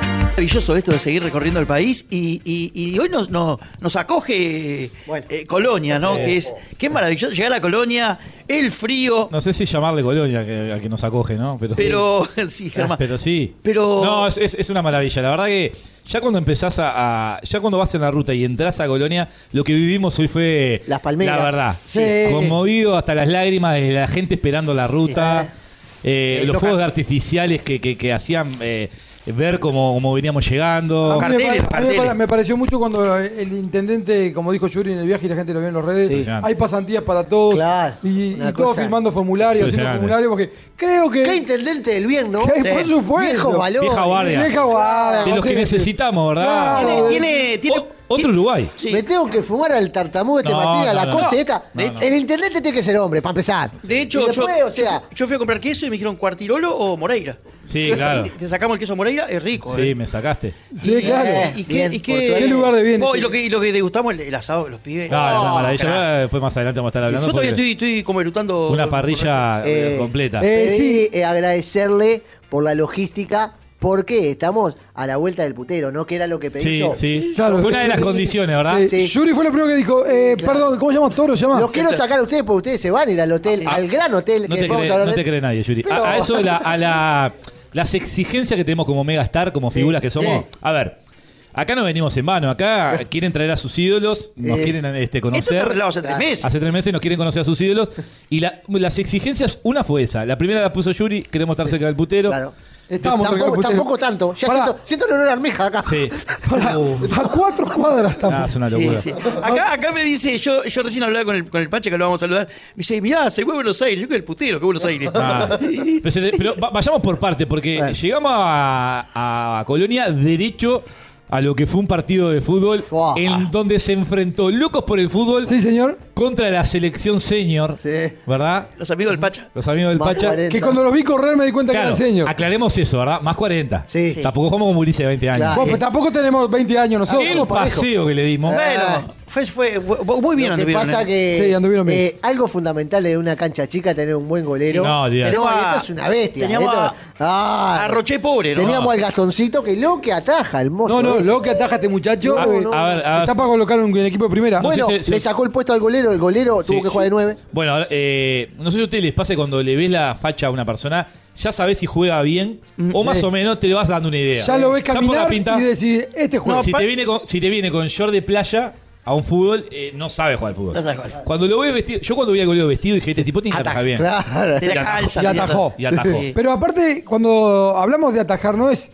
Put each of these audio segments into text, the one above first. maravilloso esto de seguir recorriendo el país y, y- y hoy nos, nos, nos acoge Bueno. eh, Colonia, ¿no? Que es, que es maravilloso llegar a Colonia, el frío, No sé si llamarle colonia que- a que nos acoge, ¿no? Pero, pero sí, jamás. Pero sí. Pero- No, es, es- es una maravilla. La verdad que ya cuando empezás a, a- Ya cuando vas en la ruta y entras a Colonia, lo que vivimos hoy fue. Las palmeras. La verdad. Sí. Conmovido hasta las lágrimas de la gente esperando la ruta. Eh, Eh, los los fuegos car- artificiales que, que- que hacían eh, ver cómo, cómo veníamos llegando. A mí me, pare- a mí Carteles, me carteles. pare- me pareció mucho cuando el intendente, como dijo Yuri en el viaje y la gente lo vio en las redes, Sí. hay pasantías para todos Claro, y, una y todos cosa firmando formularios, haciendo impresionante. formularios, porque creo que... Qué intendente del bien, ¿no? que por Sí. supuesto. Viejos valores. Vieja guardia. Vieja guardia. De los que necesitamos, ¿verdad? Claro. Oh, Tiene, tiene, O- otro Uruguay. Sí. Me tengo que fumar al tartamudo este No, Matías, no, la no, cosa no. esta. No, no. El intendente tiene que ser hombre, para empezar. Eh, De hecho, Y después, yo, o sea, yo- yo fui a comprar queso y me dijeron cuartirolo o Moreira. Sí, Entonces, claro. Te, te sacamos el queso Moreira, es rico. Sí, eh. me sacaste. Sí, Y- claro. eh, ¿Y, qué, Bien, y por qué, suerte. Qué lugar de bien. Oh, y, lo que, y lo que degustamos, el, el asado de los pibes. No, Oh, es una maravilla. crack. Después más adelante vamos a estar hablando. Yo todavía porque estoy, estoy como eructando. Una parrilla eh, Eh, completa. eh, pedí, sí. eh, agradecerle por la logística, porque estamos a la vuelta del putero, ¿no? Que era lo que pedí Sí, yo. sí. Claro. Fue una de las condiciones, ¿verdad? Sí. Sí. Yuri fue la primera que dijo, eh, Claro. perdón, ¿cómo se llama? Toro se llama. Los quiero sacar a ustedes porque ustedes se van a ir al hotel, al gran hotel. Ah, No que te, vamos cree, a hablar no de- te cree nadie, Yuri. A- Pero- A, eso, de la, a la- las exigencias que tenemos como megastar, como figuras que somos. sí. A ver, acá no venimos en vano. Acá quieren traer a sus ídolos, nos Eh, quieren este, Esto está conocer. arreglado hace tres meses. Hace tres meses nos quieren conocer a sus ídolos. Y la- las exigencias, una fue esa. La primera la puso Yuri, queremos estar cerca del putero. Claro. Estábamos Tampoco, tocando- tampoco tanto. Ya Pará. siento, siento el olor a armeja acá. Sí. Pará, Uh, a cuatro cuadras ah, estamos. es una Sí, locura. sí. Acá, acá me dice, yo, yo recién hablaba con el, con el Pache que lo vamos a saludar. Me dice, mirá, se fue a Buenos Aires. Yo que el putero, que Buenos Aires. Ah, pero, se- pero va- vayamos por parte, porque Bueno. llegamos a, a Colonia derecho a lo que fue un partido de fútbol Buah. en donde se enfrentó locos por el fútbol Sí, señor. contra la selección senior, Sí. ¿verdad? Los amigos del Pacha. Los amigos del Más Pacha. 40. Que cuando los vi correr me di cuenta Claro, que era el señor. aclaremos eso, ¿verdad? Más 40. Sí. Tampoco jugamos como Ulises de 20 años. Eh, Claro. Vos, pues, tampoco tenemos 20 años nosotros. El paseo que le dimos. Bueno, fue, fue- fue- muy bien Ah. Lo que anduvieron, pasa ¿eh? que Sí, anduvieron bien. eh, algo fundamental de una cancha chica es tener un buen golero. Sí, no, olvidate. Pero Teníamos a- esto es una bestia. teníamos esto- a- Ah. A Roche pobre, ¿no? Teníamos al gastoncito que lo que ataja el monstruo. No, no, ese. lo que ataja este muchacho. Ah, eh, no, a ver, a ver. Está para colocar un, un equipo de primera. no sé Bueno, si- si- le sacó el puesto al golero, el golero tuvo Sí, que sí. jugar de nueve. Bueno, ahora, eh, no sé si a ustedes les pasa cuando le ves la facha a una persona, ya sabes si juega bien Mm. o más o menos te vas dando una idea. ya lo ves por la caminar pinta- y decís, este juego. si, te viene con, si te viene con short de playa a un fútbol, eh, no sabe jugar al fútbol. No sabe jugar. Cuando lo ves vestido, yo cuando vi a Goleo vestido dije, este tipo tiene que atajar bien. Claro. Te la Y atajó. calza. te la- Y atajó. Y atajó. Sí. Pero aparte, cuando hablamos de atajar, no es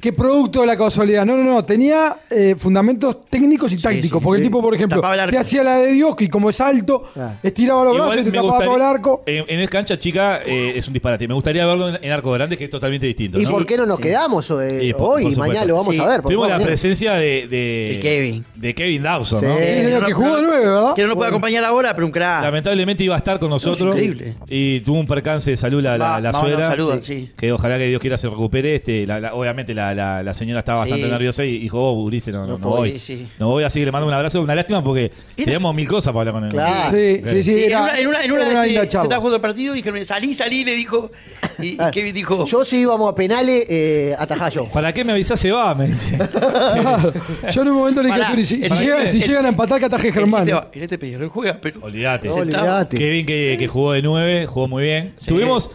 que producto de la casualidad. No, no, no. Tenía eh, fundamentos técnicos y tácticos. sí, porque sí. el tipo, por ejemplo, Tapaba el arco. te hacía la de Dios, que como es alto, Claro. estiraba los Igual brazos y te me tapaba gustaría- todo el arco. En, en el cancha chica eh, es un disparate. Me gustaría verlo en, en arco grande, que es totalmente distinto. ¿Y ¿no? por qué no nos quedamos eh, hoy Sí, por- por y supuesto. mañana lo vamos Sí. a ver? por Tuvimos la favor, bien. presencia de, de- De Kevin. de Kevin Dawson, ¿no? Sí. Sí, señor, no, que no, jugó de nueve, ¿verdad? Que no nos puede acompañar ahora, pero un crack. Lamentablemente iba a estar con nosotros. Es increíble. Y tuvo un percance de salud la, la, Va- la va, suegra. no, saluda, sí. Que ojalá que Dios quiera se recupere. Este, la- la- obviamente la, la- la señora estaba Sí. bastante nerviosa y dijo, oh, Ulises, no, no, No no puedo. voy. Sí, sí. No voy, así que le mando un abrazo. Una lástima porque Era- teníamos mil cosas para hablar con él. Claro. Sí, sí, sí. Sí, en era- una, en una, en una, era una este, linda se charla. estaba jugando el partido y dijeron, salí, salí, le dijo. Y, y Kevin dijo, Ah. Yo si íbamos a penales, eh, atajá yo. ¿Para qué me avisás se va? Me dice. Claro. Yo en un momento le dije a Pará, este- Yuri, si, si el- llegan, si el- llegan a empatar, que ataje eh, el Germán. chiste va, en este pedido no juega, pero... Olvídate. Se está- Olvidate. Kevin que, que jugó de 9, jugó muy bien. Sí. Tuvimos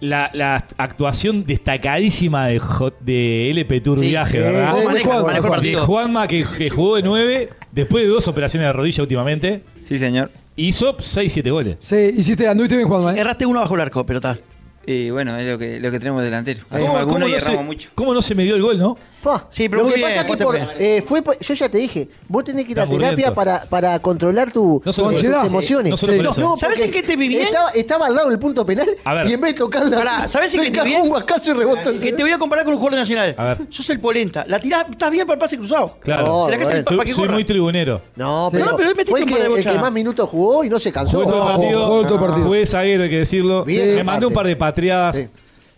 la, la actuación destacadísima de, J- de LP Tour Sí. Viaje, Sí, ¿verdad? ¿Cómo maneja, Juan- manejó el Juan- De partido? Juanma, que, que jugó de 9, después de dos operaciones de rodilla últimamente, Sí, señor. hizo 6-7 goles. Sí, hiciste, anduviste bien jugando. ¿eh? Erraste uno bajo el arco, pero está. Y bueno, es lo que, lo que tenemos delantero. Hacemos cómo algunos y no se, erramos mucho. cómo no se me dio el gol, no? Ah, Pa, Sí, pero lo muy que bien, pasa es que vos por- también. eh, fue, por- yo ya te dije, vos tenés que ir a Está terapia aburriendo. para, para controlar tu, No solo tus por eso. emociones. No solo por eso. ¿Sabés porque en qué te vivían? Estaba, estaba al lado del punto penal A ver. y en vez de tocarla, Pará, ¿sabés en le qué te encajó vivían? un guascazo y rebotó el Que te voy a comparar con un jugador de nacional. A ver. Sos el polenta. La tirás, estás bien para el pase cruzado. Claro. Se la casa Oh, bueno. para que soy corra. muy tribunero. No, Sí. pero, No, pero hoy metiste fue el un que, par de el bochas. que más minutos jugó y no se cansó. Jugué todo el No, partido, jugó todo el partido. jugué zaguero, hay que decirlo. Bien, me mandé un par de patriadas. Sí.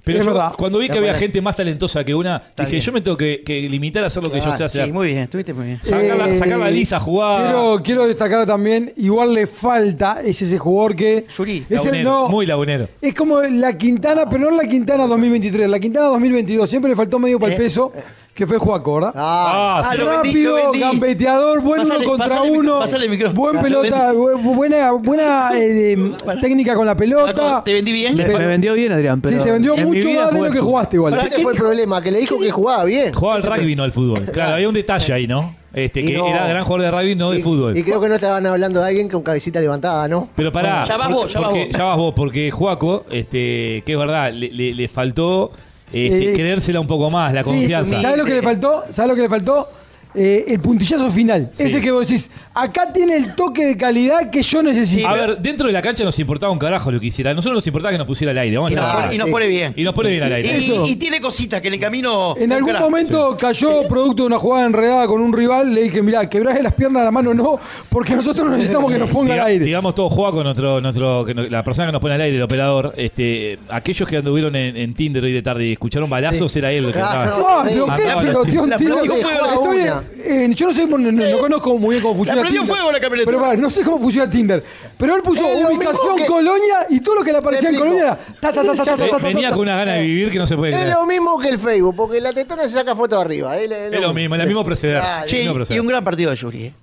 Pero Es yo, verdad. cuando vi que La había buena. gente más talentosa que una, dije, bien. yo me tengo que, que limitar a hacer lo que yo Claro, sé hacer. Ah, Sí, muy bien, estuviste muy bien. Sacar Eh, la- sacar la Eh, lisa, jugar. Quiero, quiero destacar también, igual le falta, es ese jugador que. Yuri, es el Lagunero, no. Muy lagunero. Es como la Quintana, pero no la Quintana 2023, la Quintana 2022. Siempre le faltó medio para el peso. que fue Juaco, ¿verdad? Ah, Eh, Ah, sí. lo vendí, lo Rápido, vendí. gambeteador, bueno Pasale, uno contra pasale el micro- uno. pasale el micrófono. Buen Lo pelota, bu- buena, buena eh, técnica con la pelota. Paco, ¿Te vendí bien? Me, Pero- me vendió bien, Adrián. Pero sí, te vendió en mi mucho vida más de lo que fútbol. jugaste igual. Pará, ese fue el problema, que le dijo que jugaba bien. Jugaba al rugby, no al fútbol. Claro, había un detalle ahí, ¿no? Este, Y que no. era gran jugador de rugby, no de Y- fútbol. Y creo que no estaban hablando de alguien con cabecita levantada, ¿no? Pero pará. Ya vas porque- vos, ya vas porque- vos. Ya vas vos, porque Juaco, este, que es verdad, le, le- le faltó este, Eh, creérsela un poco más, la Sí, confianza. ¿Sabes lo que le faltó? ¿Sabes lo que le faltó? Eh, el puntillazo final. Sí. Ese que vos decís, acá tiene el toque de calidad que yo necesito. a ver, dentro de la cancha nos importaba un carajo lo que hiciera. A nosotros nos importaba que nos pusiera al aire. Vamos Y a nos ser pone- Ah, y nos sí. pone bien. claros. y nos pone bien al Y, aire. Eso. y tiene cositas que en el camino. En algún encará. momento cayó producto de una jugada enredada con un rival. Le dije, mirá, quebraje las piernas, la mano no, porque nosotros no necesitamos que nos ponga al Diga- aire. Digamos todo juega con nuestro, nuestro, que no- la persona que nos pone al aire, el operador, este, aquellos que anduvieron en, en Tinder hoy de tarde y escucharon balazos, era él el que Claro. estaba. No, Sí. pero Ah, qué no, la- peloteón, la tío. prendió Estoy- fuego estoy- una. eh, yo no sé, no, no conozco muy bien cómo funciona prendió Tinder. fuego la camioneta. Pero pará, no sé cómo funciona Tinder. Pero él puso Es lo mismo ubicación que- Colonia y todo lo que le aparecía en explico. Colonia era ta, ta, ta, ta, ta, ta, ta, ta, Venía ta. con una gana de vivir que no se puede Es creer. lo mismo que el Facebook, porque la tetona se saca foto arriba. Es, Es lo mismo, es el mismo proceder. Claro. Che, El mismo y proceder. un gran partido de Yuri, ¿eh?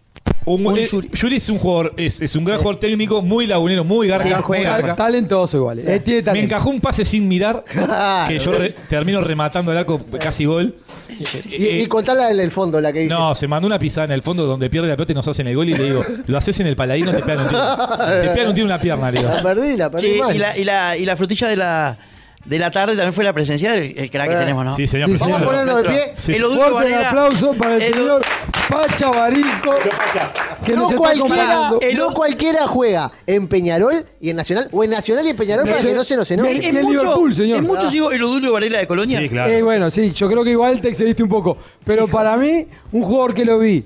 Un- un eh, Yuri. Yuri es un jugador, es, es un gran jugador técnico, muy lagunero, muy garca. Sí, muy juega, garca. Talentoso igual. eh, tiene Me talento. encajó un pase sin mirar, Claro. que yo re- termino rematando el arco casi gol. Y, Eh, y contala en el fondo, la que dice. No, se mandó una pisada en el fondo donde pierde la pelota y nos hacen el gol y le digo, lo haces en el paladino, te pegan un tiro. Te pegan un tiro en la pierna, le digo. La perdí, la perdí. Che, mal. y la, y la, y la frutilla de la, de la tarde también fue la presencial, el, el crack que Ah. tenemos, ¿no? Sí, señor Sí, Vamos presidente. a ponerlo de pie. Sí. El Odulio Fuerte el Varela- aplauso para el el- señor Pacha Barisco. Que No nos está cualquiera, acompañando. el- no cualquiera juega en Peñarol y en Nacional, o en Nacional y en Peñarol para que no se nos Es, enoje. es Y el mucho, Liverpool, señor. es mucho, sigo, el Odulio Varela de Colonia. Sí, claro. Eh, bueno, sí, yo creo que igual te excediste un poco. Pero para mí, un jugador que lo vi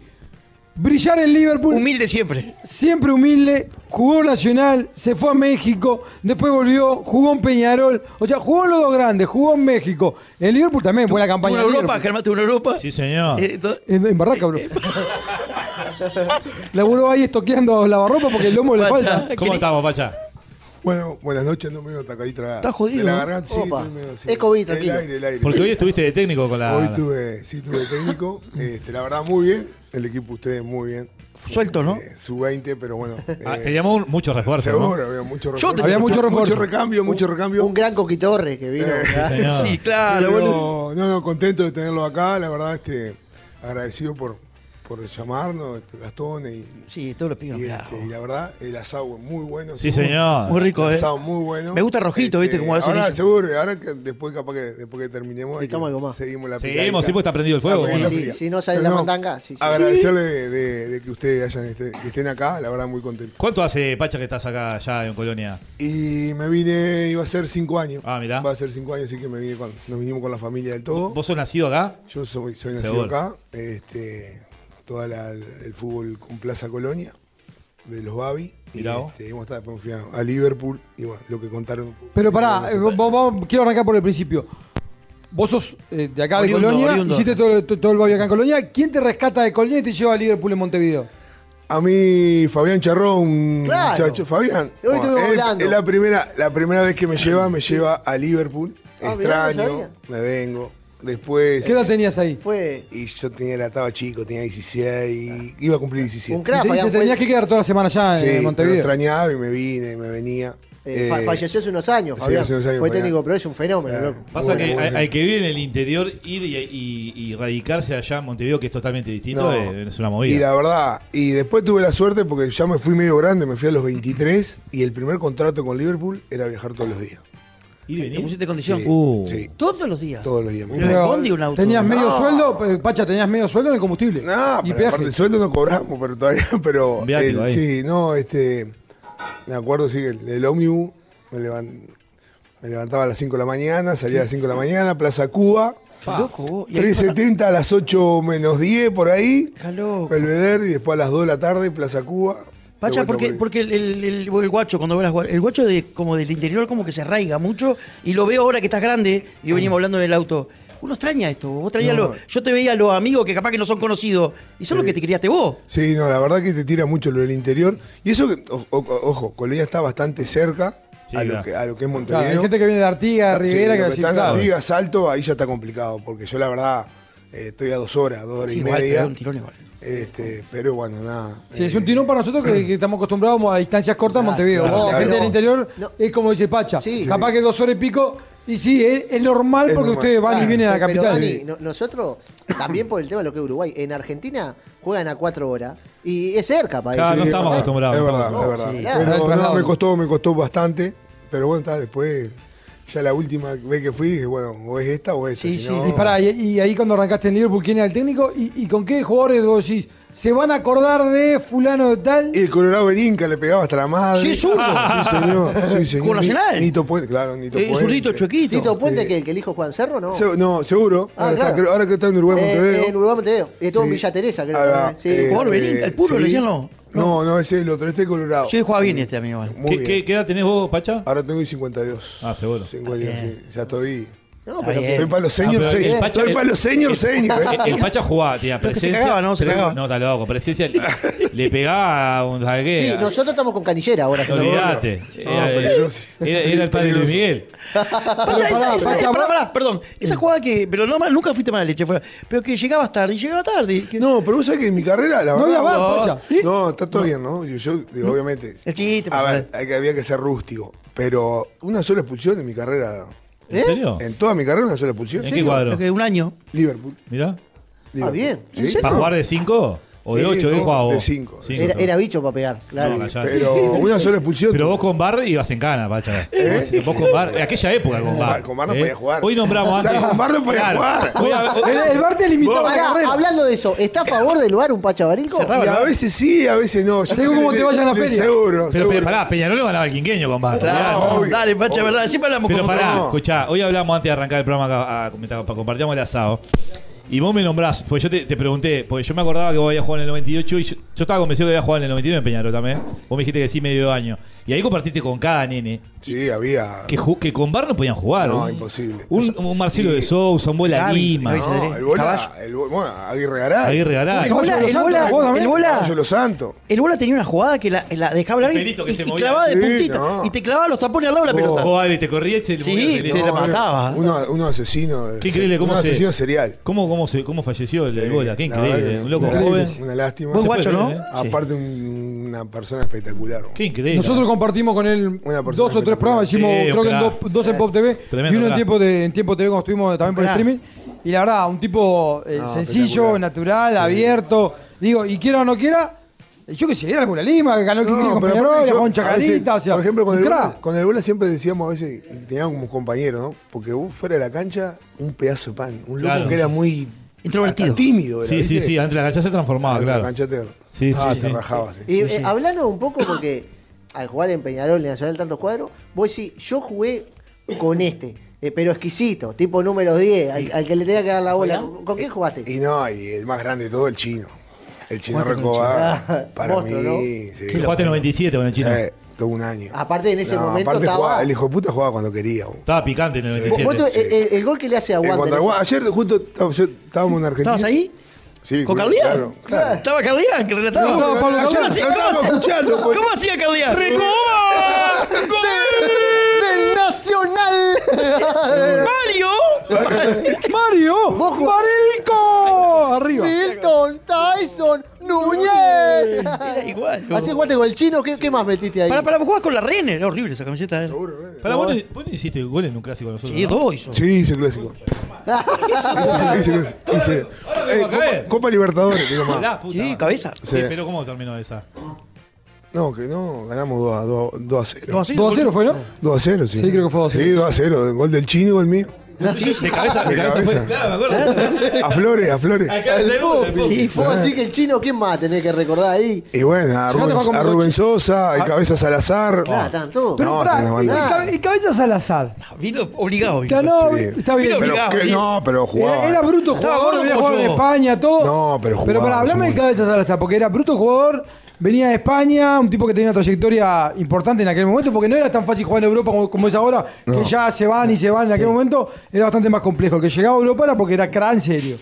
brillar en Liverpool, Humilde siempre. siempre humilde, jugó Nacional, se fue a México, después volvió, jugó en Peñarol. O sea, jugó en los dos grandes, jugó en México. En Liverpool también, buena Tuvo campaña. una de Europa, Liverpool. Germán, tuvo una Europa. Sí, señor. Eh, to- Eh, en, en Barraca, bro. Laburó ahí estoqueando lavarropa porque el lomo le Pacha. falta. ¿Cómo estamos, Pacha? Bueno, buenas noches, no me veo tacadita. Está jodido, De la ¿eh? garganta, sí, Opa. estoy medio- sí. Es COVID, El tranquilo. aire, el aire. Porque hoy estuviste de técnico con la. Hoy tuve, sí, tuve técnico. Este, la verdad, muy bien. El equipo de ustedes, muy bien. Suelto, ¿no? Eh, su 20, pero bueno. Ah, eh, teníamos un- muchos refuerzos. ¿no? seguro, había mucho refuerzo. te- Había mucho refuerzo. Mucho recambio, mucho recambio. Eh, Un gran coquitorre que vino. ¿verdad? señor. Sí, claro, Pero, boludo. No, no, contento de tenerlo acá. La verdad, este, agradecido por, por llamarnos, este, Gastón. Y, Sí, todos los y, pibes. claro. este, y la verdad, el asado es muy bueno. Sí, seguro. Muy señor. rico, ¿eh? Asado muy bueno. Este, Me gusta rojito, ¿viste? Como hacen ahora, ellos. seguro, y ahora que después capaz que después que terminemos hay que Picamos algo más. seguimos la Seguimos, picadita. sí, porque está prendido el fuego, Ah, bueno. sí, Sí, sí. si no sale la mandanga, sí, sí. Agradecerle de, de- de que ustedes hayan este- que estén acá, la verdad muy contento. ¿Cuánto hace, Pacha, que estás acá ya en Colonia? Y me vine, iba a ser cinco años. Ah, mirá. Va a ser cinco años, así que me vine con, nos vinimos con la familia del todo. ¿Vos sos nacido acá? Yo soy, soy nacido Seguro. acá, este, toda la- el fútbol con Plaza Colonia, de los Babi. Mirá vos. este, y hemos estado después fui a, a Liverpool y bueno, lo que contaron un poco. Pero pará, eh, vos- vos- quiero arrancar por el principio. Vos sos eh, de acá Oriundo, de Colonia, oriundo. hiciste todo, todo- todo el barrio acá en Colonia. ¿Quién te rescata de Colonia y te lleva a Liverpool en Montevideo? A mí, Fabián Charrón, un Claro. muchacho. Fabián. Hoy bueno, estuvimos es- hablando. es la primera, la primera vez que me lleva, me lleva a Liverpool. Ah, mirá, no Extraño. sabía. me vengo. Después. ¿Qué edad tenías ahí? Fue Y yo tenía, la estaba chico, tenía 16. Iba a cumplir 17. un crack. Y te, Fabián te fue- tenías que quedar toda la semana allá Sí, en pero Montevideo. extrañaba y me vine, me venía. eh, Eh, fa- falleció hace unos años, sí, Fabián. hace unos años, Fue Fabián. técnico, pero es un fenómeno, Claro. loco. Pasa Muy que bueno. al al que vive en el interior ir y, y- y radicarse allá en Montevideo, que es totalmente distinto, No. eh, es una Y movida. la verdad, y después tuve la suerte porque ya me fui medio grande, me fui a los 23 y el primer contrato con Liverpool era viajar todos los días. Ir y Te venir. pusiste condición. Sí, Uh. sí, Todos los días. todos los días. me Pero- bondi, un auto. Tenías medio No. sueldo, eh, Pacha, tenías medio sueldo en el combustible. y No, pero aparte peaje. el sueldo no cobramos, pero todavía, pero Viático el- ahí. sí, no, este, me acuerdo sí, el, el ómnibus me, levan- me levantaba a las 5 de la mañana, salía a las 5 de la mañana, Plaza Cuba, Qué loco, vos. Y ahí- 3.70 a las 8 menos 10 por ahí, Qué loco. Belvedere, y después a las 2 de la tarde, Plaza Cuba. Pacha, de vuelta porque, porque el, el- el- el guacho, cuando verás el guacho de, como del interior como que se arraiga mucho y lo veo ahora que estás grande y hoy veníamos hablando en el auto. Uno extraña esto, vos traías No. lo- yo te veía a los amigos que capaz que no son conocidos y son los que te criaste vos. Sí, no, la verdad que te tira mucho lo del interior. Y eso, que, o- o- ojo, Colonia está bastante cerca Sí, a, lo claro. que, a lo que es Montevideo. Claro, hay gente que viene de Artigas, ¿eh? Sí, Rivera, lo que que así, está en claro. Artigas, Salto, ahí ya está complicado, porque yo la verdad Eh, estoy a dos horas, dos horas Sí, y igual, media. pero es un tirón igual. Este, pero bueno, nada. Sí, es eh, un tirón para nosotros que, que estamos acostumbrados a distancias cortas en Claro, Montevideo. claro, la claro. gente del interior No. es como dice Pacha. Sí. Capaz que dos horas y pico. Y sí, es, es normal Es porque normal. ustedes van y Claro, vienen a la pero, capital. Dani, Sí. no- nosotros, también por el tema de lo que es Uruguay, en Argentina juegan a cuatro horas y es cerca para Claro, ellos. no estamos Ah, es acostumbrados. verdad, No, Es verdad, sí, es claro. verdad. El Pero traslado. no, me costó, me costó bastante. Pero bueno, está, después, ya la última vez que fui, dije, bueno, o es esta o esta. Sí, si sí. no- Y pará, y, y ahí cuando arrancaste en Liverpool, ¿quién era el técnico? ¿Y, y con qué jugadores vos decís? ¿Se van a acordar de fulano de tal? Y el Colorado Beninca le pegaba hasta la madre. Sí, zurdo. Sí, señor. Sí, señor. Con Nacional. Ni- Nito Puente, claro, Nito Eh, Puente. zurdito, chuequito. Tito Puente, Sí. que, que el hijo Juan Cerro, ¿no? Se- no, seguro. Ah, ahora, claro. está, creo- ahora que está en Uruguay, Eh, Montevideo. en Uruguay Montevideo. Estuvo en Sí. Villa Teresa, creo. Ahí va. Sí. Eh, Jugador Beninca, el puro, le decían, no. No, no, ese es el otro, este es Colorado. Sí, juega bien este amigo. igual. Muy ¿Qué, bien. qué, qué edad tenés vos, Pacha? Ahora tengo el 52. Ah, seguro. 52, Está bien. sí. Ya estoy. No, Está pero bien. Estoy para los senior, Ah, pero el senior. Pacha- Estoy el- para los senior, senior. eh. El, el Pacha jugaba, tenía Pero que se presencia. cagaba, ¿no? Se presencia- cagaba. No, está loco, presencia. Le, le pegaba a un Sí, zaguero. nosotros estamos con canillera ahora. que no- Olvídate. No, Era- peligroso. era, era el padre de Luis Miguel. Pacha, esa, pará, esa- Pacha, eh, pará, vos- pará, perdón. Esa jugada que. Pero no, mal, nunca fuiste mala leche. Fue, pero que llegabas tarde y llegaba tarde. que- No, pero vos sabés que en mi carrera, la No verdad. había bar, Pacha. ¿Mm? ¿Sí? No, está todo bien, ¿no? Yo, yo digo, obviamente. El chiste, A por ver, hay que- había que ser rústico. Pero una sola expulsión en mi carrera. ¿En ¿Eh? serio? En toda mi carrera, una sola expulsión. ¿En qué cuadro? Creo que un año. Liverpool. Mirá. Liverpool. Ah, bien. Sí, ¿En serio? ¿Para jugar de 5 o de Sí, 8? no, ¿Qué jugabas vos? de cinco. Cinco, Era, ¿no? era bicho para pegar. Claro. Sí. callate. Pero una sola expulsión. ¿Eh? Pero vos con bar ibas en cana, Pacha. Vos con bar, en aquella época con bar. ¿eh? con VAR no podía jugar. Hoy nombramos Ya antes. con VAR no podía jugar. Hoy a- El, el bar te limitaba la Pará, carrera. hablando de eso, ¿está a favor del lugar un Pachabarico? y a veces sí, a veces no. Yo Según creo cómo que te vayan a la de feria. Seguro, pero, seguro. pero pará, Peñarol lo ganaba el quinqueño con bar. Claro. Claro, obvio, dale, Pacha, obvio. verdad. Siempre hablamos Pero con pará, No. escuchá, hoy hablamos antes de arrancar el programa, acá, a- mientras compartíamos el asado. Y vos me nombrás, porque yo te, te pregunté, porque yo me acordaba que vos habías jugado en el 98 y yo, yo estaba convencido que habías jugado en el 99 en Peñarol también. Vos me dijiste que sí medio año. Y ahí compartiste con cada nene Sí, había. que, ju- que con bar no podían jugar. No, Un- imposible. Un, un Marcelo Y- de Sousa, un Bola Gaby, Lima, Gaby No, el bola. Caballo. El bola bueno, Aguirre Garay. Aguirre Garay. El bola, el bola, el bola, el Caballo bola, Los Santos. tenía una jugada que la, la dejaba larga El y, pelito que se y movía. clavaba de Sí, puntita. no. Y te clavaba los tapones al lado de la pelota. Oh, Adri, te corría y se le Sí, movía el te teléfono. la mataba. Uno, uno asesino. Qué increíble cómo Un se- asesino serial. ¿Cómo, cómo, se, ¿Cómo falleció el, del Sí, Bola? Qué la increíble. verdad que Un loco una- joven. Una lástima. Buen Se guacho, puede ¿no? ¿eh? creer, Sí. Aparte, un- una persona espectacular. Qué increíble. Nosotros compartimos con él Una dos persona o tres espectacular. programas, hicimos Sí, un creo que en crack. dos, dos en Pop TV Tremendo y uno en crack. tiempo, de, en tiempo TV cuando estuvimos también por crack. streaming. Y la verdad, un tipo eh, No, sencillo, Ah, espectacular. natural, abierto. Digo, y quiera o no quiera, yo que sé, era alguna Lima, que ganó el Quiquillo No, con pero Peñarol, aparte yo, con a veces, Chacarita, o sea, por ejemplo, con un el, crack. bola, con el bola siempre decíamos a veces, y teníamos como compañero, ¿no? Porque vos fuera de la cancha, un pedazo de pan, un loco Claro. que era muy Introvertido. hasta tímido. Era, Sí, sí, sí, antes la cancha se transformaba, claro. sí, Sí, ah, sí, te sí. rajabas. sí. Y eh, hablanos un poco porque al jugar en Peñarol, en Nacional Tantos Cuadros, vos decís, yo jugué con este, eh, pero exquisito, tipo número 10, al, al que le tenía que dar la bola. ¿Con, con quién jugaste? Y no, y el más grande de todo, el chino. El chino ¿Cuánto con el Recoba. chino? Ah, Para mí, monstruo, ¿no? sí. Lo jugaste en el 97 con el chino. Sí, todo un año. Aparte, en ese momento aparte estaba- jugaba- el hijo de puta jugaba cuando quería. vos. Estaba picante en el Vos- vos 97. te- el, el- el gol que le hace a Eh, Wander. contra Gua- ayer justo estábamos, yo- estábamos en Argentina. ¿Estabas ahí? Sí. ¿Con claro, Carlián? Claro, claro. Estaba Carlián, que relataba. Sí, estaba Pablo ¿Cómo Carlián. hacía- Lo estaba cómo hacía- escuchando, pues. ¿Cómo hacía Carlián? ¡Del Nacional! ¡Mario! ¡Mario! Vos jugás- ¡Marilco! Arriba. Milton Tyson Núñez. Era igual, loco. Así jugaste con el chino, ¿qué, qué más metiste ahí? Para, para, jugabas con la Renner. Era horrible esa camiseta. ¿eh? Seguro, ¿eh? Pará, vos, no- vos no hiciste gol en un clásico de nosotros. Sí, ¿no? dos hizo. Sí, hice el clásico. Ah, Hice- hice el clásico. Hice- ahora me Eh, va a caer. Copa, Copa Libertadores, digo más. La puta Sí, madre. cabeza. Sí, Sí. pero ¿cómo terminó esa? No, que no, ganamos 2 a, 2, a 0. No, sí, 2 a 0 fue, ¿no? 2 a 0, sí. Sí, creo que fue 2 a 0. Sí, 2 a 0. Gol del chino y gol mío. De cabeza, de De cabeza cabeza. fue. Claro, me acuerdo. A Flores, a Flores. Acá el segundo, el Sí, Fue así que el chino, ¿quién más tenés que recordar ahí? Y bueno, a Yo no te Rubén, voy a comer a con Rubén chi- Sosa, y Cabeza Salazar. Claro, No, tanto. Pero No, pará, tenés el, banda. cabe- el cabeza Salazar. Vino obligado. vino. Ya no, sí. está bien. Pero Pero, obligado, que- sí. no, pero jugaba. Era, era bruto Estaba jugador, gordo venía a como jugar de yo. España, todo. No, pero jugaba, Pero para hablarme de seguro. cabeza Salazar, porque era bruto jugador, venía de España, un tipo que tenía una trayectoria importante en aquel momento, porque no era tan fácil jugar en Europa como, como es ahora, que ya se van y se van. En aquel momento era bastante más complejo. El que llegaba a Europa era porque era crack en serio.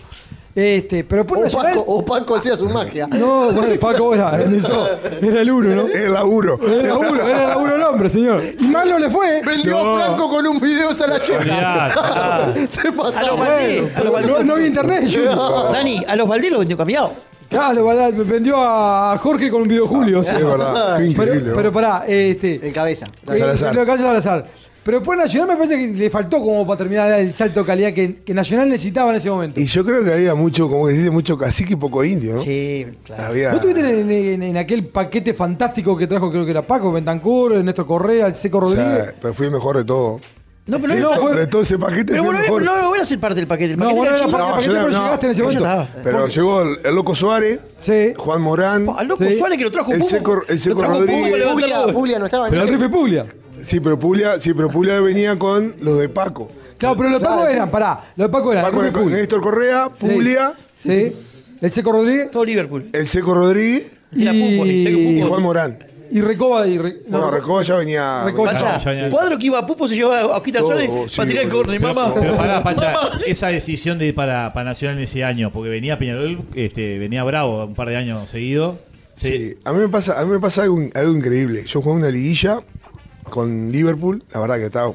Este, pero después O Nacional. Paco, o Paco hacía su magia. No, bueno, Paco era, en eso, era el uno, ¿no? Es el laburo. Era el laburo, era el laburo el hombre, señor. Y mal no le fue. Vendió a Franco con un video esa la cheta. Olvidate. Te A los mataron. Valdés. a los Pero No, Valdés. no había internet, yo. Dani, a los Valdés lo vendió cambiado. Claro, ¿verdad? Me vendió a Jorge con un video Julio. o sea. Es verdad. Qué pero, increíble. pero pará, este. En cabeza. eh, Salazar. Lo que hace Salazar. Pero después Nacional me parece que le faltó como para terminar de dar el salto de calidad que, que Nacional necesitaba en ese momento. Y yo creo que había mucho, como que se dice, mucho cacique y poco indio, ¿no? Sí, claro. Había. ¿No estuviste en, en- en aquel paquete fantástico que trajo, creo que era Paco, Bentancur, Néstor Correa, el Seco o Rodríguez? sea, pero fui el mejor de todo. No, pero de, no, to- fue- de todo ese paquete pero fui el bueno, mejor. no lo voy a hacer parte del paquete. El No, paquete vos no era eras chico. parte del No, paquete, yo pero no, llegaste en ese yo momento. estaba. Pero llegó el, el Loco Suárez, Sí. Juan Morán. Al loco Sí. Suárez que lo trajo El Pupo. Seco- el Seco Lo trajo Pupo, Rodríguez. que levantó la Julia, voz. Julia no estaba en Pero el ese- rifle Puglia. Sí, pero Puglia, sí, pero Puglia venía con los de Paco. Claro, pero los de Paco eran, pará, los de Paco eran. Paco el Rife con Puglia. Néstor Correa, Puglia, Sí. sí. El Seco Rodríguez. Todo Liverpool. el Seco Rodríguez Era Y- Pupo, el Seco y Pupo. Juan Morán. Y Recoba y Re- Bueno, no, Recoba ya venía. Recoba. Pacha, No, ya venía- cuadro que iba a Pupo se llevaba a Osquita Todo, Suárez Oh, sí, para tirar el boludo. córner, Pero, mamá. pero pará, Pacha, Mamá. esa decisión de ir para, para Nacional en ese año, porque venía Peñarol, este, venía bravo un par de años seguido. Se- Sí, a mí me pasa, a mí me pasa algo, algo increíble. Yo jugué una liguilla con Liverpool, la verdad que estaba,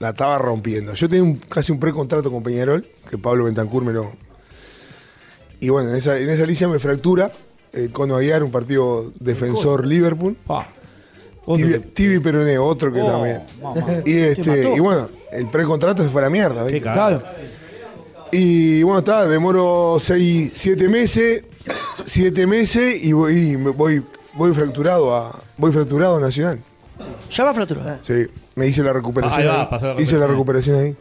la estaba rompiendo. Yo tenía un- casi un precontrato con Peñarol, que Pablo Bentancur me lo. Y bueno, en esa, en esa liguilla me fractura el Cono Aguiar, un partido defensor Liverpool. Pa. Otro Tibi, que- Tibi Peroné, otro que Oh, también. mamá. Y, este, mató. y bueno, el precontrato se fue a la mierda, Qué ¿viste? cagada. Claro. Y bueno, está, demoro 6, 7 meses, 7 meses y voy, y me- voy, voy fracturado a voy fracturado a Nacional. Ya va fracturado. eh. Sí, me hice la recuperación Ahí va, ahí. pasó la hice la recuperación ahí.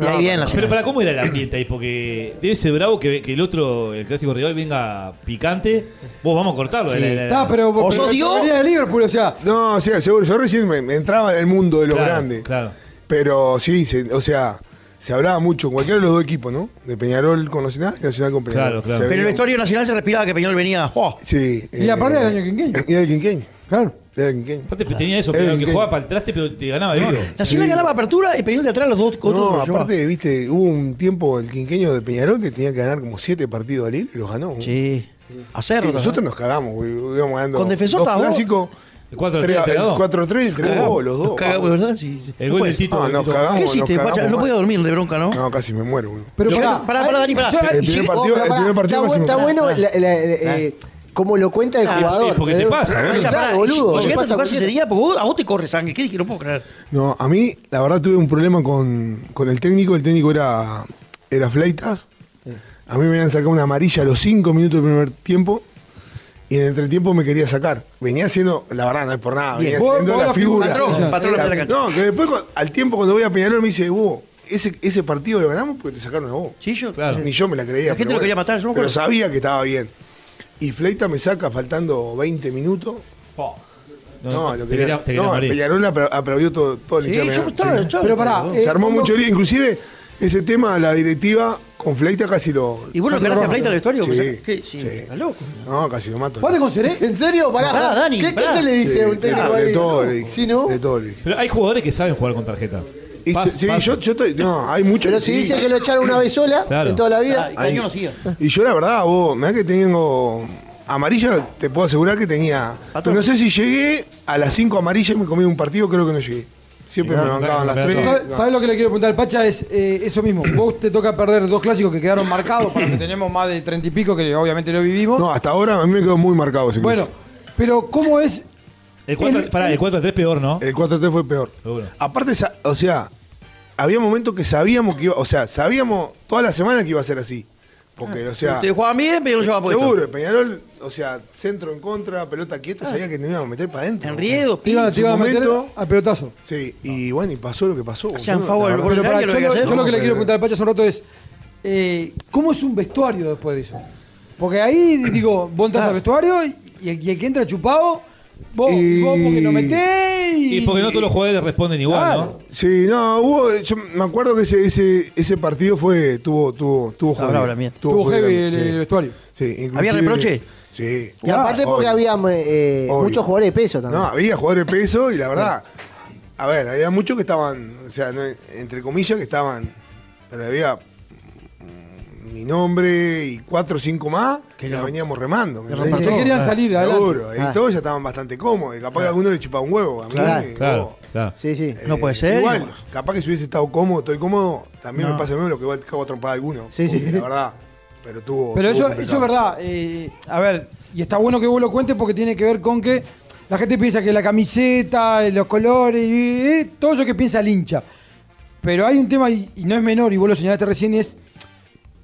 Y ahí viene la Pero señora. para cómo era el ambiente ahí, porque debe ser bravo que, que el otro, el clásico rival, venga picante. Vos vamos a cortarlo. la- la- la- Está, pero. ¿Vos pero sos la Dios? teoría de Liverpool, o sea. No, sí, seguro, yo recién me, me entraba en el mundo de los Claro, grandes. claro. Pero sí, se- o sea, se hablaba mucho, cualquiera de los dos equipos, ¿no? De Peñarol con Nacional y Nacional con Peñarol. Claro, claro. Se Pero el veía- vestuario nacional se respiraba que Peñol venía. ¡oh! Sí. eh, Y aparte del año quinqueño. Y del quinqueño. Claro. Era el quinqueño. Aparte, tenía eso, Era pero el que que- jugaba para el traste, pero te ganaba el vivo. Nacional ganaba apertura y Peñol de atrás los dos otros No, los llevaba. aparte, viste, hubo un tiempo el quinqueño de Peñarol que tenía que ganar como siete partidos al hilo y los ganó. Sí. Y Hacerlo. nosotros nos cagamos, güey. Íbamos ganando Con defensor dos estabas vos. clásicos. El 4-3, tres- te el cagó. 4-3 y tres goles, los dos. Cagamos, ¿verdad? Sí, sí. El No gol puede del ser. Tito. Ah, del nos Tito. cagamos. ¿Qué nos hiciste, cagamos Pacha? No mal. podía dormir de bronca, ¿no? No, casi me muero, boludo. Pero Yo- pará. pará, pará, Dani, pará. oh, Yo- El primer yo- partido- pero el pará, primer partido está, casi bu- me está fue. bueno la- la- eh, como lo cuenta el Ah, jugador. sí, porque te ¿eh? pasa, ¿eh? Pacha, Claro, pará, boludo. vos te llegaste a pasa tu casa ese cualquier- día porque vos, a vos te corre sangre. ¿Qué dije? No puedo creer. No, a mí, la verdad, tuve un problema con, con el técnico. El técnico era, era Fleitas. A mí me habían sacado una amarilla a los 5 minutos del primer tiempo. Y en el entretiempo me quería sacar. Venía siendo, la verdad, no es por nada. Bien. Venía Vos- siendo vos la la figura. patrón, patrón de la cancha. No, que después, cu- al tiempo, cuando voy a Peñarol, me dice, vos, ese, ese partido lo ganamos porque te sacaron a vos. Sí, yo. Claro. Ni yo me la creía. La gente pero lo quería matar, yo me Pero acuerdo. sabía que estaba bien. Y Fleita me saca faltando 20 minutos. Po. No, lo te quería, quería- te quería no, morir. Peñarol apla- aplaudió todo, todo el Sí, hincha de yo Peñarol. estaba, Sí. estaba- Pero pará. eh, Se armó uno- mucho lío. Inclusive, ese tema, la directiva con Fleita casi lo... ¿Y vos lo ganaste a Fleita al vestuario? Sí, Porque- ¿Qué? Sí, sí. está loco. No, casi lo mato. ¿Vos te consideré? ¿En serio? Pará, Pará, Dani, ¿Qué, qué pará. se le Sí, dice a un de- técnico de, ahí? todo le dije. ¿Sí, no? De todo le dije. Pero hay jugadores que saben jugar con tarjeta. Y Pas- sí, pas- yo, yo estoy... No, hay mucho... Pero si sí. dice que lo echaron una vez sola, Claro. en toda la vida. Ah, y Cañón lo sigue. Y yo la verdad, vos, me da que tengo. Amarilla, te puedo asegurar que tenía. Patrón. No sé si llegué a las 5 amarillas y me comí un partido, creo que no llegué. Siempre Y me no, bancaban no, las no, tres. no. ¿Sabes lo que le quiero preguntar al Pacha? Es eh, eso mismo. Vos te toca perder dos clásicos que quedaron marcados, para que tenemos más de treinta y pico, que obviamente lo vivimos. No, hasta ahora a mí me quedó muy marcado ese bueno, cruce. pero ¿cómo es? El 4 El- pará, el 4-3 peor, ¿no? El 4-3 fue peor. Seguro. Aparte, sa- o sea, había momentos que sabíamos que iba. O sea, sabíamos toda la semana que iba a ser así. Porque, o sea. Ustedes jugaban Ah, bien, pero yo llevaba puesto. Seguro, Peñarol, o sea, centro en contra, pelota quieta, sabía que teníamos que meter para adentro. Enriedo, Te iban a- en te su iban a meter momento- al pelotazo. Sí, y bueno, y pasó lo que pasó. Hacían boludo, favor la al verdad. Pero Pero pará, pará, yo, que lo, hacer, yo lo que le ¿no? quiero preguntar al Pacho hace un rato es, eh, ¿cómo es un vestuario después de eso? Porque ahí, digo, vos entras al vestuario y, y el que entra chupado, vos, Y- vos porque no metés y... Y porque no todos los jugadores responden igual, Claro. Sí, no, hubo, yo me acuerdo que ese, ese, ese partido fue, tuvo, tuvo, tuvo Está bravo la mía. Tuvo jodido, heavy el, sí. el vestuario. Sí, inclusive- ¿Había reproche? Sí. Y aparte porque Ah, Obvio. había eh, Obvio. muchos jugadores de peso también. No, había jugadores de peso y la verdad, a ver, había muchos que estaban, o sea, no- entre comillas que estaban, pero había mm, mi nombre y cuatro o cinco más, que la veníamos remando. ¿me entendés? Ustedes querían salir, adelante. Seguro, Ah. y todos ya estaban bastante cómodos. y Capaz que a alguno le chupaba un huevo. A mí, Claro. eh, Claro, vos, claro. Sí, sí. No eh, puede ser, Igual, igual. capaz que si hubiese estado cómodo, estoy cómodo, también No. me pasa lo mismo lo que va- cago a trompar a alguno. Sí, sí. porque La verdad, pero tuvo. Pero tuvo eso, complicado. eso es verdad. eh, a ver, y está bueno que vos lo cuentes porque tiene que ver con que la gente piensa que la camiseta, eh, los colores, eh, eh, todo eso que piensa el hincha. Pero hay un tema, y, y no es menor, y vos lo señalaste recién, es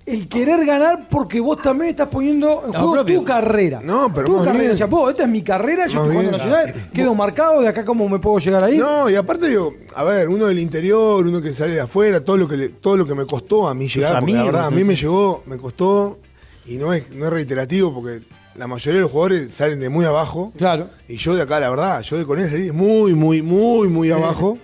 el querer ganar porque vos también estás poniendo en No, juego propio. tu carrera. No, pero Tu más carrera, bien. o sea, vos, esta es mi carrera, yo Más estoy jugando bien. Ah, nacional, quedo marcado, de acá cómo me puedo llegar ahí. No, y aparte digo, a ver, uno del interior, uno que sale de afuera, todo lo que le- todo lo que me costó a mí llegar, porque la amigos, verdad, a mí ¿no? me llegó, me costó, y no es, no es reiterativo porque la mayoría de los jugadores salen de muy abajo. Claro. Y yo de acá, la verdad, yo de Coronel salí de muy, muy, muy, muy abajo.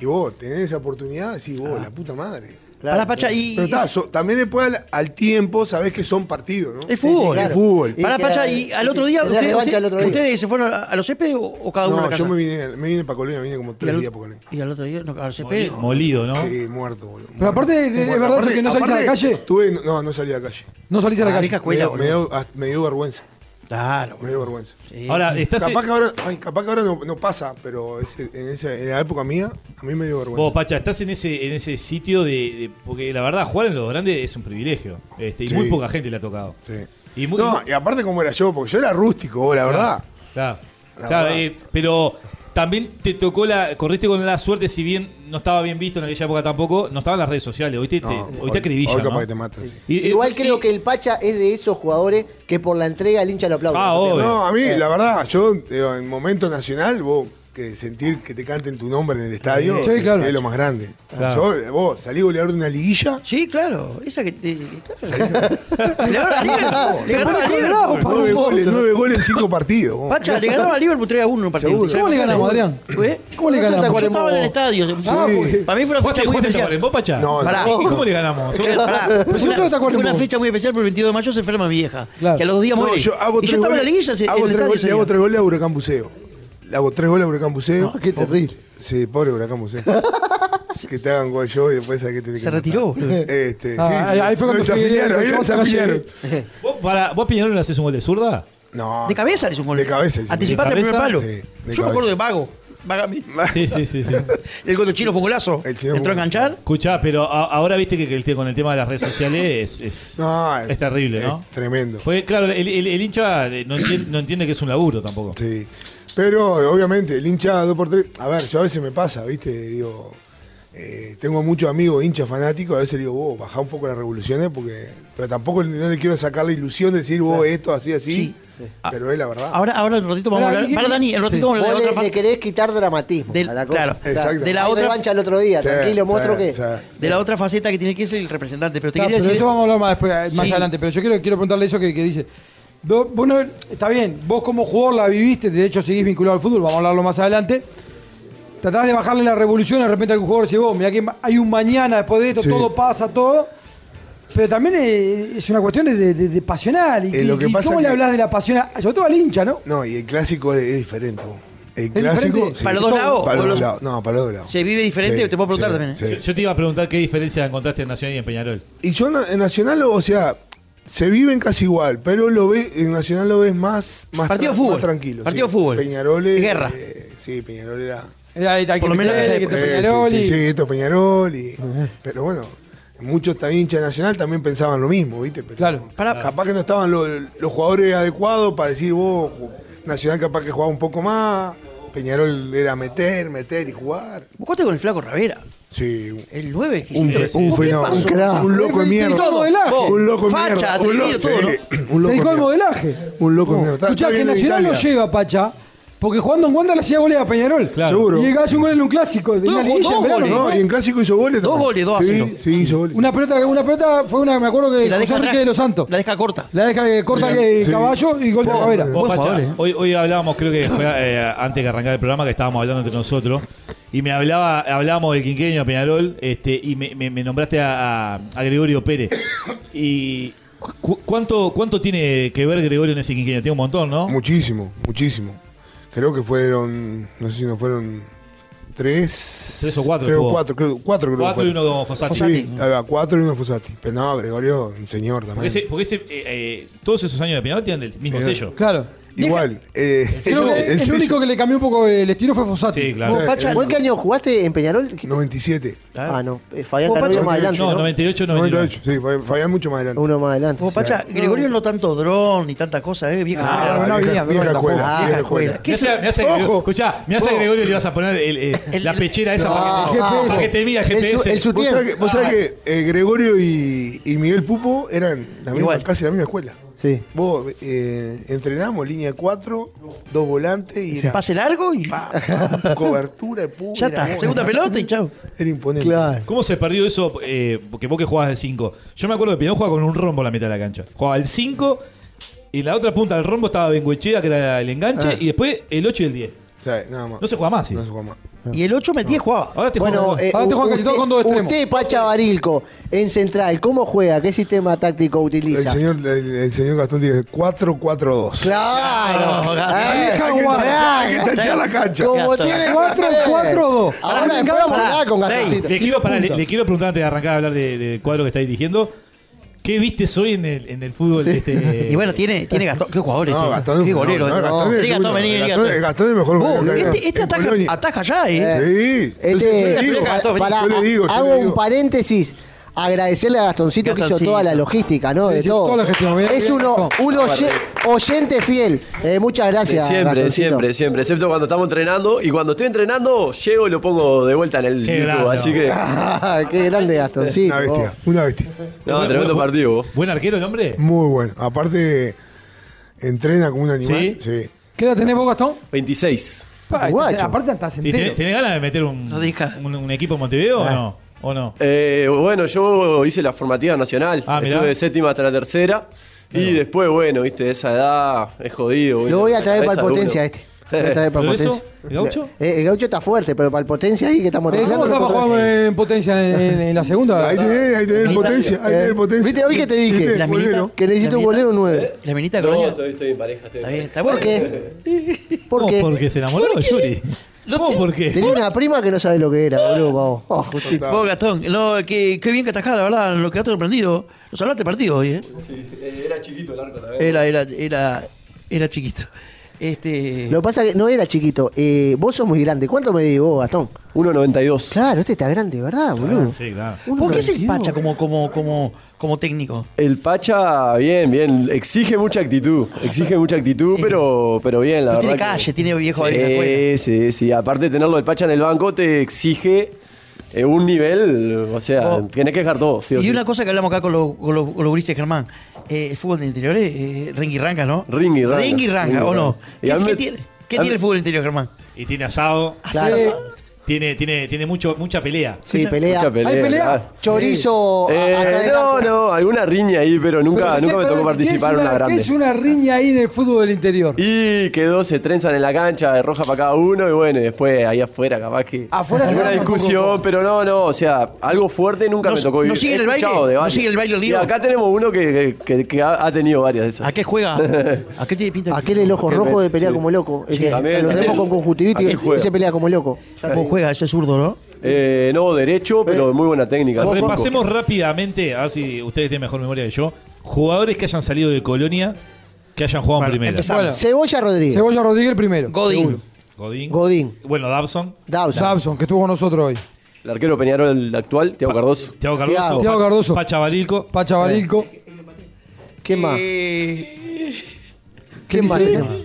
Y vos tenés esa oportunidad, decís, Ah. vos, la puta madre. Pará, Pacha, y. Pero está, so- también después al, al tiempo sabés que son partidos, ¿no? Es fútbol. Es fútbol. Y Pará, que Pacha, la- y al otro día. que la usted- revancha usted- al otro día. ¿Ustedes se fueron a, a los CP o, o cada uno a No, la yo casa? me vine, me vine para Colonia, vine como y, tres al, días para Colonia. y al otro día, no, a los CP. Molido, molido, ¿no? Sí, muerto, boludo. Pero aparte, de- de- es Muerto. verdad Aparte- que no salís a la aparte, calle. tuve- no, no salí a la calle. No salís a la Ah, calle. vieja escuela, me, boludo. dio, me dio- me dio vergüenza. Claro, Me boludo. dio vergüenza. Sí. Ahora, estás. Capaz que ahora, ay, capaz que ahora no, no pasa, pero ese- en, esa- en la época mía, a mí me dio vergüenza. Vos, Pacha, estás en ese, en ese sitio de, de- Porque la verdad, jugar en lo grande es un privilegio. Este, y Sí. muy poca gente le ha tocado. Sí. Y muy- no, y aparte como era yo, porque yo era rústico, vos, la verdad. Claro. La Claro, verdad. eh, pero también te tocó la. Corriste con la suerte, si bien no estaba bien visto en aquella época tampoco, no estaban las redes sociales. Hoy te, No, te- hoy hoy- te acribillan, hoy capaz ¿no? que te matan, sí. Y- eh, y- Igual creo y- que el Pacha es de esos jugadores que por la entrega el hincha lo aplaude. Eh, Ah, obvio. No, a mí, Eh. la verdad, yo digo, en momento nacional, vos, que sentir que te canten tu nombre en el estadio Sí, es- claro. es lo más grande. Claro. Yo, vos, salí goleador de una liguilla. Sí, claro. Esa que. te- claro. le ganaron a Liverpool. Le ganaron a Liverpool. Nueve goles, nueve goles en cinco partidos. vos. Pacha, le ganaron a Liverpool 3 a 1 en un partido. Seguro. ¿Cómo le ganamos, Adrián? ¿Eh? ¿Cómo No le se ganamos? te Yo acuerda- estaba en el estadio. porque- Para mí fue una fecha muy ¿Jugaste- jugaste en especial. Tacuarembó, Pacha? No, Pará. ¿Y cómo le ganamos? Es que, pará, fue, si no una, te gusta fue una Tacuarembó. fecha muy especial porque el 22 de mayo se enferma mi vieja. Claro. Que a los dos días No, muere. yo hago y tres yo estaba en la goles, liguilla. se- en hago el tres estadio goles- ese le hago día. tres goles a Huracán Buceo. Le hago tres goles a Huracán Buceo. Ah, Qué terrible. Sí, pobre Huracán Buceo. que te hagan gol yo y después a qué te Se retiró, boludo. Este, Ah, sí, ahí- ahí fue cuando lo Figueredo, desafiliaron, ahí lo yo se la desafiliaron. ¿Vos, para, ¿Vos a Peñarol le haces un gol de zurda? No. De cabeza le hizo un gol. De cabeza. sí. Anticipaste ¿De el primer cabeza? palo. Sí, yo de me cabeza. acuerdo de Vago. Vagamente. Sí, sí, sí. sí. El gol de Chino fue un golazo. El Chino Entró a fue un- enganchar. Escuchá, pero a- ahora viste que, que el te- con el tema de las redes sociales es, es- No, es terrible, es ¿no? tremendo. Porque, claro, el, el- el hincha eh, no entiende, no entiende que es un laburo tampoco. Sí. Pero obviamente, el hincha 2x3. A ver, yo a veces me pasa, ¿viste? Digo, eh, tengo muchos amigos hinchas fanáticos. A veces digo, vos, bajá un poco las revoluciones, porque. Pero tampoco no le quiero sacar la ilusión de decir, vos, esto, así, así. Ah. Sí. Pero es la verdad. Ahora, ahora en un ratito vamos a Pará, hablar. ¿y- Para Dani, en un ratito vamos a Vos hablar de le, la otra le parte. querés quitar dramatismo Del- a la cosa. claro. Exacto. De la otra revancha el otro día, Sí, tranquilo, sí, monstruo que. sí. De la otra faceta que tiene que ser el representante. Pero te Está, quería pero decir. eso vamos a hablar más, después, más Sí. adelante, pero yo quiero, quiero preguntarle eso que, que dice. Vos- vos no- está bien, vos como jugador la viviste, de hecho seguís vinculado al fútbol, vamos a hablarlo más adelante. Tratás de bajarle la revolución, de repente algún jugador dice, vos, mirá que ma- hay un mañana después de esto, Sí. todo pasa, todo. Pero también eh, es una cuestión de, de- de- de pasional. ¿Y, Eh, lo y- que y pasa cómo que- le hablas de la pasional? Sobre todo al hincha, ¿no? No, y el clásico es, es diferente. vos. El ¿Es clásico. diferente? sí. ¿Para los dos lados? Para los ¿O dos los- lados. No, para los dos lados. ¿Se vive diferente? Te puedo preguntar sí, también, ¿eh? sí. Yo, yo te iba a preguntar qué diferencia encontraste en Nacional y en Peñarol. Y yo na- en Nacional, o sea, se viven casi igual, pero lo ve, en Nacional lo ves más, más, Partido más fútbol. tranquilo. Partido fútbol. Peñarol es- Guerra. eh, sí, Peñarol era. Era- Eh, hay que Por lo menos meter, en hay que esa meter eh, Peñarol sí, y- sí, sí, esto es Peñarol. y- pero bueno, muchos también hinchas de Nacional también pensaban lo mismo, ¿viste? Pero Claro. Para- Capaz que no estaban los, los jugadores adecuados para decir, vos, ju- Nacional capaz que jugaba un poco más. Peñarol era meter, meter y jugar. Buscaste con el flaco Ravera. Sí, El 9 que un, hiciste. un ¿Vos qué fenómeno. pasó? Un, loco de Y mierda. todo el ajo. Un loco de Facha, mierda. Un atrevido, loco- todo, ¿no? sí, Se un dedicó loco de al mierda. modelaje. Un loco de mierda. Pues Está- Escuchá, está que bien en Nacional Italia. lo lleva, Pacha, porque jugando en Wanda le hacía goles a Peñarol. Claro. Seguro. Y llegaba un gol en un clásico, de Dos una go- liguilla dos en verano, goles. No, ¿no? y en clásico hizo goles. Dos también. goles, dos a cero. Sí, sí, hizo goles. Una pelota, una pelota fue una, me acuerdo que Que la José deja Enrique atrás. de los Santos. La La, deja corta. deja que corta Sí, que sí. caballo y gol de Sí, Cabrera. sí. Vos, Buen Pacha, jugador, ¿eh? hoy, hoy hablábamos, creo que fue eh, antes que arrancar el programa, que estábamos hablando entre nosotros. Y me hablaba, hablábamos del quinqueño de Peñarol, este, y me, me- me nombraste a, a- a Gregorio Pérez. Y cu- cuánto, ¿cuánto tiene que ver Gregorio en ese quinqueño? Tiene un montón, ¿no? Muchísimo, muchísimo. Creo que fueron, no sé si no fueron tres. Tres o cuatro Creo tuvo. cuatro, creo, cuatro creo. que Cuatro y fueron. uno Fossati. Sí, ahí va, cuatro y uno Fosati. Pero no, Gregorio, un señor también. Porque, ese, porque ese, eh, eh, todos esos años de Peñarol tienen el mismo sello. Claro. Igual. eh, Creo que el, sello- único que le cambió un poco el estilo fue Fossati. Sí, claro. Vos, Pacha, ¿Vos en qué año jugaste en Peñarol? 97. Ah, no. eh, Fabián Vos, Carrillo Pacho, más adelante. No, ¿no? 98, 99. 98, sí, Fabián- Fabián mucho más adelante. Uno más adelante. vos, Pacha, Gregorio no tanto dron ni tanta cosa, ¿eh? Vieja escuela. Ah, no vieja- había, vieja no, escuela, tampoco. vieja Ah, escuela. escuela. Me hace- me hace que- Ojo. Escuchá, me hace a Gregorio le vas a poner el, eh, El- la el- pechera esa Ah, para, que, ah, para que te mira el el su- GPS. el su- Vos sabés que, vos Ah. sabés que, eh, Gregorio y, y Miguel Pupo eran la misma- Igual. casi la misma escuela. Sí. Vos eh, entrenamos línea 4, dos volantes y era Pase largo y cobertura de puta. ya está. Segunda pelota y chau. Era imponente. Claro. ¿Cómo se perdió eso? Eh, porque vos que jugabas de 5. Yo me acuerdo que Pinón jugaba con un rombo en la mitad de la cancha. Jugaba el 5 y en la otra punta del rombo estaba Benguechea, que era el enganche, Ah. y después el 8 y el 10. O sea, nada más. No se juega más, sí. No se juega más. Y el 8 metí jugaba. Ahora te Bueno, juegan- eh, Ahora te juegan casi usted, todos con dos extremos. usted, Pacha Barilco, en central, ¿cómo juega? ¿Qué sistema táctico El utiliza? señor, el, el señor Gastón dice 4-4-2. Claro. Claro. Eh, Hay que ensanchar, hay que ensanchar la cancha. Como Gastón. tiene Cuatro, cuatro, dos. Ahora Ahora me me vamos a encanta. jugar con Ey, Gastoncito. le, quiero, pará, le, le quiero preguntar antes de arrancar a hablar de- del cuadro que está dirigiendo. ¿Qué vistes hoy en el, en el fútbol? Este, Y bueno, tiene, tiene Gastón. Qué jugadores. No, tiene. Gastón Qué es un golero. fenómeno. No, este. Gastón es- Diga, Gastón, vení, vení, Gastón- Gastón. Gastón es el mejor Uh. Vos, jugador que hay. este, este En ataja, Polonia. ataja ya, ¿eh? Sí, Este, yo- yo le digo, Gato, vení. para- yo le digo, yo hago le un digo. paréntesis. Agradecerle a Gastoncito, que hizo Gastoncito. toda la logística, ¿no? Sí, de sí, todo. toda la gestión, bien, es bien, uno, Gastón. un oye- oyente fiel. Eh, muchas gracias. siempre, Gastoncito. siempre, siempre, excepto cuando estamos entrenando. Y cuando estoy entrenando, llego y lo pongo de vuelta en el Qué YouTube. grande. Así que, Ah, Qué grande Gastoncito. Una bestia, una bestia. no, Bueno, tremendo bueno, partido. vos. ¿Buen arquero el hombre? Muy bueno. Aparte, entrena como un animal. ¿Sí? Sí. ¿Qué edad tenés vos, Gastón? 26. Pa, Guacho. entonces, Aparte estás ¿Y entero. tenés, tenés ganas de meter un, No deja. un, un equipo en Montevideo o no? ¿O no? Eh, bueno, yo hice la formativa nacional. Ah, mirá. Estuve de séptima hasta la tercera. Y después, bueno, viste, esa edad es jodido. viste, Lo voy a la traer para cabeza el de potencia uno. este. Lo voy a traer para el ¿Pero eso? potencia. ¿El gaucho? Eh, el gaucho está fuerte, pero para el potencia ahí que estamos Eh, ¿Cómo tecleando, estaba no jugando en potencia en, en- en la segunda? Ahí tenés, ahí tenés el potencia, ahí tenés Eh, el potencia. ¿Viste hoy que te dije? ¿Viste el La bolero? minita. Que necesito un bolero nueve. La minita de No, Colonia. estoy, estoy en pareja. Estoy en Está pareja. bien, está ¿Por bueno. qué? ¿Por ¿Cómo? qué? Porque se enamoró de Yuri. ¿Cómo? ¿Por qué? Tenía una prima que no sabe lo que era, boludo. pavo. Oh, justito. Vos, Gastón, no, qué, qué bien que atajás, la verdad, lo que has sorprendido. Nos hablaste partido hoy, ¿eh? Sí, eh, era chiquito el arco también. Era, era, era, era chiquito. Este. Lo que pasa es que no era chiquito. Eh, vos sos muy grande. ¿Cuánto me vos, Gastón? 1.92. Claro, este está grande, ¿verdad, boludo? Ah, Sí, claro. Uno ¿Por qué es el 92. Pacha como, como, como, como técnico? El Pacha, bien, bien. Exige mucha actitud. Exige mucha actitud, pero, pero bien, la Pero verdad. tiene calle, que- tiene viejo ahí en la Sí, escuela. sí, sí. Aparte de tenerlo el Pacha en el banco, te exige eh, un nivel. O sea, Oh. tenés que dejar todo. sí o y sí. una cosa que hablamos acá con los, con los, con los grises Germán, eh, el fútbol de interiores, eh, ring y ranga, ¿no? Ring y ranga. Ring y ranga, Ring y ¿o no? ranga. Y ¿Qué, a mí qué me- tiene, qué a mí- tiene el fútbol interior, Germán? Y tiene asado. Claro. Tiene, tiene, tiene mucho, mucha pelea. Sí, pelea. Mucha pelea. ¿Hay pelea? claro. Chorizo. a- acá Eh, de no, campo. no, alguna riña ahí, pero nunca, nunca Pero, me ¿qué- tocó pero participar en qué es una grande. ¿Qué es una riña ahí en el fútbol del interior? Y quedó, se trenzan en la cancha, de roja para cada uno, y bueno, y después ahí afuera, capaz que. Afuera se Alguna arma un discusión, pero no, no, o sea, algo fuerte nunca ¿No- me tocó no vivir. sigue He el baile? escuchado de ¿No varias. sigue el baile, Y Olivo? acá tenemos uno que, que- que- que ha ha tenido varias de esas. ¿A qué juega? ¿A qué tiene pinta? Aquel el ojo Aquel rojo me- de pelea sí. como loco. El Sí, que también, lo tenemos aquel- con conjuntivitis aquel juega. y se pelea como loco. ¿Cómo juega? Ese zurdo, ¿no? Eh, no, derecho, pero muy buena técnica. cinco. Repasemos rápidamente, a ver si ustedes tienen mejor memoria que yo. Jugadores que hayan salido de Colonia, que hayan jugado en primera. empezamos. Bueno. Cebolla Rodríguez. Cebolla Rodríguez el primero. Godín. Seguro. Godín. Godín. Bueno, Dabson. Dawson. Samson, que estuvo con nosotros hoy. El arquero Peñarol actual, Tiago Cardoso. Tiago Cardoso. Thiago. Thiago Cardoso. Pacha Barilco. Pacha Barilco. Eh. ¿Quién Eh. más? ¿Qué ¿Quién más? dice? tenemos?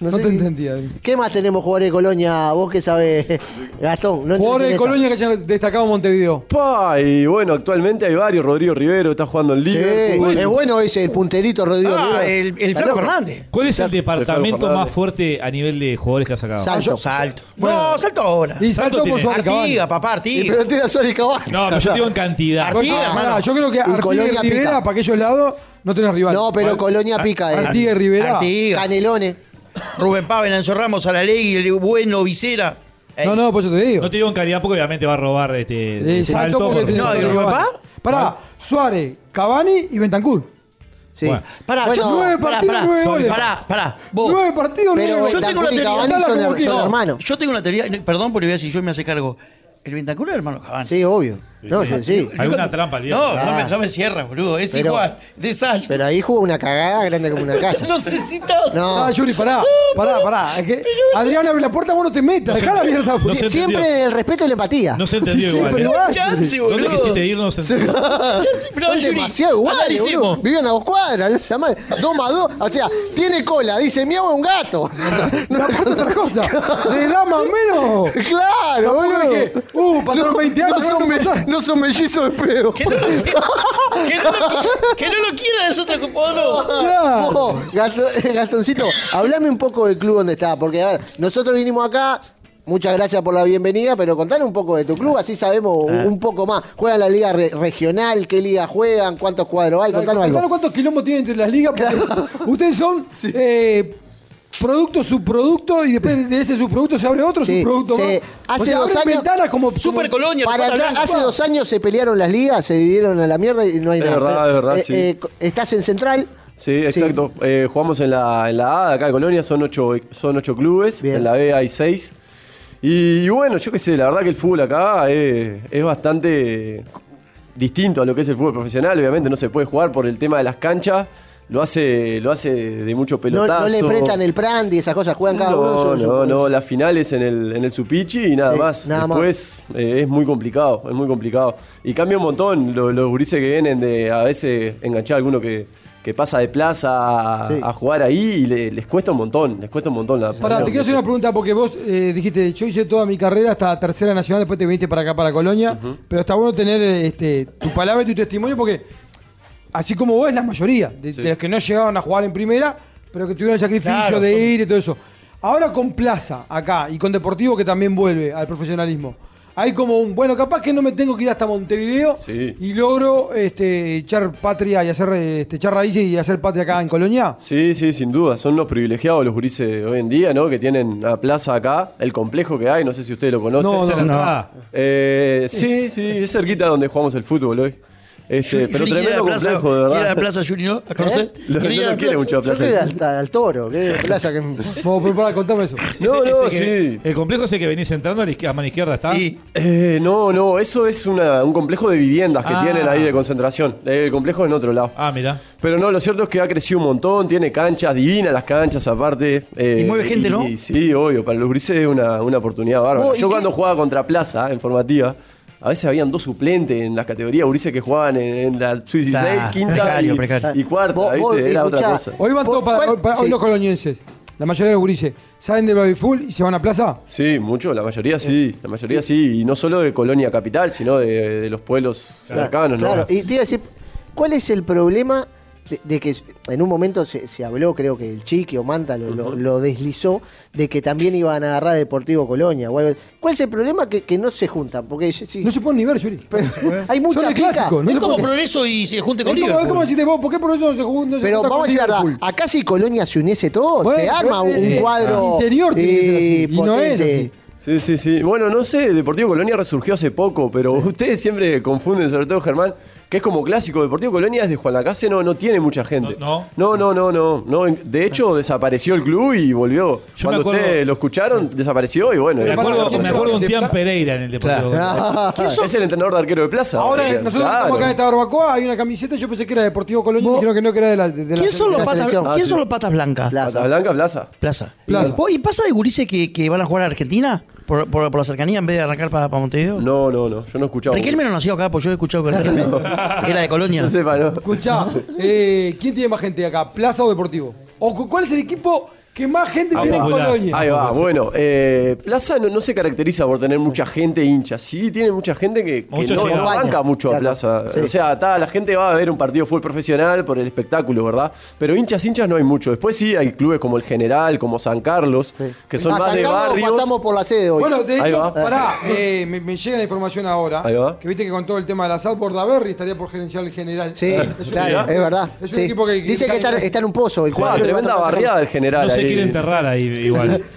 No, sé te qué- entendía. ¿Qué más tenemos jugadores de Colonia? Vos que sabés, Gastón. No entres Jugadores en de esa. Colonia que hayan destacado en Montevideo. Pa, y bueno, actualmente hay varios. Rodrigo Rivero está jugando en Sí, Liverpool. es bueno ese, el punterito Rodrigo. Ah, Rivero. el, el Flaco Ganó. Fernández. ¿Cuál es el departamento Fernández. más fuerte a nivel de jugadores que ha sacado? Salto. Yo salto. no, salto ahora. Y Salto saltó por tiene. su Artiga, papá, Y Artiga. pero tira Suárez Caballo. No, pero yo digo en cantidad. Artiga, Ah, hermano. pará, yo creo que Y Artiga y Colonia Rivera, pica. para aquellos lados, no tenés rival. No, pero Colonia pica. eh. Artiga y Rivera. Artiga. Canelones. Rubén Pavel, Enzo Ramos, Aralegui, el bueno, Vicera. Ey. No, no, pues yo te digo. No te digo en calidad porque obviamente va a robar este Eh, saltó salto. porque por- te- No, ¿y Cavani. Rubén Paz? Pará, Suárez, Cavani y Bentancur. Sí. Bueno. Pará, Bueno, yo- nueve pará, partidos, pará, nueve pará, goles. pará, pará, vos. Nueve partidos, Pero nueve. yo tengo la Betancourt y teoría. Cavani Dala son, como her- que son no. hermanos. Yo tengo una teoría, no, perdón por voy a decir, yo me hace cargo. El Bentancur era hermano Cavani. Sí, obvio. No, yo- sí. Hay una trampa al viejo. No, no, me, Ah. no me cierras, boludo. Es Pero- igual. Desastre. Pero ahí jugó una cagada grande como una casa. no sé si tanto. No. Ah, Yuri, pará, pará, pará. Es que Adrián abre la puerta, vos no te metas, No sé, dejala abierta. no sé. Siempre entendió. el respeto y la empatía. No se entendió Sí, igual. pero ¿eh? igual. Chance, ¿Dónde boludo. quisiste irnos? Chance, pero, Son Yuri, demasiado iguales, analicemos. boludo. Viven a dos cuadras, no se llaman. Dos más dos. O sea, tiene cola, dice miau a un gato. La puerta otra cosa. De edad más o menos. claro, Tampoco es boludo. que, uh, pasaron 20 años, No son, no me- pasaron. no son mellizos de pedo. Que no lo quie- que no lo qui- que no lo quiera es otra cosa. no. Claro. Oh, Gasto- Gastoncito, hablame un poco del club donde está, porque a ver, nosotros vinimos acá, muchas gracias por la bienvenida, pero contale un poco de tu club, así sabemos Ah. un poco más. ¿Juegan la liga re- regional? ¿Qué liga juegan? ¿Cuántos cuadros hay? Contanos Contanos algo. cuántos quilombos tienen entre las ligas, porque ustedes son eh, producto, subproducto, y después de ese subproducto se abre otro Sí, subproducto sí. más. Hace O sea, dos abren años- ventanas como... Supercolonia. Coño, Para el Pata atrás, Blanca. hace dos años se pelearon las ligas, se dividieron a la mierda y no hay Es nada. Eh, verdad, es verdad, sí. co- estás en Central. Sí, exacto. Eh, jugamos en la, en la A de acá de Colonia, son ocho, son ocho clubes, Bien. en la B hay seis. Y, bueno, yo qué sé, la verdad que el fútbol acá es, es bastante distinto a lo que es el fútbol profesional, obviamente no se puede jugar por el tema de las canchas, lo hace, lo hace de mucho No, pelotazo. no le prestan el Prandi, esas cosas, juegan cada uno. No, en su- no, no, la final es en el, en el Supichi y nada Sí, más. nada más. Después eh, es muy complicado, es muy complicado. Y cambia un montón lo- los gurises que vienen de a veces enganchar a alguno que, que pasa de plaza a, Sí. a jugar ahí y le- les cuesta un montón, les cuesta un montón la Pará, te quiero hacer una pregunta porque vos eh, dijiste, yo hice toda mi carrera hasta tercera nacional, después te viniste para acá, para Colonia, pero está bueno tener eh, este, tu palabra y tu testimonio porque, así como vos, es la mayoría de, de los que no llegaron a jugar en primera, pero que tuvieron el sacrificio Claro, de son- ir y todo eso. Ahora con Plaza, acá, y con Deportivo que también vuelve al profesionalismo. Hay como un, bueno, capaz que no me tengo que ir hasta Montevideo Sí. y logro este, echar patria y hacer, este, echar raíces y hacer patria acá en Colonia. Sí, sí, sin duda. Son unos privilegiados los gurises hoy en día, ¿no? Que tienen la plaza acá, el complejo que hay, no sé si ustedes lo conocen. No, Esa es la no. entrada. Eh, sí, sí, es cerquita donde jugamos el fútbol hoy. Este, Yuri pero quiere ir a tremendo la plaza- complejo, de quiere ir a verdad. ¿Eh? la plaza Yuri, ¿no? ¿A conocer? Lo- Quiere ir a no la lo quiere plaza. mucho la Yo plaza. soy al, al toro, que plaza que. Vos, pues, pará, contame eso. No, Ese- no, ese que- sí. El complejo ese que venís entrando a, la izquierda, a mano izquierda está. Sí. Eh, no, no, eso es una- un complejo de viviendas que Ah. tienen ahí de concentración. Eh, El complejo es en otro lado. Ah, mira. Pero no, lo cierto es que ha crecido un montón, tiene canchas, divinas las canchas aparte. eh, Y mueve gente, ¿no? y sí, obvio, para los grises es una, una oportunidad bárbara. Oh, ¿y Yo qué? cuando jugaba contra Plaza, en formativa, a veces habían dos suplentes en las categorías grises que jugaban en, en la sub 16, Ah, quinta precario, y, precario. y cuarta, Vos- ¿viste? vos Era otra escuchá, cosa. Hoy van ¿Por todos para, cuál? hoy- para- hoy Sí. los colonienses. La mayoría de los gurises. ¿Saben de Baby Full y se van a plaza? Sí, mucho, la mayoría Eh, sí, la mayoría sí, y no solo de Colonia Capital, sino de, de los pueblos cercanos, ¿no? Claro, y te iba a decir, ¿cuál es el problema de, de que en un momento se, se habló, creo que el Chiqui o Manta lo, lo- lo deslizó, de que también iban a agarrar Deportivo Colonia? o algo? ¿Cuál es el problema que, que no se juntan? Porque sí, No se pueden ni ver, Yuri. pero hay mucha Son de pica. clásico, no Es se como pueden- progreso y se junte con Es como, es como Liverpool. decirte vos, ¿por qué por eso no se jugó? No se Pero junta vamos a con decir la verdad, Liverpool? acá si Colonia se uniese todo, Bueno, te arma un, pero, eh, cuadro. el interior tiene que ser así, eh, y no es potente. así. Sí, sí, sí. Bueno, no sé, Deportivo Colonia resurgió hace poco, pero ustedes siempre confunden, sobre todo Germán, que es como clásico. Deportivo Colonia es de Juan Lacase, no, no tiene mucha gente. No, no, no, no. no, no. En- De hecho, desapareció el club y volvió. me Cuando acuerdo- ustedes lo escucharon, desapareció y bueno. Me después acuerdo, apareció. me acuerdo un De Tian Pla- Pereira en el Deportivo. Es el entrenador de arquero de plaza. eh, Ahora, Claro. nosotros estamos acá en esta barbacoa, hay una camiseta, yo pensé que era Deportivo Colonia, me ¿Vos? dijeron que no, que era de la... de la- ¿Quién son de los la patas, selección. ¿quién Ah, son sí. los patas blancas? Plaza. Plata Blanca, plaza. Plaza. Plaza. ¿Y pasa de gurises que, que van a jugar a Argentina por, por- por la cercanía en vez de arrancar para Montevideo? No, no, no. Yo no escuchaba. Riquelme no nació acá, porque yo he escuchado que Riquelme era de Colonia. No sepa, no. Escuchá, eh, ¿quién tiene más gente acá, Plaza o Deportivo? ¿O cu- cuál es el equipo que más gente Ah, tiene en popular. Colonia? Ahí va, bueno, eh, Plaza no, no se caracteriza por tener mucha gente hincha, sí tiene mucha gente que, que Mucho no, lleno. no banca mucho a Claro, Plaza. sí. O sea, ta, la gente va a ver un partido de fútbol profesional por el espectáculo, ¿verdad? Pero hinchas, hinchas no hay mucho. Después sí hay clubes como el General, como San Carlos, Sí. que son Ah, A más San de Carlos barrios. Pasamos por la sede hoy. Bueno, de Ahí hecho, va. pará, eh, me, me llega la información ahora. Ahí va. Que viste que con todo el tema de la SAD, Bordaberry estaría por gerenciar el general. Sí, Es un claro, equipo- es verdad. Es un sí. equipo que. Dice que está, está en un pozo, el Guau, cuadro. tremenda barriada el General. No se ahí. quiere enterrar ahí igual.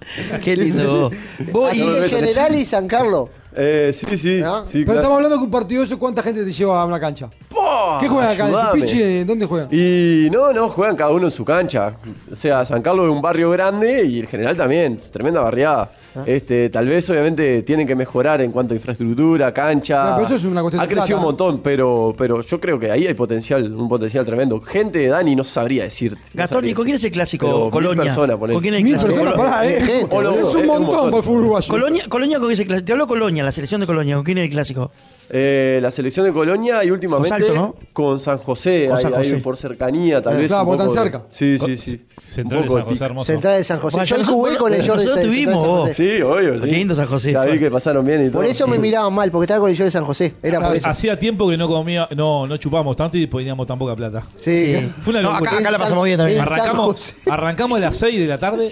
Este, Qué lindo. Vos, Así y- de General y San Carlos. Eh, sí, sí. ¿No? sí, Pero claro. estamos hablando que un partido de eso, ¿cuánta gente te lleva a una cancha? ¡Po! ¡Oh! ¿Qué juegan acá? ¿En su ayúdame". pichi? ¿En dónde juegan? Y no, no, juegan cada uno en su cancha. O sea, San Carlos es un barrio grande y el general también, es tremenda barriada. Ah. Este, tal vez obviamente tienen que mejorar en cuanto a infraestructura, cancha. No, pero eso es una cuestión ha de crecido plata, un montón, pero, pero yo creo que ahí hay potencial, un potencial tremendo. Gente de Dani no sabría decirte. no Gastón, sabría ¿y con quién es el clásico? Pero mil Colonia. personas, ponele. ¿Con quién es el Mil clásico? personas, Colo- pará, eh, eh. gente, boludo, es es un un montón montón. para el fútbol uruguayo. Este, Colonia, Colonia, ¿con quién es el clásico? Te habló Colonia, la selección de Colonia. ¿Con quién es el clásico? Eh, la selección de Colonia y últimamente Con Salto, ¿no? con San José, Con hay- San hay José. por cercanía, tal Ah, vez. claro, un porque tan poco de- cerca. Sí, sí, sí. Central Un de poco San José, hermoso. Central de San José. Bueno, yo yo- jugué con el Jordan Central nosotros de San tuvimos, José. vos. Sí, obvio. sí. Qué lindo San José, Ya fue. vi que pasaron bien y todo. Por eso me miraban mal, porque estaba con el Jordan de San José. Era por eso. Hacía tiempo que no comía, no, no chupamos tanto y poníamos tan poca plata. Sí. Sí. Fue una No, locura. acá, acá la En pasamos bien San- también. en San Arrancamos, José. arrancamos a las 6 de la tarde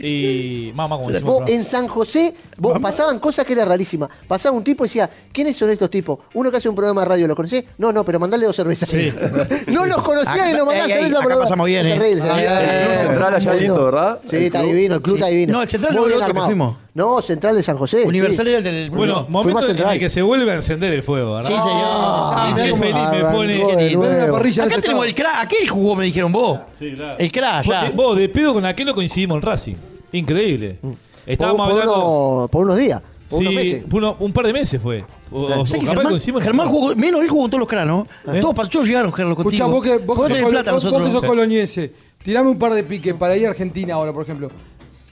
y mamá como decimos Vos, acá. en San José, vos pasaban cosas que era rarísima. Pasaba un tipo y decía, ¿quiénes son estos tipos? Uno que hace un programa de radio, ¿los conocés? No, no, pero mandale dos cervezas. Sí. no los conocía Acá- y nos mandaban ahí, ahí, cerveza acá pasamos bien, eh. Terrible. Ah, el Club Central allá lindo, ¿verdad? Sí, El está club. divino, el club está divino. No, el Central Muy no, el bien otro que armado. fuimos. No, Central de San José. Universal sí. era el del. Bueno, Fuimos momento a en Central. el que se vuelve a encender el fuego, ¿verdad? sí, señor. Ah, mirá qué cómo feliz me arrancó pone. de Qué lindo. nuevo. Ver una parrilla de Acá ese estado. tenemos el crack. Aquel jugó, me dijeron vos. Sí, claro. El crack, Vos ya. de- Vos, de pedo con aquel no coincidimos en Racing. Increíble. Mm. Por, Estábamos por hablando. uno- por unos días, por unos sí, meses. fue uno- un par de meses fue. O, o- o Sí, capaz Germán, coincidimos en- Germán jugó, menos él jugó con todos los crack, ¿no? ¿Eh? Todos pasados llegaron, Germán, contigo. Escuchá, vos que, vos que tenés sos plata colo- vos- vos que nosotros. sos coloniense, tirame un par de piques para ir a Argentina ahora, por ejemplo.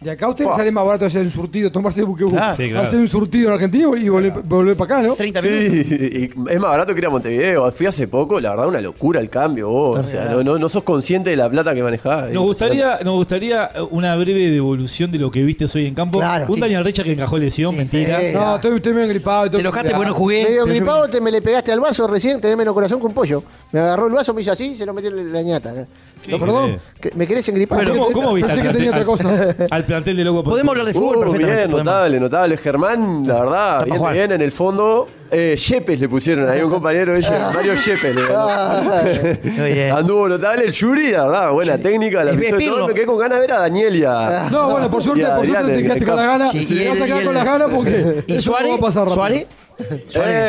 De acá a usted le sale más barato hacer un surtido, tomarse el buquebú, Ah, sí, claro. hacer un surtido en Argentina y volver, volver para acá, ¿no? 30 minutos. Sí, y es más barato que ir a Montevideo. Fui hace poco, la verdad, una locura el cambio. vos. O sea, no, no, no sos consciente de la plata que manejás. Nos gustaría, nos gustaría una breve devolución de lo que viste hoy en campo. Claro, un sí. Daniel Recha que encajó lesión, mentira. sí. No, estoy, estoy medio gripado. Te enojaste porque no jugué. Medio Pero yo- gripado, te me le pegaste al vaso recién, tenés menos corazón que un pollo. Me agarró el vaso, me hizo así, se lo metió en la ñata. Sí. ¿Perdón? ¿Que- ¿Me querés engripar? Bueno, ¿cómo, cómo viste Pensé que al, tenía plantel, otra al- al plantel de Loco? Podemos hablar de fútbol, Uh, perfectamente. bien, podemos. notable, notable. Germán, la verdad, Está pa' bien, jugar. bien en el fondo. Eh, Yepes le pusieron ahí un compañero ese, Mario Yepes. le ganó. Ah. Muy bien. Anduvo notable el Yuri, la verdad, buena técnica, la Y hizo de Pirlo. todo. Me quedé con ganas de ver a Daniel y a. No, bueno, por suerte, Y a por suerte Adrián te en quedaste el con las campo. ganas. Ah. te Sí, vas y a el- quedar y con las el- ganas porque. ¿Y eso no Suárez? va a pasar rápido. ¿Suárez?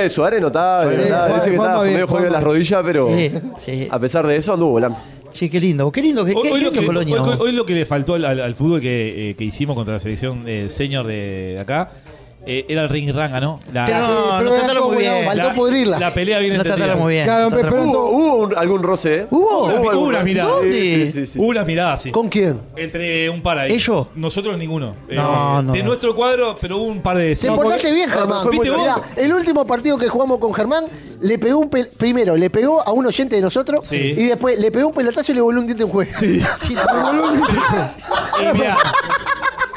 Eh, Suárez notable, Suárez, notable. Juan- Ese que Juanma estaba bien, medio jodido en Juanma. las rodillas, pero Sí, sí. a pesar de eso anduvo volando. Sí, qué lindo. Qué lindo, qué, Hoy, Eh, qué hoy lo lindo que, Colonia. hoy- vos. hoy lo que le faltó al, al- al fútbol que, eh, que hicimos contra la selección eh, senior de acá eh, era el ring ranga, Ah, ¿no? La, Pero no, pero nos trataron ganó, muy bueno, bien. faltó La- la, pudrirla. la pelea viene Nos trataron muy bien. Claro, nos trataron pero- muy Hubo, hubo un- algún roce, ¿eh? ¿Hubo? algún Hubo una roce. mirada. ¿Dónde? Sí, sí, sí. Hubo unas miradas, Ah, sí. ¿Con quién? Entre un par ahí. ¿Ellos? Nosotros ninguno. Eh, No, no. De nuestro cuadro, pero hubo un par de... Te portaste bien, Ah, Germán. fue muy Mirá, bueno. el último partido que jugamos con Germán, le pegó un pel- primero, le pegó a un oyente de nosotros Sí. y después le pegó un pelotazo y le voló un diente en juego. Y mirá,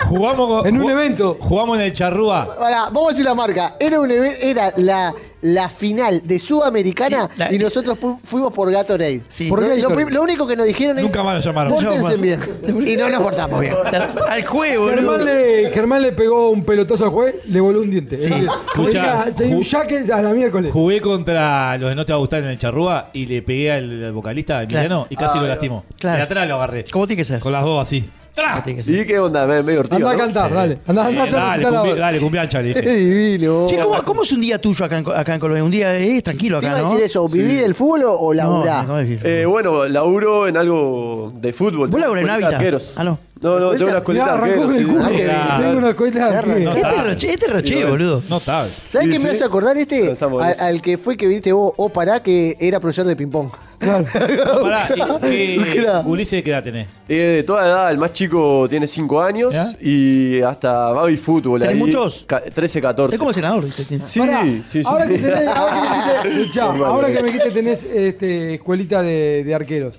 jugamos... En un ju- evento. Jugamos en el Charrúa. Pará, vamos a decir la marca. Era, un even- era la, la final de Sudamericana Sí, la- y nosotros pu- fuimos por Gatorade. Sí. Por Por lo, lo Gatorade. prim- lo único que nos dijeron es. Nunca más nos llamaron. Pórtense Yo, bien. Y no nos portamos bien. bien. Al juego, Germán boludo. le, Germán le pegó un pelotazo al juez, le voló un diente. Sí. Tenía- Escuchá, tenía un ju- jaque a la miércoles. Jugué contra los de No Te Va a Gustar en el Charrúa y le pegué al, al vocalista Emiliano y Ah, casi lo lastimó. Claro. De atrás lo agarré. ¿Cómo tiene que ser? Con las dos así. Ah, ¡Tra! Tiene que ser. ¿Y qué onda? Me- Medio ortiga, Andá a ¿no? cantar, dale. Andá, andá a Eh, hacer dale, recital cumbi- ahora. dale, cumbiancha, le Qué dije. divino. Che, ¿cómo, cómo es un día tuyo acá en, acá en Colombia? Un día es tranquilo Te acá, iba a ¿no? decir eso, ¿viví del fútbol o- o No, laburá? no, es- Eh, bueno, laburo en algo de fútbol. ¿Vos laburás en Escuelita de Habitat? arqueros. Ah, no. no. No, tengo una Mirá, escuelita de arrancó arqueros. con el sí. culo. Ah, qué claro. Tengo una cohete de Claro, arquero. no. Este Ah. roche, este roche, boludo. No tal. ¿Sabés Sí, qué me sí. hace acordar este? No, estamos Al, en eso. al que fue que viniste vos, o pará, que era profesor de ping-pong. No, pará, ¿y qué Mirá. Ulises qué edad tenés? Eh, de toda edad, el más chico tiene 5 años ¿Ya? y hasta Baby Fútbol. ¿Tenés ahí, muchos? ca- 13, 14. Es como el senador, ¿viste? Tiene- Sí, Pará, sí, sí. ahora Que tenés, ahora que me dijiste, escuchá, Normal, ahora que boludo. me dijiste tenés este, escuelita de, de arqueros.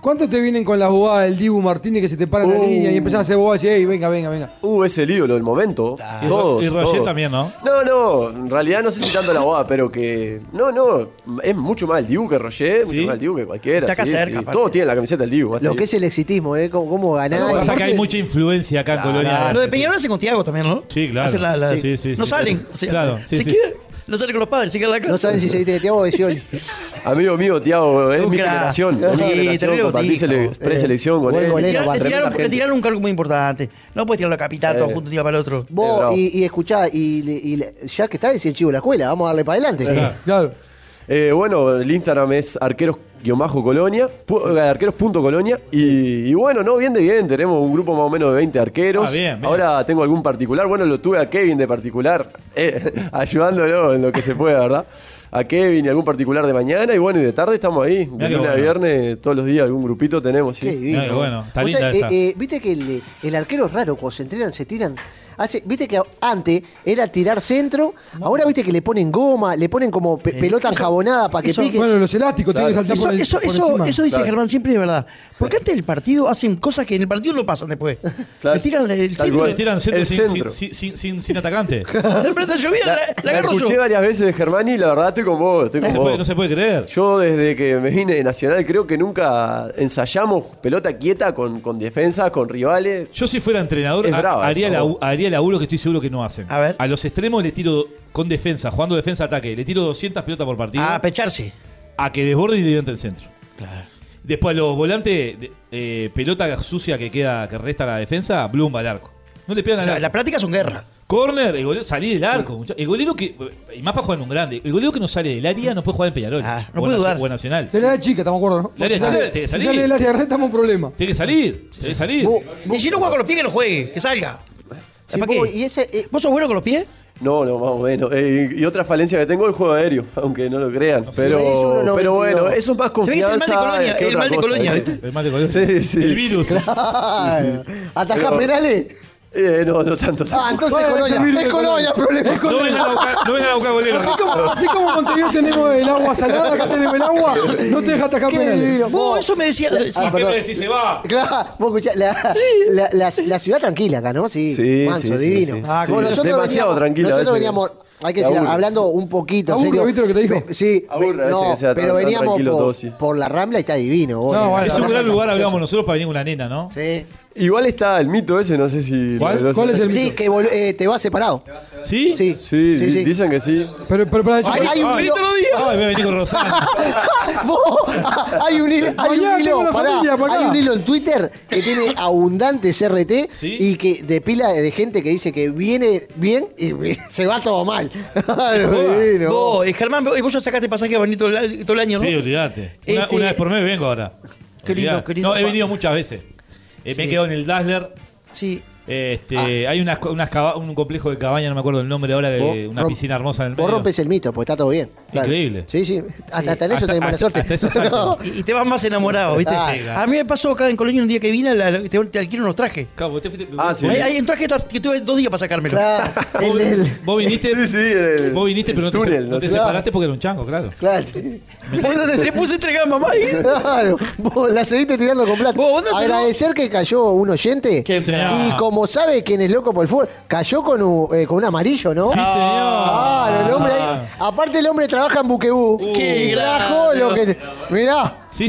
¿Cuántos te vienen con la jugada del Dibu Martínez que se te para en la Uh. línea y empezás a hacer bobadas y "Ey, venga, venga, venga? Uh, es el ídolo del momento. Y Todos. Ro- y Roger todos. también, ¿no? No, no. En realidad no sé si tanto la boda, pero que. No, no. Es mucho más el Dibu que Roger, mucho más el Dibu que cualquiera. Está acá sí, cerca, sí. aparte. Todos tienen la camiseta del Dibu. hasta Lo ahí. que es el exitismo, ¿eh? Cómo, cómo ganar. Pasa aparte- que hay mucha influencia acá en Colonia. Lo de Peñarol hace con Tiago también, ¿no? Sí, claro. Hacen la- la- Sí, sí, no sí. salen. O sea, Claro, sí, se sí. quedan- no salen con los padres, se quedan en la casa. No saben si se viste de Tiago o de Scioli. Amigo mío, Tiago, es Un mi crack. generación. Es Sí, mi generación. terrible Compartí botija, sele- vos. preselección eh, con Buen él. Le golero, tiraron- Bueno, le Tremenda tiraron, le gente. tiraron un cargo muy importante. No puedes tirar la capitán todos juntos un día para el otro. Eh, Vos, bravo. y, y escuchá, y, le- y le- ya que está, decís el chivo de la escuela, vamos a darle para adelante. Claro. Eh, bueno, el Instagram es arqueros-colonia, pu- eh, arqueros.colonia. Y, y bueno, no, bien de bien, tenemos un grupo más o menos de 20 arqueros. Ah, bien, bien. Ahora tengo algún particular, bueno, lo tuve a Kevin de particular, eh, ayudándolo en lo que se pueda, ¿verdad? A Kevin y algún particular de mañana y bueno, y de tarde estamos ahí. Mirá De qué lunes a bueno. viernes, todos los días algún grupito tenemos, sí. Qué divino. Ay, bueno, está Vos linda sabés, esa. eh, eh, Viste que el, el arquero es raro, cuando se entrenan, se tiran. Hace, viste que antes era tirar centro, ahora viste que le ponen goma, le ponen como pe- pelota enjabonada para que eso- pique. Bueno, los elásticos tienen que Claro. saltar Eso, por, el- eso, por eso, encima. eso dice Claro. Germán siempre de verdad. Porque antes del partido hacen cosas que en el partido no pasan después. Claro. Le tiran el Tal centro. cual. Le tiran centro, El sin, centro. Sin, sin- sin- sin atacante. La pelota llovía, la, la La agarro yo. escuché varias veces de Germán y la verdad estoy con vos, estoy No con se puede, vos. no se puede creer. Yo desde que me vine de Nacional creo que nunca ensayamos pelota quieta con, con defensas, con rivales. Yo si fuera entrenador Es ha- brava haría, esa, labu- vos. haría laburo que estoy seguro que no hacen. A ver. los extremos le tiro con defensa, jugando defensa-ataque, le tiro 200 pelotas por partido Ah, A pecharse. a que desborde y levante el centro. Después a los volantes, de- eh, pelota sucia que queda que resta la defensa, Blum va al arco. No le pegan O al sea, arco. las prácticas son guerra. Corner, el golero, salí del arco. muchacho. El golero que. Y más para jugar en un grande. El golero que no sale del área no puede jugar en Peñarol. Ah, no O en puede Nacio- dudar. o en Nacional. Del área chica, estamos de acuerdo, ¿no? Del área Si chica, sale- te- si salí. sale del área grande, estamos en problema. Tiene que salir. Tiene que salir. Y si no juega con los pies, que no juegue, que salga. Sí, ¿Para qué? vos- y ese, eh, ¿Vos sos bueno con los pies? No, no, más o menos. Eh, y otra falencia que tengo es el juego aéreo, aunque no lo crean. Sí, es Pero, uno pero 92. bueno, eso es más Se ve que es el mal de confianza. Colonia, que el otra mal de cosa, Colonia, ¿viste? ¿viste? El mal de golero. Sí, sí. El virus. ¿Atajá Pero- penales? Eh, no, no tanto. Ah, entonces Bueno, ese Colonia. virus Es de Colonia, problema. No vengan a buscar, no vengan a buscar goleros. Así como, así como en Montevideo tenemos el agua salada, acá tenemos el agua, no te dejas atacar Qué penales. divino. Vos, eso me decía. Ah, ¿Para qué perdón. me decís se va? Claro, vos escuchás, la, la, la- la ciudad tranquila acá, ¿no? Sí, Sí, manso, sí, sí, divino. sí. Ah, Sí, bueno, nosotros demasiado veníamos- tranquila, Nosotros ese- veníamos, hay que decir, aburre. hablando un poquito, en Aburre, serio. ¿viste lo que te dijo? Ve- Sí, Aburre a ve- veces no, que sea pero tan- tan veníamos tranquilo todo, por, sí. por la Rambla y está divino. vos. No, bueno, Es Para un gran casa, lugar, hablábamos nosotros, para venir una nena, ¿no? Sí, Igual está el mito ese, no sé si. ¿Cuál? lo- ¿Cuál es el Sí, mito? que vol- eh, te vas separado. ¿Sí? Sí, Sí, sí, di- sí. dicen que sí. Pero, pero para eso, Ay, ay, hay un Ay, hilo. Ay, voy a venir con Rosario. Vos, ah, hay un hilo, hay Mañana un tengo hilo, la pará, familia para acá. hay un hilo en Twitter que tiene abundantes RT Sí. y que de pila de gente que dice que viene bien y se va todo mal. Divino. Vos, eh, Germán, vos vos ya sacaste pasaje a venir todo el, a- todo el año, ¿no? Sí, olvídate. Una, Este- una vez por mes vengo ahora. Qué lindo, Olvidate. qué lindo. No, he venido muchas veces. Eh, Me he quedado en el Dazzler. Sí. Este, Hay unas, co- unas caba- un complejo de cabaña, no me acuerdo el nombre ahora, de Vos una romp- piscina hermosa en el medio. Vos rompes el mito, porque está todo bien. Claro. Increíble. Sí, sí. Hasta, hasta en eso Hasta- tenés mala hasta- suerte. hasta eso, exacto. Y, y te vas más enamorado, ¿viste? Ah. A mí me pasó acá en Colonia un día que vine, la- te, te alquilo unos trajes. Cabo, te fuiste- Ah, sí. Hay, hay un traje que tuve dos días para sacármelo. Claro, el- el- Vos viniste, Sí, sí, el- vos viniste pero no te, túnel, se- no no te sé. separaste porque era un chango, claro. claro, sí. Le puse tres gamas más ahí. Claro, vos la seguiste tirando con plata. Vos, vos no- Agradecer que cayó un oyente. Qué feo. y como sabe quién es loco por el fútbol, cayó con un, eh, con un amarillo, ¿no? Sí, señor. Ah, Claro, el hombre Ah, ahí. Aparte, el hombre trabaja en Buquebú. Qué y trajo grande. lo que. Ah. Ah. Mirá, Sí,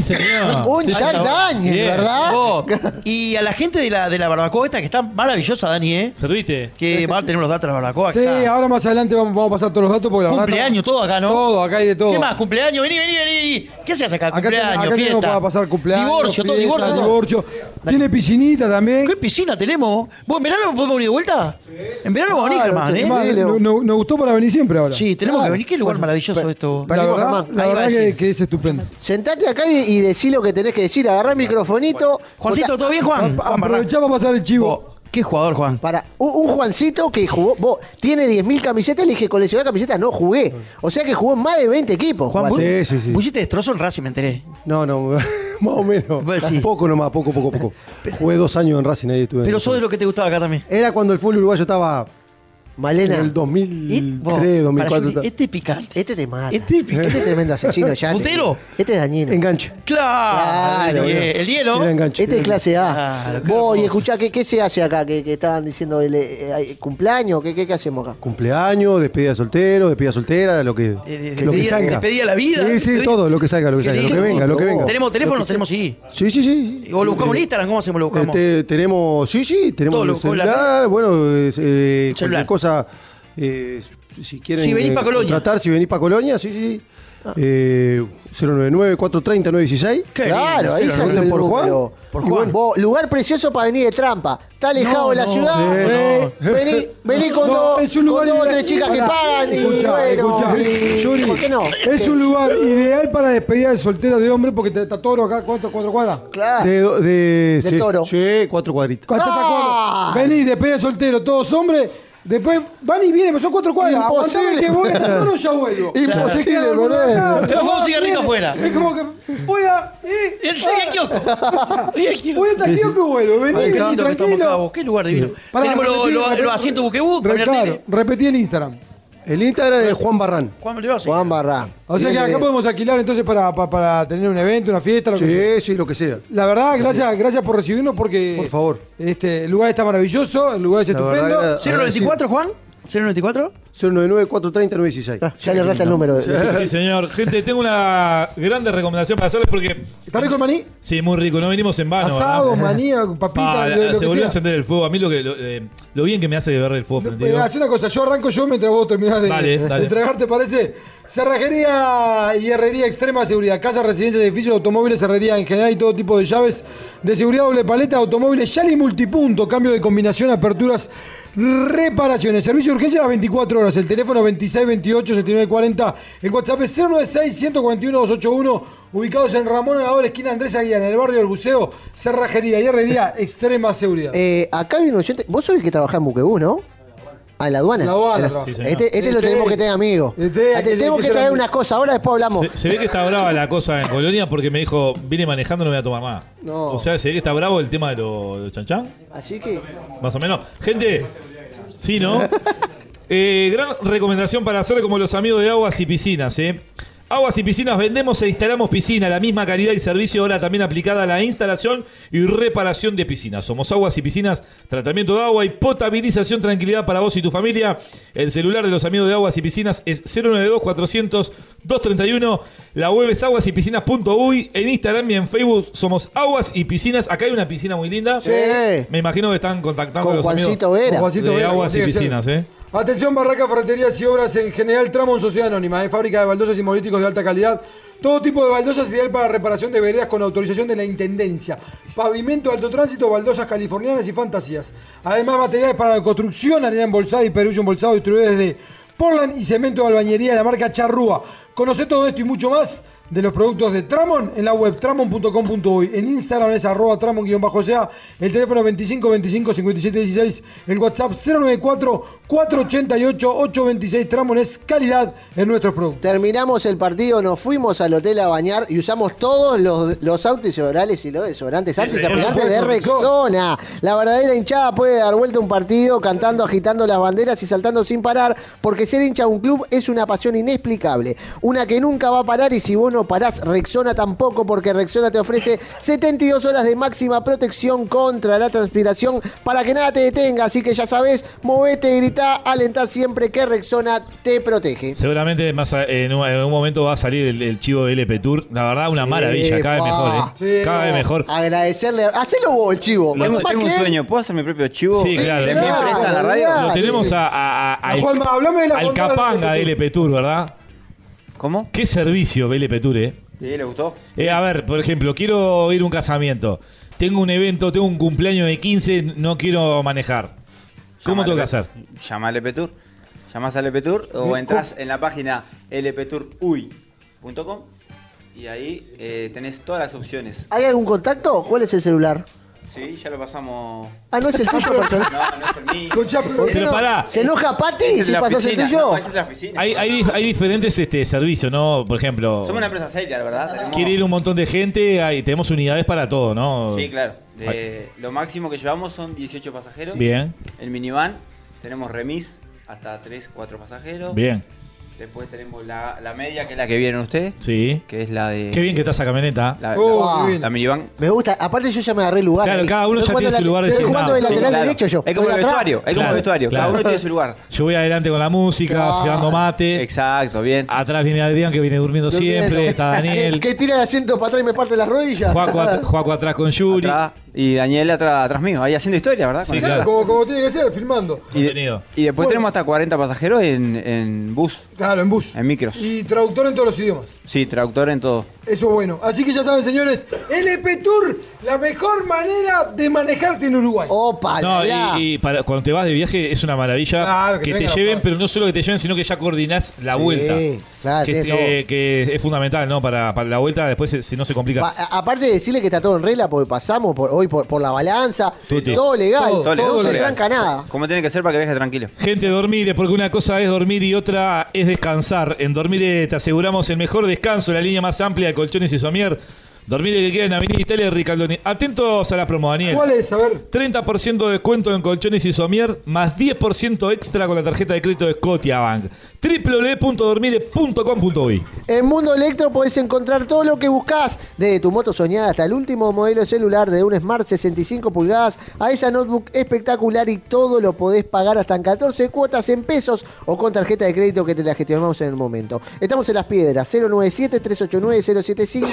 señor. un Jack Daniel, Bien. ¿verdad? Vos, y a la gente de la, de la barbacoa esta, que está maravillosa, Dani, ¿eh? Servite. Que va a tener los datos de la barbacoa. que Sí, está- ahora más adelante vamos, vamos a pasar todos los datos porque la verdad- Cumpleaños, todo acá, ¿no? Todo, acá hay de todo. ¿Qué más? Cumpleaños, vení, vení, vení. vení. ¿Qué se hace acá? Acá, ten- cumpleaños, acá tenemos fiesta. para pasar cumpleaños. Divorcio, todo, fiesta, divorcio. todo. divorcio. Tiene piscinita también. ¿Qué piscina tenemos? ¿Vos en verano podemos venir de vuelta? En verano vamos a venir, Claro, Germán, sí, ¿eh? Es más, Sí, Leo. Ah, no- no- nos gustó para venir siempre ahora. Sí, tenemos Claro. que venir. Qué lugar Bueno, maravilloso pe- esto. la venimos, verdad, Germán. la Ahí va a verdad que, decir. que es estupendo. Sentate acá y, y decí lo que tenés que decir. Agarrá el microfonito. Juancito, ¿todo bien, Juan? Juan Barrán. Aprovechá para pasar el chivo. Vos, Qué jugador, Juan. Para un, un Juancito que jugó, vos, tiene 10.000 camisetas, le dije coleccionar camisetas, no jugué. O sea que jugó en más de 20 equipos. Juan, Juan. vos, Sí, sí, sí. vos hiciste destrozo en Racing, me enteré. No, no, más o menos. Vos decís. Poco nomás, poco, poco, poco. Jugué dos años en Racing, ahí estuve. en Pero el- sos de lo que te gustaba acá también. Era cuando el fútbol uruguayo estaba en Malena, el ¿Eh? 2003, Vos, para 2004. Juli, tal. Este es picante. este te mata. Este Este, es picante. es tremendo asesino ya. te- ¿Putero? Este es dañino. Enganche. Claro, Claro, el, bien. el hielo. Era enganche. Este es clase A. Claro, qué Vos, y hermoso. escuchá, ¿qué, qué se hace acá? Que, que estaban diciendo el eh, eh, cumpleaños, ¿qué, qué, qué hacemos acá? Cumpleaños, despedida de soltero, despedida soltera, lo que, Eh, lo que despedida- salga. despedida de la vida, Sí, sí, despedida- todo, lo que salga, lo que Qué salga, lo lindo. que venga, lo que venga. Tenemos teléfonos, tenemos sí. Sí, sí, sí. O lo buscamos en Instagram, ¿cómo hacemos? Lo buscamos. Este, tenemos, sí, sí, tenemos Todo lo- el celular, bueno, es, eh, Celular. cualquier cosa, eh, si quieren Si venís pa' Colonia. Ah. tratar, si venís para Colonia, sí, sí. eh, 099-430-916. Qué Claro, lindo, ahí cero, salió ¿no? el ¿Por Juan? número. Por Y Juan. vos, lugar precioso para venir de trampa. Está alejado No, de la no, ciudad. sí, no. Vení, vení con No, dos, es un lugar con dos o ide- tres chicas que Pará, pagan. Y escuchá, bueno, escuchá. y- Yuri, ¿por qué no? Es un lugar ideal para despedida de soltero de hombre porque te está toro acá, ¿cuánto? ¿Cuatro cuadras? Claro. De, do- de, De sí, toro. sí, cuatro cuadritas. ¿Cuánto está Ah. cuadro? Vení, despedida de soltero, todos hombres. Después van y vienen, pero son cuatro cuadras. Imposible. Aguantame que voy a San Antonio, ya vuelvo. Imposible, Se quedan algunos boludo. acá, otros Pero fue un van, cigarrito vienen. afuera. Es como que voy a. eh, Él sigue ah, al kiosco. Sigue al kiosco. Voy a Tajío que vuelvo. Vení, Ahí está, vení, que estamos acá, tranquilo. vos. Qué lugar divino. Pará, Tenemos los repetí, los- repetí. los asientos buquebú, caminar Claro, tele. repetí el Instagram. El Instagram es Juan Barrán. Juan Mateo, sí. Juan Barra. O sea que acá podemos alquilar entonces para, para, para tener un evento, una fiesta, lo que sea. Sí, sí, lo que sea. La verdad, gracias, gracias por recibirnos porque. Por favor. Este, el lugar está maravilloso, el lugar es La verdad estupendo. que 094, Juan. 094. 099-430-916. Ah, Ya le resta el número. de- Sí, señor. Gente, tengo una grande recomendación para hacerles porque. ¿Está rico el maní? Sí, muy rico. Ah, No venimos en vano. Asado, ¿verdad? manía, papita, Ah, lo, lo se volvió a que sea. encender el fuego. A mí lo que lo, eh, lo bien que me hace ver el fuego Eh, prendido. Hacé una cosa, yo arranco yo mientras vos terminás de, Dale, dale. de tragar, ¿te parece? Cerrajería y herrería extrema de seguridad. Casas, residencias, edificios, automóviles, herrería en general y todo tipo de llaves de seguridad, doble paleta, automóviles, y multipunto, cambio de combinación, aperturas, reparaciones. Servicio de urgencia a las 24 horas. El teléfono 2628-7940. El WhatsApp es 096-141-281. Ubicados en Ramón Alador, esquina Andrés Aguilar, en el barrio del Buceo. Cerrajería y herrería extrema seguridad. Eh, acá viene un oyente. Vos sos el que trabaja en Buquebú, ¿no? Ah, en la aduana. La aduana En trabaja. Sí, señor. este este lo Este- tenemos que tener amigo. Este- Ah, te- este- tenemos este que traer será- unas cosas. Ahora después hablamos. Se, se ve que está brava la cosa en Colonia porque me dijo, vine manejando, no me voy a tomar nada. No. O sea, se ve que está bravo el tema de los lo chanchán, Así que. más o menos. Gente, sí, ¿no? Eh, gran recomendación para hacer como los amigos de Aguas y Piscinas, ¿eh? Aguas y Piscinas, vendemos e instalamos piscina, la misma calidad y servicio ahora también aplicada a la instalación y reparación de piscinas. Somos Aguas y Piscinas, tratamiento de agua y potabilización, tranquilidad para vos y tu familia. El celular de los amigos de Aguas y Piscinas es 092-400-231. La web es aguasypiscinas.uy. En Instagram y en Facebook somos Aguas y Piscinas. Acá hay una piscina muy linda. Sí. Me imagino que están contactando a Con los amigos. Juancito Vera. Con Juancito De Vera, aguas como y tiene que ser. piscinas, ¿eh? Atención, barracas, ferreterías y obras en general, tramo en sociedad anónima. ¿eh? Fábrica de baldosas y monolíticos de alta calidad. Todo tipo de baldosas ideal para reparación de veredas con autorización de la intendencia. Pavimento, alto tránsito, baldosas californianas y fantasías. Además, materiales para la construcción, arena embolsada y perullo embolsado, distribuidores de Portland y cemento de albañería de la marca Charrúa. Conoce todo esto y mucho más de los productos de Tramon en la web tramon.com.uy. En Instagram es arroba tramon-sea. El teléfono 25 25 57 16. El WhatsApp 094 488 826. Tramon es calidad en nuestros productos. Terminamos el partido, nos fuimos al hotel a bañar y usamos todos los, los orales y los desodorantes antiperspirantes de Rexona. La verdadera hinchada puede dar vuelta un partido cantando, agitando las banderas y saltando sin parar, porque ser hincha de un club es una pasión inexplicable, una que nunca va a parar y si vos no parás, Rexona tampoco, porque Rexona te ofrece 72 horas de máxima protección contra la transpiración para que nada te detenga. Así que ya sabés, movete, grita, alentá siempre que Rexona te protege. Seguramente más a- en, un, en un momento va a salir el, el chivo de LP Tour. La verdad, una Sí, maravilla. Cada vez pa. mejor, ¿eh? Sí, cada vez No, mejor. Agradecerle. Hacelo vos, el chivo. Tengo, Más tengo un que él. sueño, ¿puedo hacer mi propio chivo? Sí, claro. ¿De mi Claro, empresa en la radio? claro. Lo tenemos a, a- a- La al, Juanma, hablame de la al Juanma de capanga de LP LP Tour, ¿verdad? ¿Cómo? Qué servicio de LP Tour, ¿eh? ¿Sí? ¿Le gustó? Eh, a ver, por ejemplo, quiero ir a un casamiento. Tengo un evento, tengo un cumpleaños de 15, no quiero manejar. ¿Cómo Llamá tengo al- que hacer? Llama al Epetur. Llamás al Epetur o entras en la página lpetouruy.com y ahí eh, tenés todas las opciones. ¿Hay algún contacto? ¿Cuál es el celular? Sí, ya lo pasamos. Ah, no es el tuyo No, personal. no es el mío. Concha, ¿Por qué Pero no? pará. ¿Se enoja Ese Pati es si la pasas el oficina, tuyo? No, esa es la oficina. Hay, hay, dif- hay diferentes este, servicios, ¿no? Por ejemplo, Somos una empresa seria, la Ah. verdad. Tenemos- quiere ir un montón de gente, hay, tenemos unidades para todo, ¿no? Ah, Sí, claro. De- lo máximo que llevamos son 18 pasajeros. Bien, El minivan, tenemos remis hasta 3, 4 pasajeros. bien, Después tenemos la, la media, que es la que vieron ustedes, sí. que es la de... Qué bien que está esa camioneta. La, la- Oh, la- qué bien. la minivan. Me gusta. Aparte yo ya me agarré el lugar. Claro, ahí. cada uno Estoy ya jugando tiene su la- lugar Estoy jugando de Sí, lateral claro. derecho yo. Es como Estoy el atrás. vestuario, es como Claro, el vestuario. claro. Cada uno tiene su lugar. Yo voy adelante con la música, Claro. llevando mate. Exacto, bien. Atrás viene Adrián, que viene durmiendo Estoy siempre. viendo. Está Daniel. Que tira el asiento para atrás y me parte las rodillas. Juaco, at- Juaco atrás con Yuri. Atrás. Y Daniel atrás, atrás mío, ahí haciendo historia, ¿verdad? Con Sí, el claro. celular. Como, como tiene que ser, filmando. Y, de- Contenido. y después tenemos hasta 40 pasajeros en, en bus. Claro, en bus. En micros. Y traductor en todos los idiomas. Sí, traductor en todo. Eso es bueno. Así que ya saben, señores, LP Tour, la mejor manera de manejarte en Uruguay. Opa, No, la. y, y para, cuando te vas de viaje es una maravilla Claro, que que, te tenga la lleven, parte. pero no solo que te lleven, sino que ya coordinás la Sí, Ah, vuelta. claro, que, tiene te- que es fundamental, ¿no? Para, para la vuelta, después se- si no se complica. Pa- a- aparte de decirle que está todo en regla, porque pasamos por, hoy por, por la balanza, Tuti. todo legal, Todo, Todo no legal, todo se legal. tranca nada. Como tiene que ser para que viaje tranquilo. Gente, dormir, porque una cosa es dormir y otra es descansar. En Dormire te aseguramos el mejor descanso, la línea más amplia de colchones y somier. Dormire que queda en Avenida Italia de Ricaldoni. Atentos a la promo, Daniel. ¿Cuál es? A ver. 30% de descuento en colchones y somier, más 10% extra con la tarjeta de crédito de Scotiabank. www.dormire.com.uy En Mundo Electro podés encontrar todo lo que buscás, desde tu moto soñada hasta el último modelo celular de un Smart 65 pulgadas a esa notebook espectacular y todo lo podés pagar hasta en 14 cuotas en pesos o con tarjeta de crédito que te la gestionamos en el momento. Estamos en Las Piedras, 097-389-075.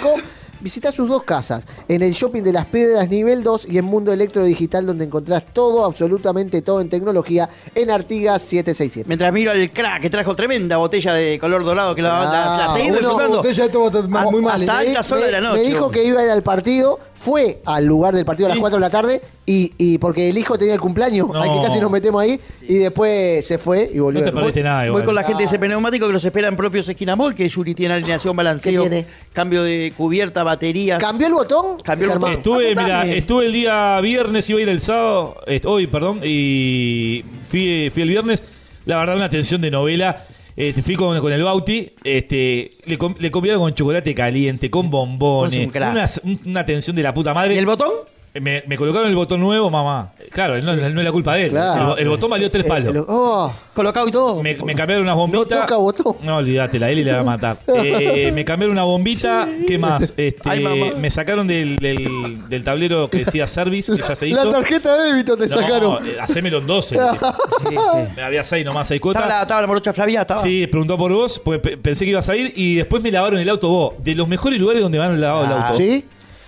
Visita sus dos casas, en el shopping de Las Piedras nivel 2 y en Mundo Electro Digital donde encontrás todo, absolutamente todo en tecnología en Artigas 767. Mientras miro al crack que trajo tremenda botella de color dorado que la, la- la Ah, seguimos uno, comprando. Botella de todo bot- Ah, mal- Oh, muy mal. hasta ¿eh? Me di- altas horas me- de la noche, Me dijo hombre. que iba a ir al partido, fue al lugar del partido a las 4 de la tarde y, y porque el hijo tenía el cumpleaños, No. hay que casi nos metemos ahí y después se fue y volvió. No te de nuevo. perdiste nada, igual. Voy con la gente de ese pneumático que los esperan propios Esquina Mall, que Yuri tiene alineación, balanceo, ¿Qué tiene? cambio de cubierta, batería. ¿Cambió el botón? Cambió el Germán? botón. Estuve, Anotame. mira, estuve el día viernes, iba a ir el sábado, est- hoy, perdón, y fui, fui el viernes. La verdad, una atención de novela. Este, fui con, con el Bauti, este, le, com- le comieron con chocolate caliente, con bombones, Es un crack. unas- un- una, atención de la puta madre. Eh, ¿Y el botón? Me, me colocaron el botón nuevo, mamá. Claro, no, no es la culpa de él. Claro. El bo- El, botón valió tres Eh, palos. lo- oh, ¿Colocado y todo? Me, me cambiaron unas bombitas. No toca botón. No, olvídatela, él le va a matar. Eh, me cambiaron una bombita. ¿Qué más? Este, Ay, mamá. me sacaron del, del- del tablero que decía service, que ya se hizo. La tarjeta de débito te No, sacaron. eh, hacémelo en 12. le dije. Sí, sí. Había 6 nomás, 6 Estaba la, cuotas. estaba la morocha Flavia, estaba. Sí, preguntó por vos, pues pe- pensé que ibas a ir y después me lavaron el auto vos. De los mejores lugares donde van lavado Ah, el auto. ¿Sí?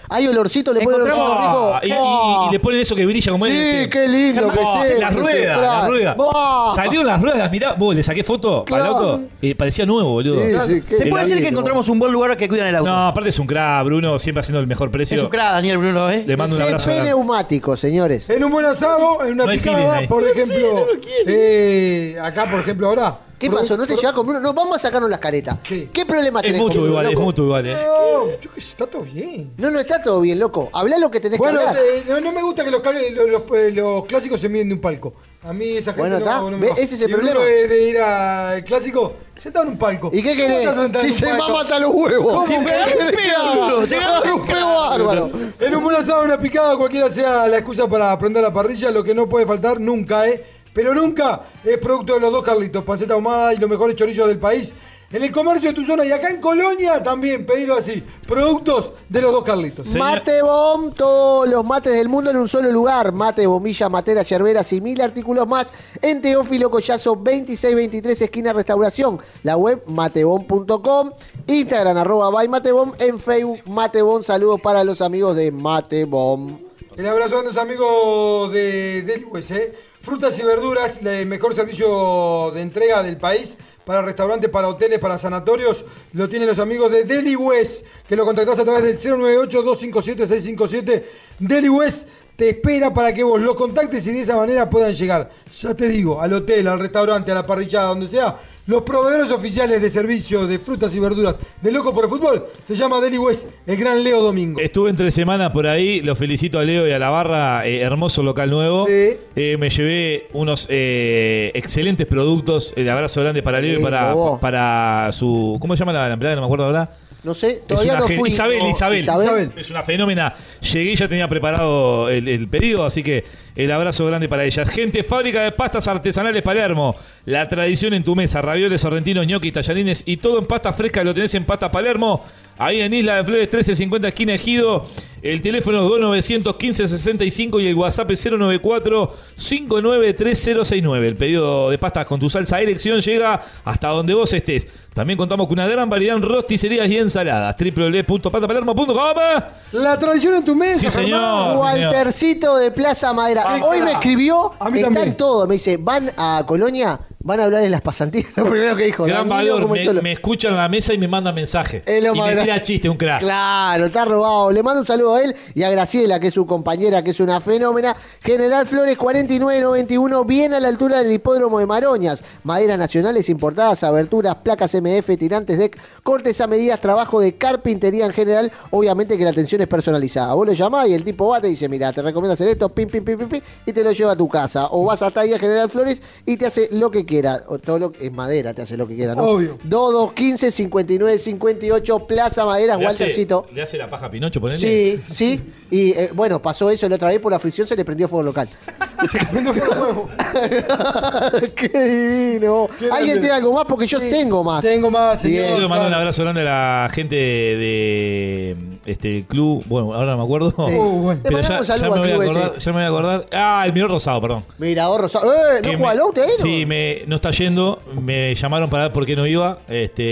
Hay olorcito, le ponen Encontramos- olorcito rico. Ah, y, y- Oh. y le ponen eso que brilla como Sí, el- qué lindo que Oh, sea, Las sí, ruedas, claro. las ruedas. Oh. Salieron las ruedas, mirá, vos le saqué foto al Claro. auto. eh, parecía nuevo, boludo. Sí, sí, qué Se puede decir que lindo. encontramos un buen lugar que cuidan el auto. No, aparte es un crack, Bruno, siempre haciendo el mejor precio. es un crack, Daniel Bruno, ¿eh? Le mando un abrazo. CP grande. neumático, señores. En un buen asado, en una No hay feeling picada, ahí. por ejemplo. eh, acá, por ejemplo, ahora. ¿Qué pasó? ¿No te llevas con Bruno? No, vamos a sacarnos las caretas. Sí. ¿Qué problema Es tenés con mutuo Bruno, igual, es loco? mutuo igual. eh. No, yo qué sé, Pues está todo bien. No, no, está todo bien, loco. Habla lo que tenés Bueno, que hablar. eh, no, no me gusta que los, cal- los- los- eh, los clásicos se miden de un palco. A mí esa gente Bueno, no, está. no ¿Ve? va. Ese es el Y Bruno problema. De, de ir al clásico, sentado en un palco. ¿Y qué ¿Cómo querés? estás sentado Si en un se palco? mama hasta los huevos. ¿Cómo? ¿Qué querés que haga? Bruno, se Se agarra agarra un peo bárbaro. En un buen asado, una picada, cualquiera sea la excusa para prender la parrilla, lo que no puede faltar nunca, ¿eh? Pero nunca es producto de los dos Carlitos, panceta ahumada y los mejores chorillos del país. En el comercio de tu zona y acá en Colonia también, pedilo así. Productos de los dos Carlitos. Señor- Mate Bomb, todos los mates del mundo en un solo lugar. Mate, bombilla, matera, yerberas y mil artículos más en Teófilo Collazo 2623, esquina Restauración. La web matebom.com, Instagram arroba by matebom, en Facebook matebom. Saludos para los amigos de Matebom. El abrazo a los amigos de Delwes, ¿eh? Frutas y verduras, el mejor servicio de entrega del país para restaurantes, para hoteles, para sanatorios, lo tienen los amigos de Deli West, que lo contactás a través del 098-257-657. Deli West te espera para que vos lo contactes y de esa manera puedan llegar, ya te digo, al hotel, al restaurante, a la parrillada, donde sea. Los proveedores oficiales de servicio de frutas y verduras de Loco por el Fútbol se llama Deli West, el gran Leo Domingo. Estuve entre semanas por ahí, los felicito a Leo y a la barra, eh, hermoso local nuevo. Sí. Eh, me llevé unos eh, excelentes productos, el abrazo grande para Leo y Lindo, para, vos. para su... ¿Cómo se llama la, la empleada? No me acuerdo ahora. No sé, Es todavía una no gen- fui. Isabel, No, Isabel, Isabel. Es una fenómena. Llegué y ya tenía preparado el, el pedido, así que el abrazo grande para ellas. Gente, fábrica de pastas artesanales Palermo. La tradición en tu mesa. Ravioles, sorrentinos, ñoquis, tallarines y todo en pasta fresca lo tenés en Pasta Palermo. Ahí en Isla de Flores 1350, esquina Ejido. El teléfono es 2915-65 y el WhatsApp es 094-593069. El pedido de pastas con tu salsa a elección llega hasta donde vos estés. También contamos con una gran variedad en rosticerías y ensaladas. www.patapalermo.com La tradición en tu mesa, Sí, Germán. señor. Waltercito de Plaza Madera. Ah, Hoy cara. me escribió, A mí están también. todo. Me dice, van a Colonia, van a hablar de las pasantías. Lo primero que dijo. Gran Danilo valor. como el Me, solo. me escucha en la mesa y me manda mensaje. Es lo Y más me grande. tira chiste, un crack. Claro, está robado. Le mando un saludo a él y a Graciela, que es su compañera, que es una fenómena. General Flores 4991, bien a la altura del hipódromo de Maroñas. Maderas nacionales importadas, aberturas, placas MF, tirantes de cortes a medidas, trabajo de carpintería en general. Obviamente que la atención es personalizada. Vos lo llamás y el tipo va, te dice, mira, te recomiendo hacer esto, pim, pim, pim, pim, pim, y te lo lleva a tu casa. O vas hasta ahí a General Flores y te hace lo que quiera. O todo lo que es madera, te hace lo que quiera, ¿no? Obvio. 2215 59 58 Plaza Maderas, Le hace- Waltercito. Le hace la paja a Pinocho, ponele. Sí, sí. Y eh, bueno, pasó eso la otra vez por la fricción, se le prendió fuego local. Qué divino. Qué grande. ¿Alguien tiene algo más? Porque yo Sí, tengo más. Tengo más, señor. Bien. Quiero mandar un abrazo grande a la gente de este club. Bueno, ahora no me acuerdo. Sí. Uh, bueno. Le Pero ya, mandamos un ya saludo me al voy a club acordar, ese. ya me voy a acordar. Ah, el Miró Rosado, perdón. Mira, ahorro. Eh, Que ¿No me- juega al usted? no? Sí, me, no está yendo. Me llamaron para ver por qué no iba. Este,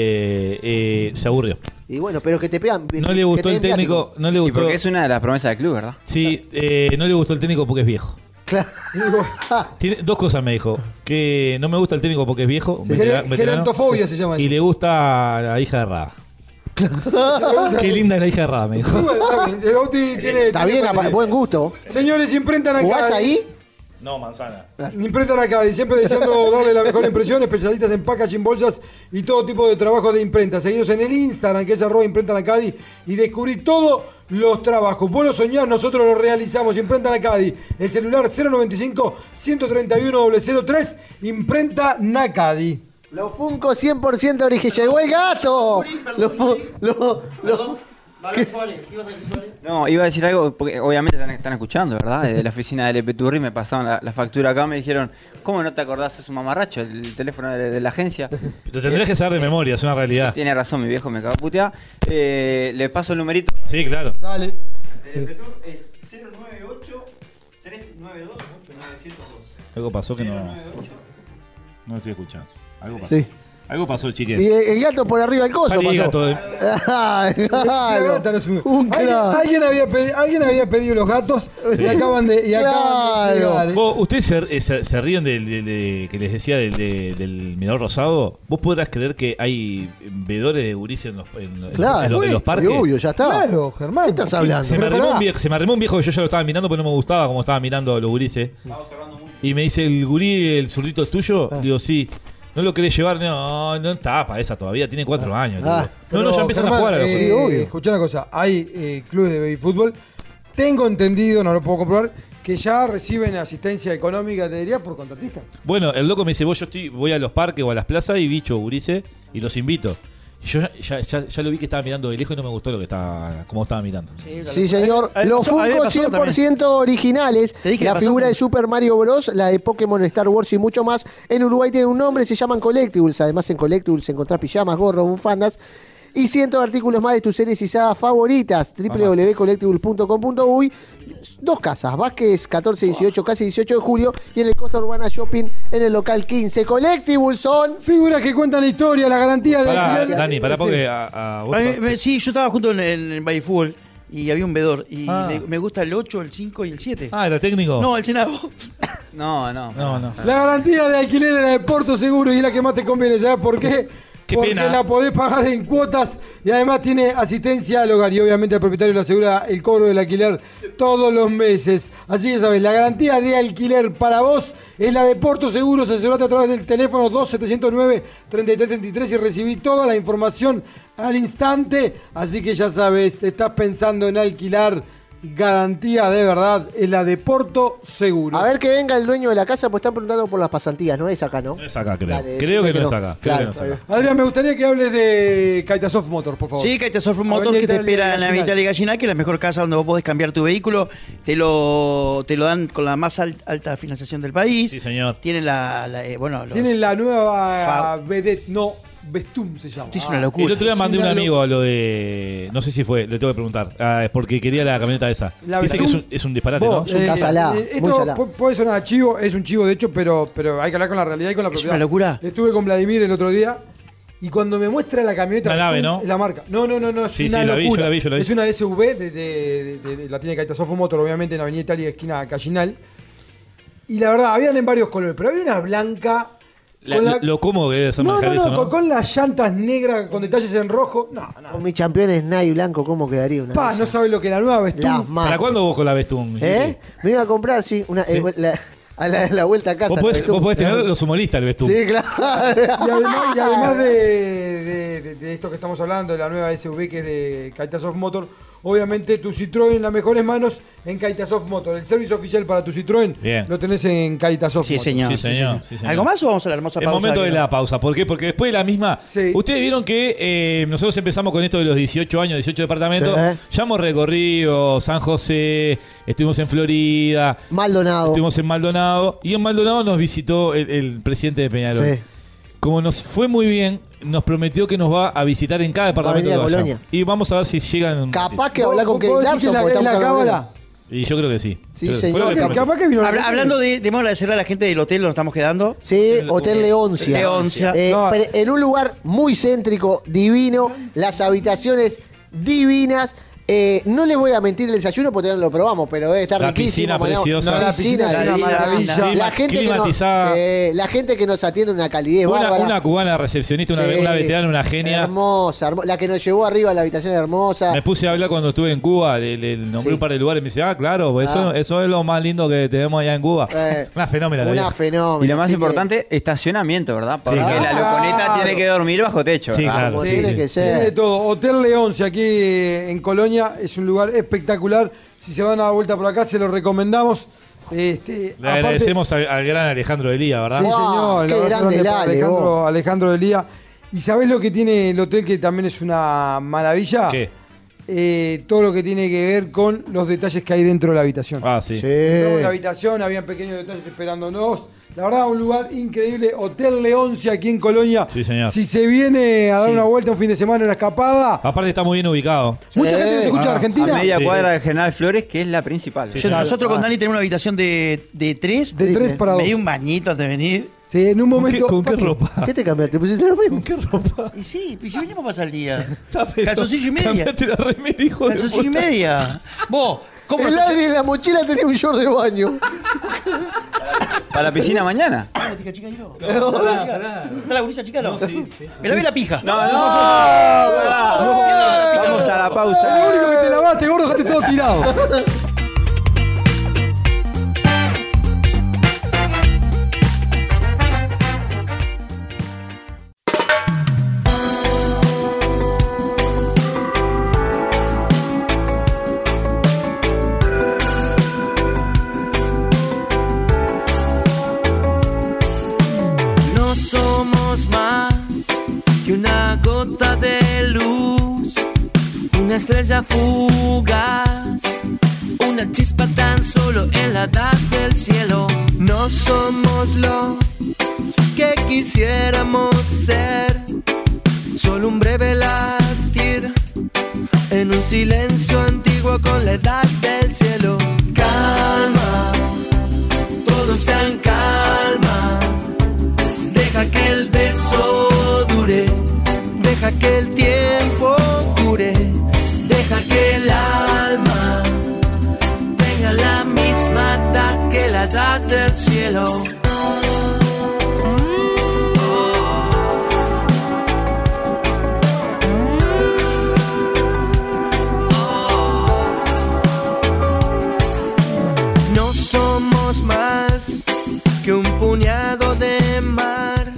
eh, se aburrió. Y bueno, pero que te pegan. No le gustó el técnico. No le Y gustó. porque es una de las promesas del club, ¿verdad? Sí, eh, no le gustó el técnico porque es viejo. Claro. Tiene, dos cosas me dijo. Que no me gusta el técnico porque es viejo. Sí. vetera- Ger- veterano, gerontofobia se llama Y eso. le gusta la hija de Rada. Qué linda es la hija de Rada, me dijo. Sí, bueno, está bien. El Bauti tiene- Eh, Está tiene bien, apa- patente. buen gusto. Señores, imprentan acá. ¿Jugás ahí? ¿eh? No, manzana. Imprentan acá y siempre deseando darle la mejor impresión, especialistas en packaging, bolsas y todo tipo de trabajos de imprenta. Seguiros en el Instagram, que es arroba imprentan Acadi, y descubrí todos los trabajos. Vos los soñás, nosotros los realizamos. Imprentan Acadi, el celular 095-131-003, imprenta Nacadi. Los Funko 100% origen. ¡Llegó el gato! Los fu- los- los- No, iba a decir algo, porque obviamente están, están escuchando, ¿verdad? Desde la oficina del Epeturri me pasaron la, la factura acá, me dijeron, ¿cómo no te acordás? Es un mamarracho, el teléfono de, de la agencia. Lo tendrías que saber de memoria, es una realidad. Tiene razón, mi viejo me acaba de putear. Eh, le paso el numerito. Sí, claro. Dale. El Epetur es 098 392 8902. Algo pasó que no. No estoy escuchando. Algo pasó. Sí. Algo pasó, Y chiquillos. el, eh, el gato por arriba del coso Salí, pasó. gato, de- Ay, claro. Gata, no es un- Un ¿Alguien, crack. alguien había pedi- alguien había pedido los gatos y acaban de. Y acaban de Claro. llegar, ¿eh? Vos, ustedes se, eh, se- se ríen del, del- de- que les decía del, de- del mirador rosado. Vos podrás creer que hay vedores de gurises en los, en, los- en Claro. los- en los parques. Y obvio, ya está. Claro, Germán. ¿Qué estás hablando? Se me, Pero arrimó pará. un viejo, se me arrimó un viejo que yo ya lo estaba mirando, pero no me gustaba como estaba mirando a los gurises. Y me dice, ¿el gurí, el zurdito es tuyo? Ah. Digo, sí. ¿No lo querés llevar? No, no está para esa todavía, tiene cuatro años. Ah. digo. no, no, ya empiezan a jugar a los eh, gurises. obvio. Escuchá una cosa, hay eh, clubes de baby fútbol. Tengo entendido, no lo puedo comprobar, que ya reciben asistencia económica, te diría, por contratista. Bueno, el loco me dice, vos yo estoy, voy a los parques o a las plazas y bicho, gurises, y los invito. Y yo ya, ya- ya- ya lo vi que estaba mirando de lejos y no me gustó lo que estaba, como estaba mirando. Sí, señor. A- a- Los Eh, eso- a mí me Funko pasó 100% también. originales. Te dije que la pasó figura con- de Super Mario Bros., la de Pokémon, Star Wars y mucho más. En Uruguay tiene un nombre, se llaman Collectibles. Además, en Collectibles encontrás pijamas, gorros, bufandas. Y cientos de artículos más de tus series y sagas favoritas. www.collectibles.com.uy Dos casas, Vázquez 14, 18, casi 18 de julio. Y en el Costa Urbana Shopping, en el local 15. Collectibles son... Figuras que cuentan la historia, la garantía de... Pará, alquiler. Dani, pará Sí. porque a, a vos A mí te- me- sí, yo estaba junto en, en, en Valle Fútbol y había un vedor. Y Ah. le- me gusta el 8, el 5 y el 7. Ah, ¿era técnico? No, el Senado. No, no. no. no. La garantía de alquiler era de Porto Seguro y es la que más te conviene, ¿sabes por qué? Qué Porque pena. ¿eh? la podés pagar en cuotas y además tiene asistencia al hogar y obviamente el propietario le asegura el cobro del alquiler todos los meses. Así que sabes, la garantía de alquiler para vos es la de Porto Seguros. Asesorate a través del teléfono 2709-3333 y recibí toda la información al instante. Así que ya sabes, te estás pensando en alquilar. Garantía de verdad es la de Porto Seguro. A ver que venga el dueño de la casa, pues están preguntando por las pasantías, ¿no es acá, no? No es acá, creo. Dale, creo que decime no es que no. acá. creo Claro, que no es acá. Adrián, me gustaría que hables de Kaitasoft Eh, Motor, por favor. Sí, que te sofre un motor Avenida que te Italia espera en la Gallinal. Avenida de Gallinal, que es la mejor casa donde vos podés cambiar tu vehículo. Te lo, te lo dan con la más al- alta financiación del país. Sí, señor. Tienen la. la, eh, bueno, los- Tienen la nueva Fa- vedette, no, Bestum se llama. Esto es una El locura. otro día mandé Es un una amigo a lo de. No sé si fue, le tengo que preguntar. Ah, es porque quería la camioneta esa. La Dice que Betún. es un, es un disparate, ¿no? Vos, Es un eh, casalá, eh, muy salá. Esto pu- puede sonar chivo, es un chivo de hecho, pero, pero hay que hablar con la realidad y con la Es propiedad. una locura. Estuve con Vladimir el otro día y cuando me muestra la camioneta. Una nave, ¿no? es La marca. No, no, no, no. Es Sí, una sí, la vi, yo locura. la vi, yo la vi. Es una SUV de, de- de- de la tienda Caitasofu Motor, obviamente, en la Avenida Italia, esquina Callinal. Y la verdad, habían en varios colores, pero había una blanca. La- con la- Lo cómodo que debe ser no, no, manejar no, eso, ¿no? Con, con las llantas negras con detalles en rojo. No, no. Con mi campeón Snai blanco, ¿cómo quedaría una? Pa, de no esas? sabe lo que la nueva Bestum. Las más. ¿Para cuándo vos con la Bestun? ¿Eh? Me iba a comprar, sí, una, eh, la- a la, la vuelta a casa. Vos podés, la vos podés tener Bestum. los humoristas el Bestun. Sí, claro. Y además, y además de, de- de- de esto que estamos hablando, de la nueva SUV que es de Kaitasoft Motor, obviamente tu Citroën en las mejores manos en Kaitasoft Motor. El servicio oficial para tu Citroën Bien. lo tenés en Kaitasoft Sí, Motor. señor. Sí, señor, sí, señor. ¿Algo más o vamos a la hermosa El pausa? momento que- de la pausa. ¿Por qué? Porque después de la misma. Sí. Ustedes vieron que eh, nosotros empezamos con esto de los 18 años, 18 departamentos. Sí. ¿eh? Ya hemos recorrido San José, estuvimos en Florida, Maldonado. estuvimos en Maldonado. Y en Maldonado nos visitó el, el presidente de Peñarol. Sí. Como nos fue muy bien, nos prometió que nos va a visitar en cada departamento venir a que vayamos. Colonia. Y vamos a ver si llegan. un ratito. Capaz que ¿Vos- hablar con vos decís Kevin Larson que la- porque es la estamos cábala? Y yo creo que sí. Sí, Creo que- señor, fue lo capaz- que prometió. Capaz que vino la Habla- gente. hablando de, de modo de cerrar a la gente del hotel donde estamos quedando. Sí, Hotel Leoncia. Leoncia. Eh, No. pero en un lugar muy céntrico, divino, las habitaciones divinas. Eh, no les voy a mentir el desayuno porque ya lo probamos, pero debe estar La riquísimo. piscina preciosa. No, la piscina, es una divina. maravilla. La gente, que nos, Climatizada. sí, la gente que nos atiende una calidez Una, bárbara. una cubana recepcionista, una, Sí. una veterana, una genia. Hermosa, hermo- la que nos llevó arriba a la habitación hermosa. Me puse a hablar cuando estuve en Cuba, le, le nombré Sí. un par de lugares y me dice, ah, claro, eso, Ah. eso es lo más lindo que tenemos allá en Cuba. Eh, una fenómena, la Una vieja. fenómena. Y lo más así que- importante, estacionamiento, ¿verdad? Porque claro. la loconeta tiene que dormir bajo techo. Sí, Ah, ¿verdad? claro. como sí, tiene sí. que Tiene de ser. todo. Hotel Leonce aquí eh, en Colonia es un lugar espectacular. Si se van a dar vuelta por acá, se lo recomendamos. Este, Le aparte- agradecemos al, al gran Alejandro Elía, ¿verdad? Sí, Wow, señor. qué el abrazo grande grande para Lale, Alejandro, vos. Alejandro Elía. ¿Y sabés lo que tiene el hotel que también es una maravilla? ¿Qué? Eh, todo lo que tiene que ver con los detalles que hay dentro de la habitación. Ah, sí. Entramos en la Sí. habitación, habían pequeños detalles esperándonos. La verdad, un lugar increíble. Hotel Leonce aquí en Colonia. Sí, señor. Si se viene a dar Sí. una vuelta un fin de semana, una escapada. Aparte está muy bien ubicado. Mucha gente que se escucha de Ah, Eh, A Argentina. media Sí. cuadra de General Flores, que es la principal. Ah, Sí, Yo- señor. nosotros con Dani tenemos una habitación de, de tres. Ah. De tres para Me dos. di un bañito antes de venir. Sí, en un ¿Con qué, momento. con qué ropa? ¿Qué te cambiaste? ¿Te pusiste lo mismo? ¿Qué ropa? Y sí, y si venimos a pasar el día. Está, pero Calzoncillo y media. cambiate la remera, hijo de Calzoncillo y puta. media. Vos, ¿cómo El no te- aire en la mochila tenía un short de baño. Para la piscina mañana. ¿Está la chica, chica, no? ¿Está la gurisa chica, no? Me lavé la pija. Ah, No, no. pará. Vamos a la Eh, Lo pausa. único que te lavaste, gordo, dejaste todo tirado. No somos más que una gota de luz, una estrella fugaz, una chispa tan solo en la edad del cielo. No somos lo que quisiéramos ser, solo un breve latir en un silencio antiguo con la edad del cielo. Calma, todo está en calma. Deja que el beso dure, deja que el tiempo cure, deja que el alma tenga la misma edad que la edad del cielo. No somos más que un puñado de mar,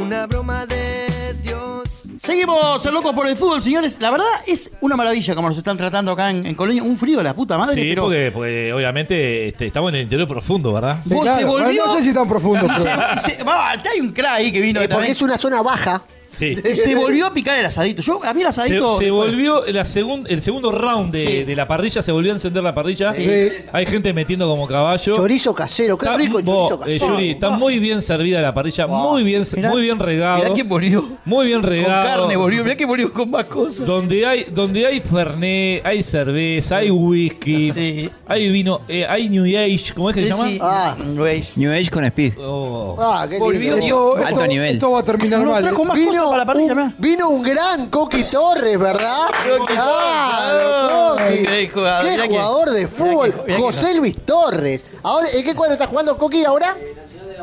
una broma de Dios. Seguimos en Locos por el Fútbol, señores. La verdad es una maravilla como nos están tratando acá en, en Colonia. Un frío de la Ah. puta madre, Sí, pero porque, porque, obviamente este, estamos en el interior profundo, ¿verdad? vos se Claro, volvió. No sé si tan profundo. y se- pero- y se- va, acá hay un cray que vino Eh, porque también. es una zona baja. Sí. Se volvió a picar el asadito. Yo, a mí el Se, asadito. se volvió la segun- el segundo round de, Sí. de la parrilla, se volvió a encender la parrilla. Sí. Hay gente metiendo como caballo. Chorizo casero, qué Está- rico el vos, chorizo eh, casero. Yuri, está muy bien servida la parrilla, muy bien, muy bien regado. Mirá quién volvió. Muy bien Con regado. carne volvió. Mirá que volvió con más cosas. Donde hay, donde hay Fernet, hay cerveza, hay whisky, Sí. hay vino, eh, hay New Age, ¿cómo es que se llama? Sí, sí. Ah. Weiss. New Age con Speed. Oh. Ah, qué Volvió, lindo. Esto, Alto esto- nivel. esto va a terminar No, mal. trajo ¿eh? más cosas para la parrilla, un, mirá. vino un gran Coqui Torres, ¿verdad? Claro, Coqui. Qué jugador, mirá Qué que- jugador de fútbol, que- mirá que- José Luis Torres. Ahora, ¿En qué cuadro está jugando Coqui ahora?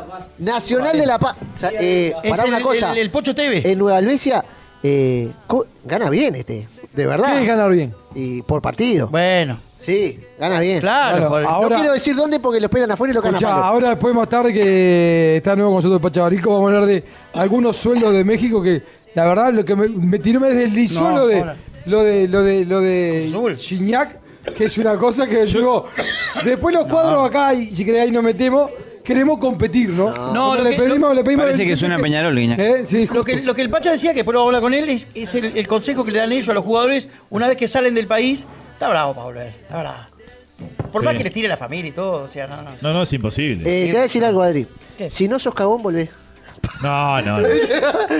Nacional de la Paz. Nacional de la Paz. Es para el, eh, una el- cosa, El, el Pocho TV. en Nueva Luisa eh, Co- gana bien este, de verdad. ¿Qué es ganar bien? Y por partido. Bueno, Sí, gana bien. claro. Claro, joder. ahora- no quiero decir dónde porque lo esperan afuera y lo ganan Escuchá, malo. ahora después más tarde que está nuevo con nosotros Pachabarico, vamos a hablar de algunos sueldos de México que la verdad lo que me, me tiró me deslizó No, lo de ahora. lo de lo de lo Cruz de Azul. Gignac, que es una cosa que yo digo, después los cuadros acá y si querés ahí nos metemos, queremos competir, ¿no? No, lo le que- pedimos, le pedimos Parece que suena Peñarol, Gignac. ¿Eh? Sí, Lo que, lo que el Pacha decía, que después lo vamos a hablar con él, es, es el, el consejo que le dan ellos a los jugadores una vez que salen del país. Está bravo para volver, está bravo. Por más Sí. que les tire la familia y todo, o sea, no, no. No, no, es imposible. Eh, te voy a decir algo, Adri. ¿Qué? Si no sos cagón, volvés. No, no, no.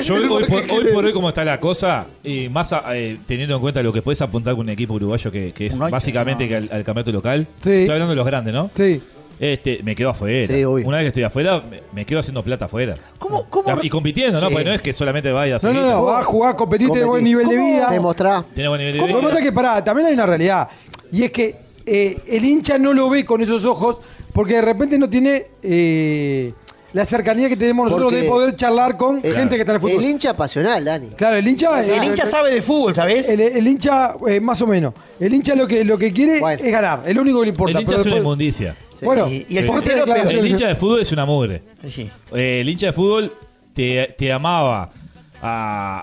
Yo hoy, hoy por, hoy por hoy, como está la cosa, y más a- eh, teniendo en cuenta lo que puedes apuntar con un equipo uruguayo que, que es No hay- básicamente que al, al campeonato local. Sí. Estoy hablando de los grandes, ¿no? sí. Este, me quedo afuera. Sí, obvio. Una vez que estoy afuera, me, me quedo haciendo plata afuera. ¿Cómo, cómo? Y compitiendo, ¿no? Sí. Porque no es que solamente vaya a No, hacer no, no, vas a jugar, competir de Competí. buen nivel de ¿Cómo vida. Te mostrás. Tiene buen nivel de ¿Cómo? Lo que vida. pasa es que, pará, también hay una realidad. Y es que eh, el hincha no lo ve con esos ojos porque de repente no tiene eh, la cercanía que tenemos nosotros Porque de poder charlar con Eh, el- Eh, gente que está en el fútbol. El hincha pasional, Dani. claro, el hincha... eh, El hincha sabe de fútbol, ¿sabes? el- el hincha, eh, más o menos. El hincha lo que, lo que quiere Bueno. es ganar. Es lo único que le importa. El hincha pero es una después- inmundicia. Bueno, Sí, y el fuerte portero declaración. El hincha de fútbol es una mugre. Sí. Eh, el hincha de fútbol te, te amaba a,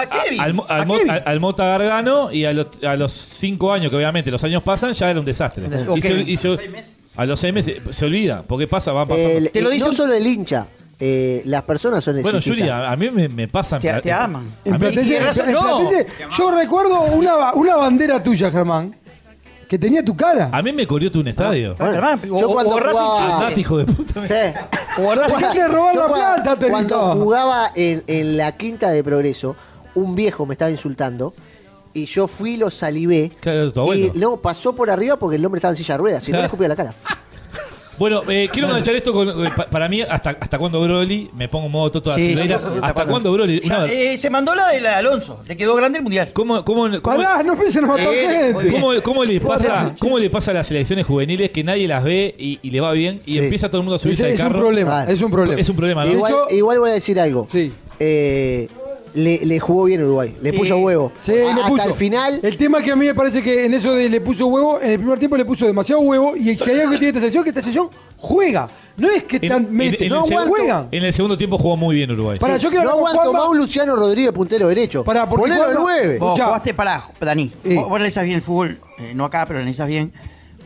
Ah, A Kevin, al, mo- al a mo- Kevin. al- al Mota Gargano y a los, a los cinco años, que obviamente los años pasan, ya era un desastre. Ok. Y se- y se- a los seis meses se olvida, porque pasa, van pasando. El- Te lo no dice un- solo el hincha, eh, las personas son bueno, exitistas. Yuri, a, a mí me, me pasa. Te- te aman. A En mí- Platense- y en razón- en no. Platense, yo recuerdo una, ba- una bandera tuya, Germán, que tenía tu cara. a mí me corrió un estadio. Ah, Germán, yo o- cuando o Racing jugaba- Chiste. Nati, hijo de puta. Sí. Guardás- Cuando- ¿Qué le roban yo la cuando- plata, Terry? Cuando No. jugaba en, en la quinta de Progreso, un viejo me estaba insultando y yo fui y lo salivé. Claro, tu abuelo. Y no, pasó por arriba porque el hombre estaba en silla de ruedas. Si no le Claro. escupía la cara. Bueno, eh, quiero enganchar esto con, eh, pa- para mí, hasta, hasta cuándo Broly, me pongo en modo Toto da Sí, sí, Silveira. sí, sí, ¿Hasta cuándo Broly? Una- Eh, se mandó la de la de Alonso. Le quedó grande el mundial. ¿Cómo, cómo, cómo- Pará, no piensen en matar Eh, gente. Bien. ¿Cómo, cómo le pasa, ¿Cómo le pasa a las selecciones juveniles que nadie las ve y, y le va bien y empieza todo el mundo a Es, subirse al es un carro? problema, Claro. es un problema. Es un problema, ¿no? Igual, hecho- igual voy a decir algo. Sí. Eh, le, le jugó bien Uruguay. Le puso huevo. Sí, A- le Ah, hasta puso. el final. El tema que a mí me parece que en eso de le puso huevo, en el primer tiempo le puso demasiado huevo. Y si hay algo que tiene esta sesión, que esta sesión juega. No es que En- tan en- mete, en no el seg- aguantan. juegan. En el segundo tiempo jugó muy bien Uruguay. Pará, yo quiero no hablar con aguanto Juanma. más un Luciano Rodríguez puntero derecho. Pará, porque Ponelo de Juanma- nueve. Vos, Vos Escuchá. jugaste para Dani. Eh. Vos, vos analizás bien el fútbol, eh, no acá, pero analizás bien.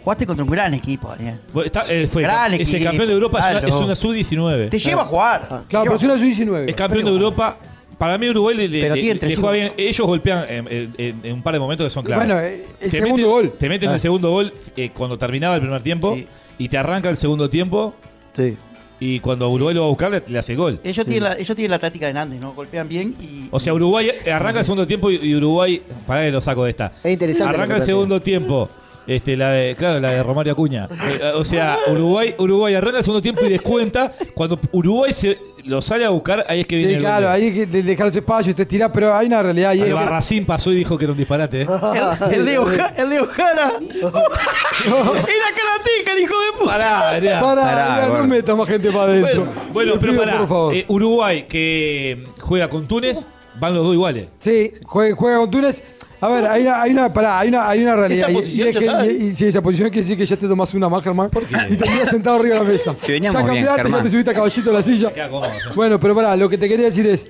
Jugaste contra un gran equipo, Daniel. Bueno, está- eh, fue Gran es el equipo, campeón de Europa, Ah, es una- claro. es una sub-19. Te lleva a jugar. Claro, pero es una sub-19. Es campeón de Europa. Para mí Uruguay le, le- Pero le- tiene le tres juega hijos. bien. Ellos golpean en, en- en un par de momentos que son claros. Bueno, eh, el segundo gol. Te meten el segundo gol eh, cuando terminaba el primer tiempo Sí. y te arranca el segundo tiempo Sí. y cuando Uruguay lo va a buscar le, le hace gol. Ellos, tienen la, ellos tienen la táctica de Nández, ¿no? Golpean bien y. O sea, Uruguay arranca el segundo tiempo y, y Uruguay. Para que lo saco de esta. Es interesante lo que Arranca el plantea. segundo tiempo. Este, la de, claro, la de Romario Acuña. Eh, o sea, Uruguay, Uruguay arranca el segundo tiempo y descuenta. Cuando Uruguay se lo sale a buscar, ahí es que viene Sí, el gol. claro, ahí hay que de- dejar los espacios, te tirás, pero hay una realidad. Y El es- Barracín pasó y dijo que era un disparate. ¿eh? El, el de Oja- el de Ojara. Era karateca, el hijo de puta. Ah, Pará, pará. Pará, Pará, ya, no gordo. metas más gente para adentro. Bueno, bueno, Sí, pero pido, pará. Por favor. Eh, Uruguay que juega con Túnez, van los dos iguales. Sí, juega, juega con Túnez. A ver, hay una, hay una, pará, hay una, hay una realidad. Esa Y- y posición es ya que- está, y- ¿eh? y- sí, esa posición quiere decir que ya te tomás una más, Germán. Y te tenías sentado arriba de la mesa. Si veníamos ya bien, cambiaste, ya Germán. te subiste a caballito a la silla. Queda cómodo. Bueno, pero pará, lo que te quería decir es.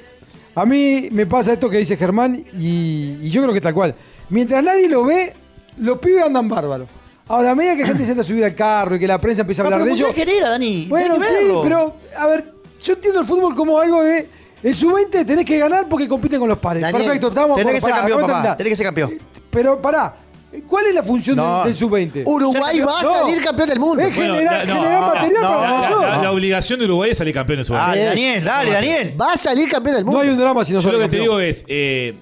A mí me pasa esto que dice Germán y, y yo creo que tal cual. Mientras nadie lo ve, los pibes andan bárbaros. Ahora, a medida que gente se sienta a subir al carro y que la prensa empieza a No, hablar pero de ¿por qué ellos. genera, Dani? Bueno, Tenés sí, que verlo. pero a ver, yo entiendo el fútbol como algo de En su 20 tenés que ganar porque compiten con los pares. Daniel, Perfecto, estamos tenés por- que ser pará, campeón, acabamos de papá. terminar. Tenés que ser campeón. Pero pará, ¿cuál es la función No. del, del sub-20? Uruguay va a No. salir campeón del mundo. Es Bueno, generar, la- no, generar no, material no, para La, yo. la- la obligación de Uruguay es salir campeón de su Dale, Daniel, dale, Daniel. Va a salir campeón del No mundo. hay un drama si no Yo sale lo que te campeón. digo es, eh,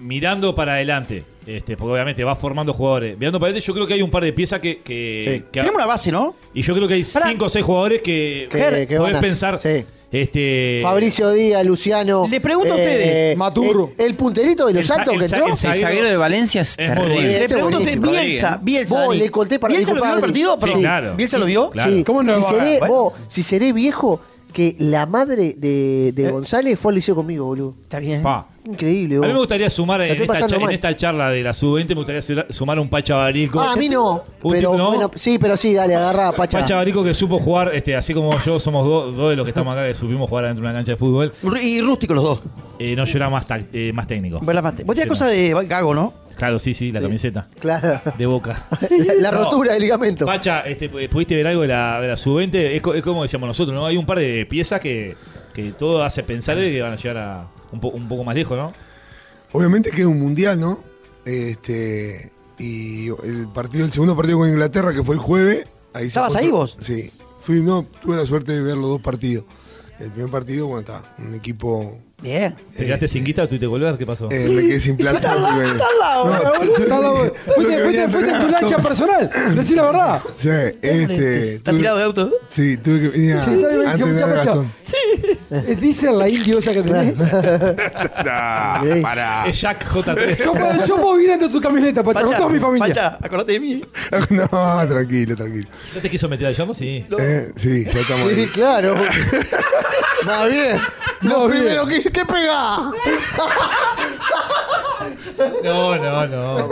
mirando para adelante, este, porque obviamente vas formando jugadores. Mirando para adelante, yo creo que hay un par de piezas que. que- que- Tenemos una base, ¿no? y yo creo que hay Pará. cinco o seis jugadores que, Que- que van podés a- pensar. sí. Este, Fabricio Díaz, Luciano. eh, Le pregunto a ustedes, Maturro. El, el punterito de los El sa- Santos el que sa- entró. el sa- El zaguero de Valencia es Es muy bueno. terrible. Le Ese pregunto a usted, buenísimo. Bielsa, Bielsa. Vos Dani. le conté para- ¿Bielsa lo vio el disculpa, partido? Sí, Perdón. claro. ¿Bielsa lo vio? Claro. Sí. ¿Cómo no si, va a seré, ganar? vos, si seré viejo, que la madre de, de González fue al liceo conmigo, boludo. Está bien. Pa. Increíble, A vos. mí me gustaría sumar La en estoy esta, pasando cha- en mal. esta charla de la sub-20, me gustaría su- sumar un Pacha Barico. Ah, a mí no. Un Pero tipo, ¿no? bueno, sí, pero sí, dale, agarrá, Pacha. Pacha Barico que supo jugar, este, así como yo, somos dos dos de los que estamos acá que supimos jugar adentro de una cancha de fútbol. Ru- Y rústico los dos. Eh, no, yo era más, tac- eh, más técnico. Vos tenés Sí, cosas de Gago, ¿no? Claro, sí, sí, la camiseta. Claro. De boca. La, la No. rotura del ligamento. Pacha, este, pu- ¿pudiste ver algo de la, de la sub-20? Es, co- es como decíamos nosotros, ¿no? Hay un par de piezas que, que todo hace pensar de que van a llegar a un, po- un poco más lejos, ¿no? Obviamente que es un mundial, ¿no? Este, y el partido, el segundo partido con Inglaterra, que fue el jueves. Ahí se ¿Estabas puso- ahí vos? Sí. Fui, no, tuve la suerte de ver los dos partidos. El primer partido, bueno, está, un equipo. Bien. ¿Te quedaste sin guita o tuviste que volver? ¿Qué pasó? eh, me quedé sin plata. porque- No, tuve- Está loco. tuve que Fuiste, venir fuiste, a fuiste en tu entrenar, lancha todo. personal, decí la verdad. Sí, este. ¿Está tuve- tirado de auto? Sí, tuve que venir a- Sí, está bien, a yo- yo- atender a Gastón. Es Diesel Eh, la indiosa que tenés. Ah, pará. Es Jack J3. Yo, puedo- yo puedo vivir dentro de tu camioneta, Pacha, con toda mi familia. Pacha, acordate de mí. No, tranquilo, tranquilo. ¿No te quiso meter al llamo? Sí. Eh, sí, ya estamos Sí, ahí. claro. Más bien. Lo Más primero que hice, ¿qué pegá? No, no, no.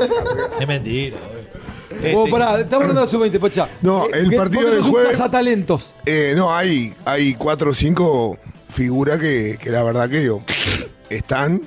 es mentira. güey. Bueno, Este, Oh, pará, Ah, estamos hablando de sub-20, Pacha. Eh, No, el que- partido porque del sos un jueves- cazatalentos. Eh, no, hay, hay cuatro o cinco figuras que, que la verdad que digo, están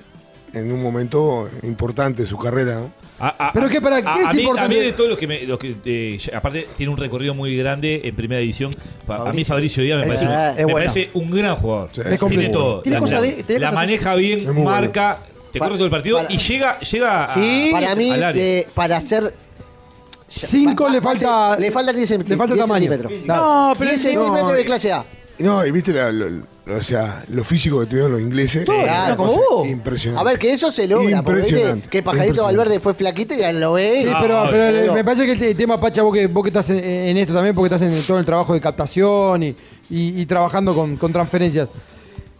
en un momento importante de su carrera. ¿no? a- a- Pero que para- a- ¿qué es a mí, importante? a mí de todos los que, me, los que eh, ya- aparte tiene un recorrido muy grande en primera división. Pa- A mí Fabricio Díaz me, Es- parece, un- Eh, es me bueno. parece un gran jugador. Sí. Es tiene completo. todo. Tiene la, cosas de- la- tiene la cosas- maneja bien, Es muy marca, te Pa- corre todo el partido para- y llega, llega a- Sí. Ah, Para mí, al área. eh, para hacer. Cinco va- le va a ser- falta. Le falta 10 centímetros. Le falta 10 tamaño. centímetros. Dale. No, pero 10 es- centímetros de clase A. Y No, y viste la- lo, lo- o sea, lo físico que tuvieron los ingleses. Una claro, cosa como vos. Impresionante. A ver, que eso se logra. Porque viste Impresionante, que Pajarito impresionante. Valverde fue flaquito y ya lo ve. Sí, Ah, pero, obvio. pero Pero- me parece que el te- el tema, Pacha, vos que, vos que estás en, en esto también, porque estás en todo el trabajo de captación y, y- y trabajando con, con transferencias.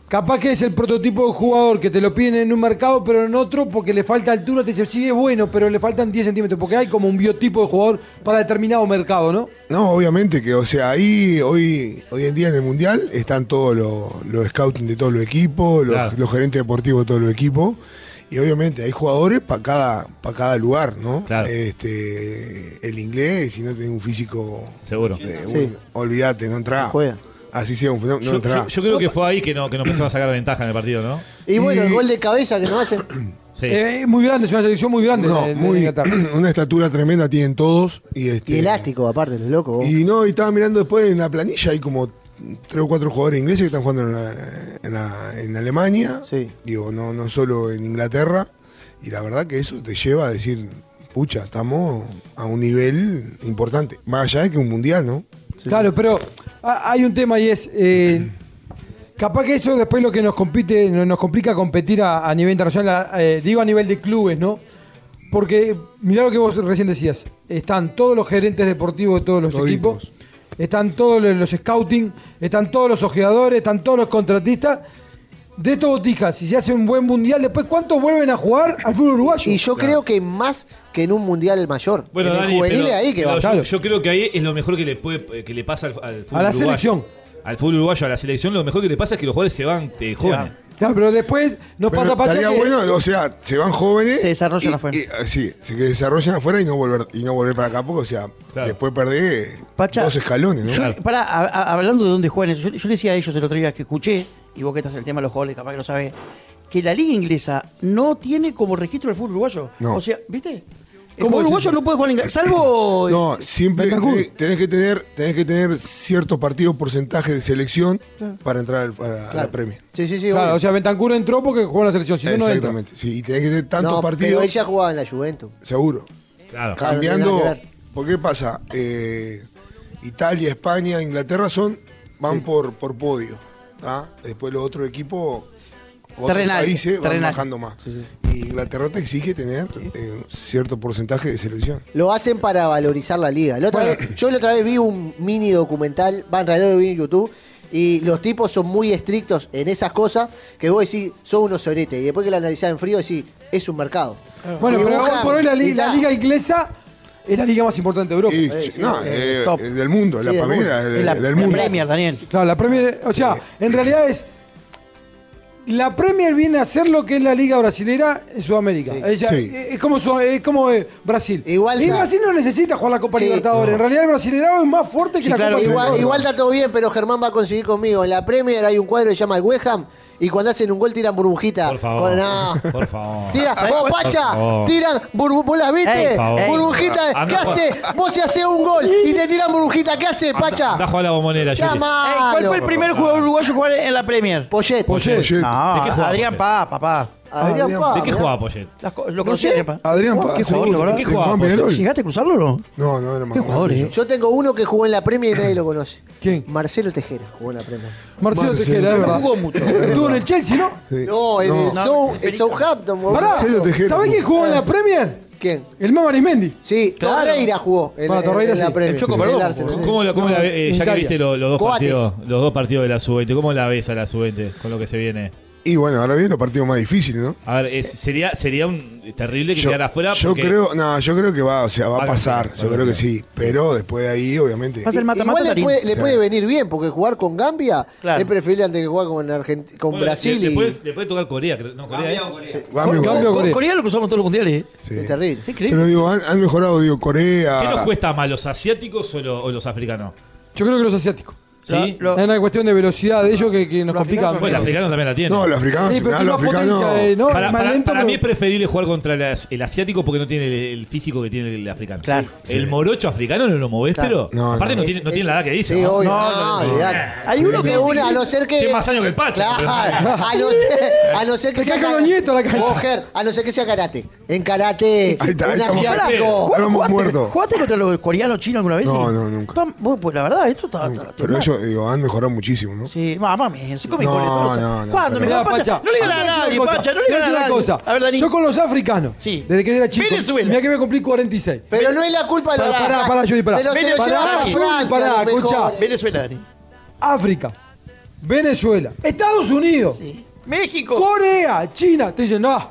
Capaz que es el prototipo de jugador que te lo piden en un mercado, pero en otro porque le falta altura, te dice, sí, es bueno, pero le faltan 10 centímetros, porque hay como un biotipo de jugador para determinado mercado, ¿no? No, obviamente que, o sea, ahí hoy, hoy en día en el Mundial están todos los, los scouting de todos los equipos, los, Claro. los gerentes deportivos de todos los equipos. Y obviamente hay jugadores para cada, para cada lugar, ¿no? Claro. Este, el inglés, si no tenés un físico Seguro. Eh, un- Olvídate, no entra. No juega. Así sea, un fenómeno, no Yo, entra. yo- yo creo que fue ahí que no, que no empezaron a sacar ventaja en el partido, ¿no? Y bueno, el Y- gol de cabeza que nos hacen. Sí. Eh, es muy grande, es una selección muy grande. No, de- de muy- Inglaterra. una estatura tremenda tienen todos. Y, este, Y elástico, aparte, los locos. vos. Y no, y estaba mirando después en la planilla, hay como tres o cuatro jugadores ingleses que están jugando en, la- en la- en Alemania. Sí. Digo, no, no solo en Inglaterra. Y la verdad que eso te lleva a decir, pucha, estamos a un nivel importante. Más allá de que un mundial, ¿no? Claro, pero ha- hay un tema y es. eh, capaz que eso después lo que nos compite, no- nos complica competir a, a nivel internacional, a- eh, digo a nivel de clubes, ¿no? Porque mirá lo que vos recién decías. Están todos los gerentes deportivos de todos los Toditos. equipos, están todos los, los scouting, están todos los ojeadores, están todos los contratistas. De estos botijas, si se hace un buen mundial, después ¿cuántos vuelven a jugar al fútbol uruguayo? Y yo creo que más que en un mundial mayor. Bueno, en el Dani, juvenil pero- ahí que pero va. yo, claro. yo creo que ahí es lo mejor que le puede que le pasa al, al fútbol A la uruguayo. selección. Al fútbol uruguayo, a la selección, lo mejor que le pasa es que los jugadores se van eh, jóvenes. Claro, pero después nos Pero pasa pasa estaría que- bueno, o sea, se van jóvenes. Se desarrollan y- afuera. y- sí, se que desarrollan afuera y no volver, y no volver para acá, porque, o sea, Claro. después perdés Pacha, dos escalones, ¿no? yo- pará, a- a- hablando de dónde juegan eso, yo, yo le decía a ellos el otro día que escuché, y vos que estás en el tema de los goles, capaz que lo sabés, que la liga inglesa no tiene como registro el fútbol uruguayo. No. O sea, ¿viste? Como uruguayo no puede jugar en Inglaterra, salvo... No, siempre Bentancur. te- tenés que tener, tenés que tener ciertos partidos porcentaje de selección para entrar al- a, la- a la premia. Sí, sí, sí. Claro, obvio. o sea, Bentancur entró porque jugó en la selección. Si no, no entra. Exactamente. Sí, y tenés que tener tantos no, Pero partidos, ella jugaba en la Juventus. seguro. Claro. Claro, no Cambiando. tiene nada que ¿Por qué pasa? Eh, Italia, España, Inglaterra son van por, por podio. ¿tá? Después los otros equipos, otros Terrenal, países van terrenal. bajando más. Y Inglaterra te exige tener eh, cierto porcentaje de selección. Lo hacen para valorizar la liga. La otra vez- yo la otra vez vi un mini documental, va en realidad lo vi en YouTube, y los tipos son muy estrictos en esas cosas que vos decís, son unos soretes. Y después que la analizás en frío decís, es un mercado. Bueno, Y pero buscan- hoy por hoy la, li- y la ta. liga inglesa es la liga más importante de Europa. Y- no, eh, top. es del mundo, es Sí, la del primera, mundo. es Es la, del la mundo. Premier, Daniel. Claro, la Premier, o sea, en realidad es. La Premier viene a hacer lo que es la Liga Brasilera en Sudamérica. O sea, Sí. Es como, su- es como eh, Brasil. Igual- y Brasil no necesita jugar la Copa Sí. Libertadores. En realidad el brasileirado es más fuerte que la claro, Copa Igual, Libertadores. igual está todo bien, pero Germán va a conseguir conmigo. En la Premier hay un cuadro que se llama el West Ham y cuando hacen un gol tiran burbujita. Por favor. Con- no. Por favor. Tira, vos, Pacha, favor. tiran burbu ¿vos las viste? Ey, favor. burbujita, Anda ¿qué a jugar. hace? Vos se hace un gol y te tiran burbujita, ¿qué hace, Pacha? Anda a jugar a la bombonera, Chile. Ey, Eh, ¿Cuál fue el Llamalo. primer jugador uruguayo a jugar en la Premier? Ah. Poyet. Poyet. Poyet. No, ¿De qué jugaba Adrián Poyet? Paz, papá. Adrián Adrián, Paz, ¿De qué mirá. jugaba Poyet? Las co- ¿Lo No conocí, sé. Adrián Paz? Adrián Paz, ¿Qué jugador, seguro, la verdad? ¿de ¿Qué jugaba, Juan vos? Peñarol? ¿Llegaste a cruzarlo o no? No, no, era más ¿Qué jugador grande es? yo. eh? Yo tengo uno que jugó en la Premier y nadie lo conoce. ¿Quién? Marcelo Tejera jugó en la Premier. Marcelo Marcelo Tejera, es no verdad. jugó mucho. Estuvo en el Chelsea, ¿no? Sí. No, en el Sou- en Southampton. boludo. Pará, Marcelo Tejera. ¿sabés quién jugó en Ah. la Premier? ¿Quién? El Mama Arismendi. Sí, Torreira jugó en, Bueno, en- en Torreira la sí. Premier. El Choco En Perdomo, Arsenal, ¿no? sí. ¿Cómo, la- cómo la, ve- eh, ya que Italia. viste lo- los, dos Coates. partidos, los dos partidos de la sub-20, ¿cómo la ves a la sub-20 con lo que se viene? Y bueno, ahora vienen los partidos más difíciles, ¿no? A ver, es- sería, sería un terrible que quedara afuera. yo porque- creo, no, yo creo que va, o sea, va Va a a pasar, cambiar, yo va a creo que cambiar. sí, pero después de ahí, obviamente. Pasa el mata, Igual mata, le Tarín. puede, le Sí. puede venir bien, porque jugar con Gambia Claro. es preferible antes que jugar con, Argent- con Bueno, Brasil Le, y le puede, le puede tocar Corea, creo- no, Corea. es- Gambia, Gambia, Corea. Con- Corea. Corea lo cruzamos todos los mundiales. eh. Sí. es terrible. Es increíble. Pero digo, han, han mejorado, digo, Corea. ¿Qué nos cuesta más, los asiáticos o, lo- o los africanos? Yo creo que los asiáticos. ¿Sí? Lo- Es una cuestión de velocidad de ellos que, que nos complica. Pues los africanos también la tienen. No, los africanos, Sí, pero ah, tiene los más africanos. potencia, eh, ¿no? para es más para- lento, para pero- mí es preferible jugar contra las- el asiático porque no tiene el, el físico que tiene el africano. Claro. El morocho africano no lo movés, Claro. pero. No, aparte, no. no, tiene, no Es- tiene la edad que dice. Sí, ¿no? Ah, obvio. No, No, olvidate. Hay Sí, uno que no. une, a no ser que. Tiene más años que el Pacha. Claro, Pero- a no ser, a no ser que Te sea. cae con ca- los nietos a la cancha. Vos, Ger, a no ser que sea karate. En Eh, karate, Ahí está, ahí un estamos. asiático. Ahora hemos ¿Jugaste- muerto. ¿Jugaste contra los coreanos chinos alguna vez? No, sí? no, nunca. Tam- vos, pues la verdad, esto está. está- está Pero mal. ellos, digo, han mejorado muchísimo, ¿no? Sí, Eh, mamá, me se come No, goles, todos los- no, no, ¿Cuándo me pero- come Mirá, Pacha? Pacha, No le te gana a voy a decir nadie, una cosa, Pacha, no te le voy a decir gana a una nadie. cosa. A ver, Dani. Yo con los africanos. Sí. Desde que era chico. Venezuela. Mirá que voy a cumplir 46. Pero no es la culpa de los Pará, pará, pará, Yuri, pará. Pero se lo llevan Pará, a Yuri, Francia, pará, los mejores. escuchá. Venezuela, Dani. África, Venezuela, Estados Unidos, Sí. México. Corea, China. Te dicen, no.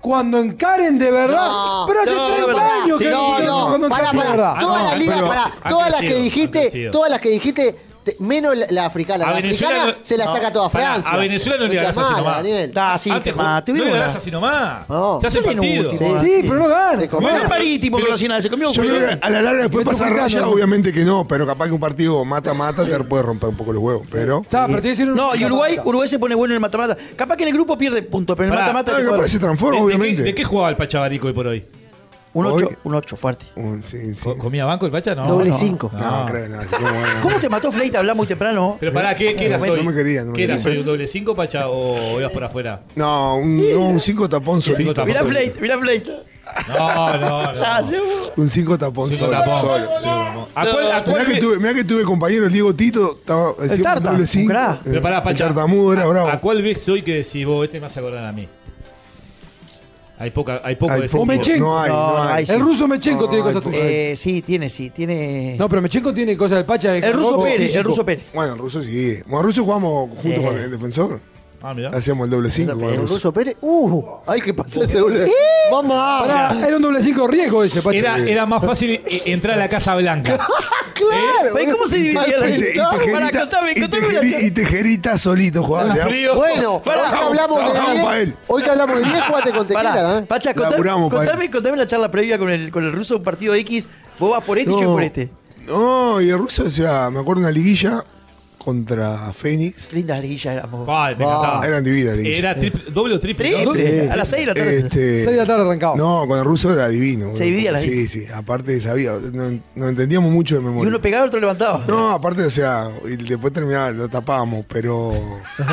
Cuando encaren de verdad. No, pero hace no, 30 no, años que no, que- no, cuando pará, encaren de verdad. pará. Todas Ah, las no, ligas, pero- pará. ha Todas las que crecido, ha dijiste, crecido. todas las que dijiste, te- menos la, la africana. A La Venezuela africana no- se la no, saca toda pará, Francia. a Venezuela no le seas ganás así mala, nomás. Daniel. Da, sí, Antes, Germán, no le tuvimos una- ganás así nomás. No. Te hace Son partido. inútiles. pará. Sí, pero no ganan. Te Como comés. el marítimo con Nacional, se comió Yo creo que a la larga después Metro pasa Metropolitano. raya, obviamente que no, pero capaz que un partido mata-mata te puede romper un poco los huevos, pero... Está, pero te dicen un- No, y Uruguay, Uruguay se pone bueno en el mata-mata. Capaz que en el grupo pierde puntos, pero en el Pará. mata-mata Ah, te capaz juega- que se ¿De- transforma, ¿De, obviamente. qué, de qué jugaba el Pachabarico hoy por hoy? un 8, Hoy- un 8 fuerte. Un- sí, sí. ¿Co- ¿Comía banco el Pacha? No. Doble no. cinco. No. No, creo, no. sí, cómo no. ¿Cómo te mató Fleita? Hablá muy temprano. Pero pará, ¿qué, qué era No me hoy? quería, no me ¿Qué era quería. hoy? ¿Un doble 5, Pacha, o ibas por afuera? No, un, no, un cinco tapón solito. tapón. Mirá solo. Fleita, mirá Fleita. No, no, no. Ah, sí, Un cinco tapón Cinco solo. tapón. solo. Sí, tapón. ¿A cuál, a cuál Mirá que, le- tuve, mirá que tuve compañeros, Diego Tito, estaba decía un Tarta, doble cinco. un crack. eh, Pero pará, el Pacha. tartamudo era ¿a- bravo. ¿A cuál ves hoy que decís vos, este me hace acordar a mí? Hay poca, hay poco Ay, de ese poco. O tipo. Mechenko. no hay, No, no, no hay, hay. sí. El ruso Mechenko No, tiene no, cosas hay tuyas. Eh, sí, tiene, sí, tiene. No, pero Mechenko tiene cosas del Pacha. de el ruso Jacobo, Pérez, el físico. ruso Pérez. Bueno, en ruso sí. Bueno, en ruso jugamos junto Eh. con el defensor. Ah, mirá. Hacíamos el doble cinco con el El ruso. ruso Pérez. Uh, ay, qué pasó ese gol. Vamos. Pará, era un doble 5 riesgo ese, Pacha. Era, era más fácil e- entrar a la Casa Blanca. Claro. Pero, ¿y ¿Cómo se Y dividía la te- y Para, tejerita- contame, y contame una- tejeri- Y tejerita solito jugaba. le- Frío. Bueno, Pará, hoy que hablamos trabajamos de pa' 10, él. hoy que hablamos de 10, jugate con tequila, Pará, ¿eh? Pacha, contame, Laburamos, pa- contame, contame la charla previa con el, con el ruso, un partido X. Vos vas por este y yo voy por este. No, y el ruso, o sea, me acuerdo una liguilla contra Fénix. Lindas liguillas éramos. Ay, me encantaba. eran divinas liguillas. Era triple- doble o triple. ¿no? Triple, a las 6 de la tarde. Este, 6 de la tarde arrancaba. No, con el ruso era divino. boludo. Se dividía la Sí, sí, aparte sabía, no, no entendíamos mucho de y memoria. uno pegaba, otro levantaba. No, aparte, o sea, y después terminaba, lo tapábamos, pero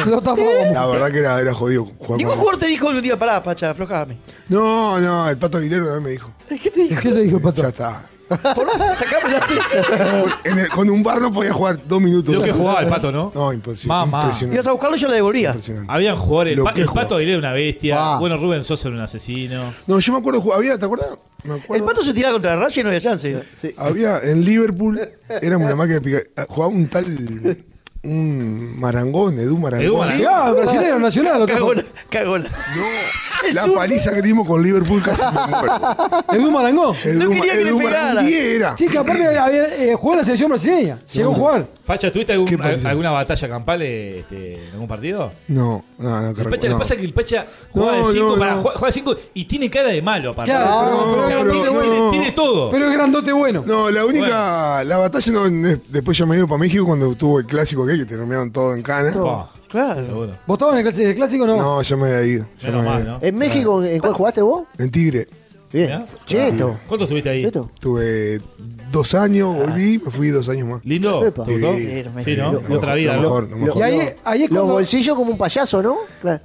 Lo tapábamos. la verdad que era, era jodido jugar Ningún con- jugador te dijo un día, pará, pacha, aflojame. No, no, el Pato Aguilero también me dijo. ¿Qué te dijo? ¿Qué te dijo, Pato? Ya está. Sacame la En el- con un bar no podía jugar dos minutos. Lo que jugaba el pato, ¿no? No, imposible. Mamá. Ibas a Impresionante. buscarlo y yo la devolvía. impresionante. Habían jugadores. Lo pa- que el jugaba. pato Aguilera era una bestia. Ah. Bueno, Rubén Sosa era un asesino. No, yo me acuerdo, ju- había, ¿te acuerdas? Me El acuerdo. pato se tiraba contra la raya y no había chance. Había en Liverpool, era una máquina de picar. Jugaba un tal. Un marangón, Edu Marangón. Edu Marangón. Llegaba brasileño nacional. Lo tapó. Cagona, cagona. No, Es la un- paliza que dimos con Liverpool casi me muero. Edu Marangó. Edu, No quería que le Edu Marangón, pegara. 10 era. Chica, aparte había, eh, jugó en la selección brasileña. Llegó a jugar. Pacha, ¿tuviste algún- ¿Qué parece? a- alguna batalla campal este, en algún partido? No, Ah, no, no, que El Pacha, recu- le no. pasa que el Pacha juega No, de 5 no, para no. juega, juega de cinco y tiene cara de malo aparte. Claro, No, Tiene- pero tiene- no. tiene todo. Pero es grandote bueno. No, la única, la batalla no, no, después ya me iba para México cuando tuvo el clásico aquel que te nominaron todo en cana. Buah, Claro. seguro. ¿Vos estabas en el clas- el clásico o no? No, ya me había ido. ya Menos me había mal, ido. ¿no? ¿En México en cuál jugaste vos? En Tigre Bien. Mirá. Cheto. ¿Cuánto estuviste ahí? Cheto. tuve dos años, Ah. volví, me fui dos años más. ¿Lindo? Epa. ¿Te gustó? Sí, Sí, ¿no? lo Otra mejor, vida, lo ¿no? mejor, lo mejor. Y ahí, ahí es Los cuando. bolsillos como un payaso, ¿no? Claro.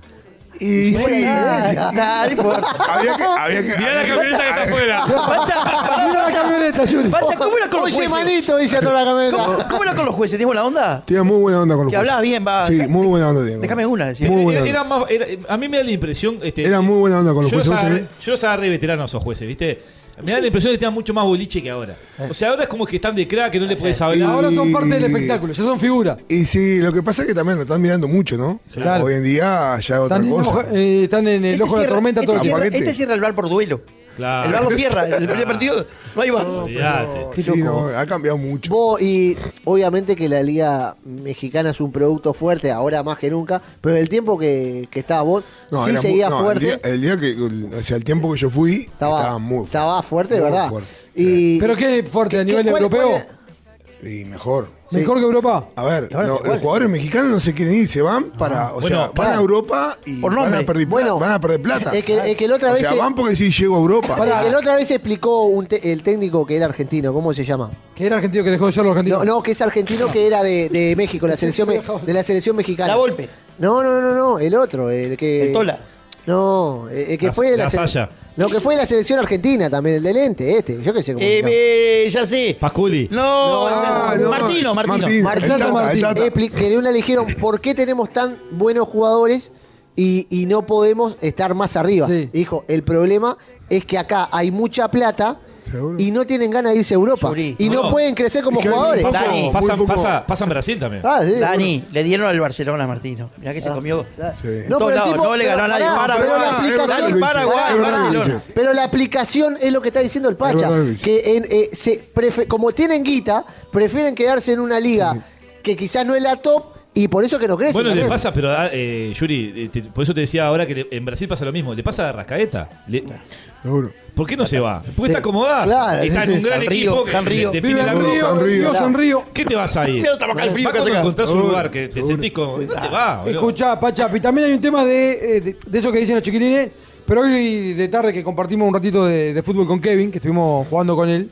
Y sí, Ah, Nah, no importa. había que, había que, Mirá la camioneta que está afuera. Pacha, pará, Mira la camioneta, Yuri. Pacha, ¿cómo era con los Oye, jueces? manito, dice a toda la camioneta. ¿Cómo, cómo era con los jueces? ¿Tenemos la onda? Tenía muy buena onda con los Que hablás jueces. bien, va. Sí, muy buena onda. tenía. Déjame una, decía. Este Muy buena Era- onda. era más- era- a mí me da la impresión. Este, Era muy buena onda con los yo jueces, agarré- ¿eh? yo los agarré veteranos esos jueces, ¿viste? Me da la impresión de que están mucho más boliche que ahora. O sea, ahora es como que están de crack, que no le podés hablar. Eh. Ahora son parte del espectáculo, ya son figuras. Y sí, lo que pasa es que también lo están mirando mucho, ¿no? Claro. Hoy en día ya es otra Están, en- cosa. eh, están en el Este ojo de la cierra- tormenta todo el este tiempo. cierra, Paquete. este cierra el bar por duelo. Claro. El bar lo cierra. El primer partido no hay bar. Olvidate. Qué Sí, loco. no, ha cambiado mucho. Vos, y obviamente que la liga mexicana es un producto fuerte, ahora más que nunca, pero en el tiempo que, que estaba vos, No, sí era mu- seguía no, fuerte. El día, el día que, o sea, el tiempo que yo fui, estaba, estaba, muy fuerte. estaba fuerte, Muy ¿verdad? fuerte. Y, Pero qué fuerte, a ¿Qué- nivel qué- cuál- europeo. cuál era? Y mejor. Mejor que Europa. A ver, no, los jugadores mexicanos no se quieren ir, se van para, o sea, Bueno, van a claro. Europa y Por van a nombre. perder plata. Bueno, van a perder plata. es que- es que la otra o vez sea, se- van porque si llego a Europa. Pará, que la otra vez explicó un te- el técnico que era argentino, ¿cómo se llama? Que era argentino que dejó de ser los argentinos. No, no, que es argentino que era de, de México, la selección me- de la selección mexicana. La Volpe. No, no, no, no, el otro, el que El Tola. No, eh, el el que La- fue de la, la sele- Saya. No, que fue de la selección argentina también, el del ente, este, yo qué sé cómo se Eh, llama. eh, ya sé. Pasculi. No, Ah, no. Martino, Martino. el Tata, Martín. el Tata. Expli- que de una le dijeron por qué tenemos tan buenos jugadores y, y no podemos estar más arriba. Sí. Y Dijo, el problema es que acá hay mucha plata Seguro. y no tienen ganas de irse a Europa. Seguro. Y no, No. pueden crecer como Y que hay jugadores. poco- Pasa, Dani, pasa, muy poco- pasa- pasa en Brasil también. Ah, sí, Ah. Dani, le dieron al Barcelona a Martino. Mirá que se comió. Sí. No, pero todos el lados, tipo- no le ganó a nadie. pará, Para, pero la es verdad, aplicación- lo Dani, hice. Paraguay, Es verdad que lo hice. Paraguay. Ah, Pero la aplicación es lo que está diciendo el Pacha. verdad lo que dice. Que en, eh, se prefe- como tienen guita, prefieren quedarse en una liga que quizás no es la top y por eso que no crecen. Bueno, le también. pasa, pero ah, eh, Yuri, eh, te- por eso te decía ahora que le- en Brasil pasa lo mismo. Le pasa a Rascaeta. Le- Seguro. ¿Por qué no se va? Porque está acomodada. Claro. Está en un Está gran en Ah, Río, equipo. está en Río. que Vive define la en Europa, Río, en Río. Dios en Río. ¿Qué te vas a ir? Mira, está acá el frío Va que hace cuando acá. encontrás un Seguro, lugar que te seguro. sentís con... ¿Dónde va? boludo? Escuchá, Pachapi, también hay un tema de, eh, de, de eso que dicen los chiquilines, pero hoy de tarde que compartimos un ratito de, de fútbol con Kevin, que estuvimos jugando con él,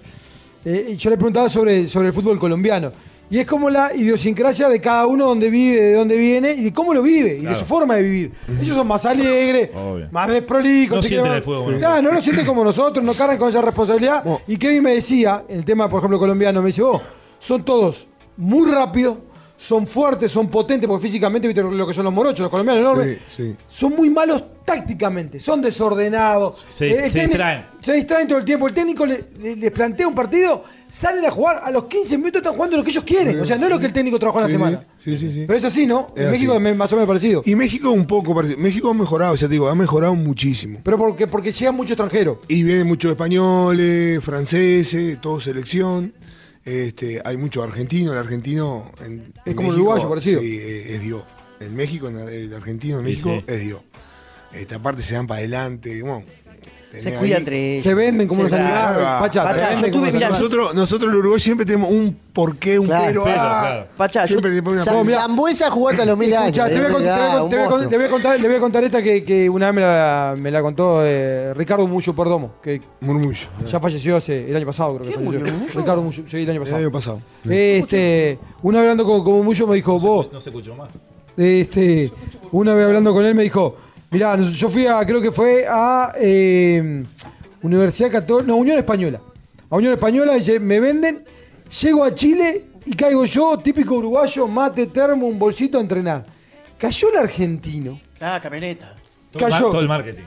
eh, y yo le preguntaba sobre, sobre el fútbol colombiano. Y es como la idiosincrasia de cada uno, donde vive, de dónde viene y de cómo lo vive, y de su forma de vivir. Ellos son más alegres, Obvio. más desprolijos. No se sienten queman- el fuego, ¿no? Claro, Ah, no lo sienten como nosotros, no cargan con esa responsabilidad. Y Kevin me decía, en el tema, por ejemplo, colombiano, me dice, oh, son todos muy rápidos, son fuertes, son potentes, porque físicamente, viste lo que son los morochos, los colombianos enormes, Sí, sí. son muy malos tácticamente, son desordenados. Eh, Se- el se técnico- distraen. Se distraen todo el tiempo. El técnico le- le- les plantea un partido, salen a jugar, a los 15 minutos están jugando lo que ellos quieren. O sea, no lo que el técnico trabajó en Sí, la semana. sí, sí, sí. Pero es así, ¿no? Es en México así. me- más o menos parecido. Y México un poco parece. México ha mejorado, ya te digo, ha mejorado muchísimo. Pero porque, porque llegan muchos extranjeros. Y vienen muchos españoles, franceses, todo selección. Este, hay muchos argentinos. El argentino en, Es en como México, uruguayo, parecido. Sí, es, es Dios. En México, Este, en el argentino, en Sí, México, sí. es Dios. Esta parte se dan para adelante. bueno, Se Tenés cuida ahí- entre ellos. Se venden como los Se la- animales. va. Pacha, Pacha, se yo venden como tuve- los mirá, animales. Nosotros, nosotros, el Uruguay, siempre tenemos un porqué, un Claro. pero. Pero, ah, claro. Pachá, yo- siempre te pone una Sa- cosa. Zambuesa jugó hasta los mil años. Escuchá, te voy a de cont- te voy a verdad, cont- un te voy a cont- monstruo. te voy a contar- le voy a contar esta que, que una vez me la, me la contó eh, Ricardo Mucho Perdomo, que Murmullo. ya falleció hace, el año pasado, creo que ¿Quién falleció. murió, Mucho? Ricardo Mucho, sí, el año El pasado. año pasado. Este, una vez hablando con, con Mucho me dijo, vos, No se escuchó más. este, una vez hablando con él me dijo, mirá, nos- yo fui a, creo que fue a eh, Universidad Católica, no, Unión Española. A Unión Española dice, me venden, llego a Chile y caigo yo, típico uruguayo, mate, termo, un bolsito a entrenar. Cayó el argentino. Ah, camioneta. Todo, el mar- Cayó. todo el marketing.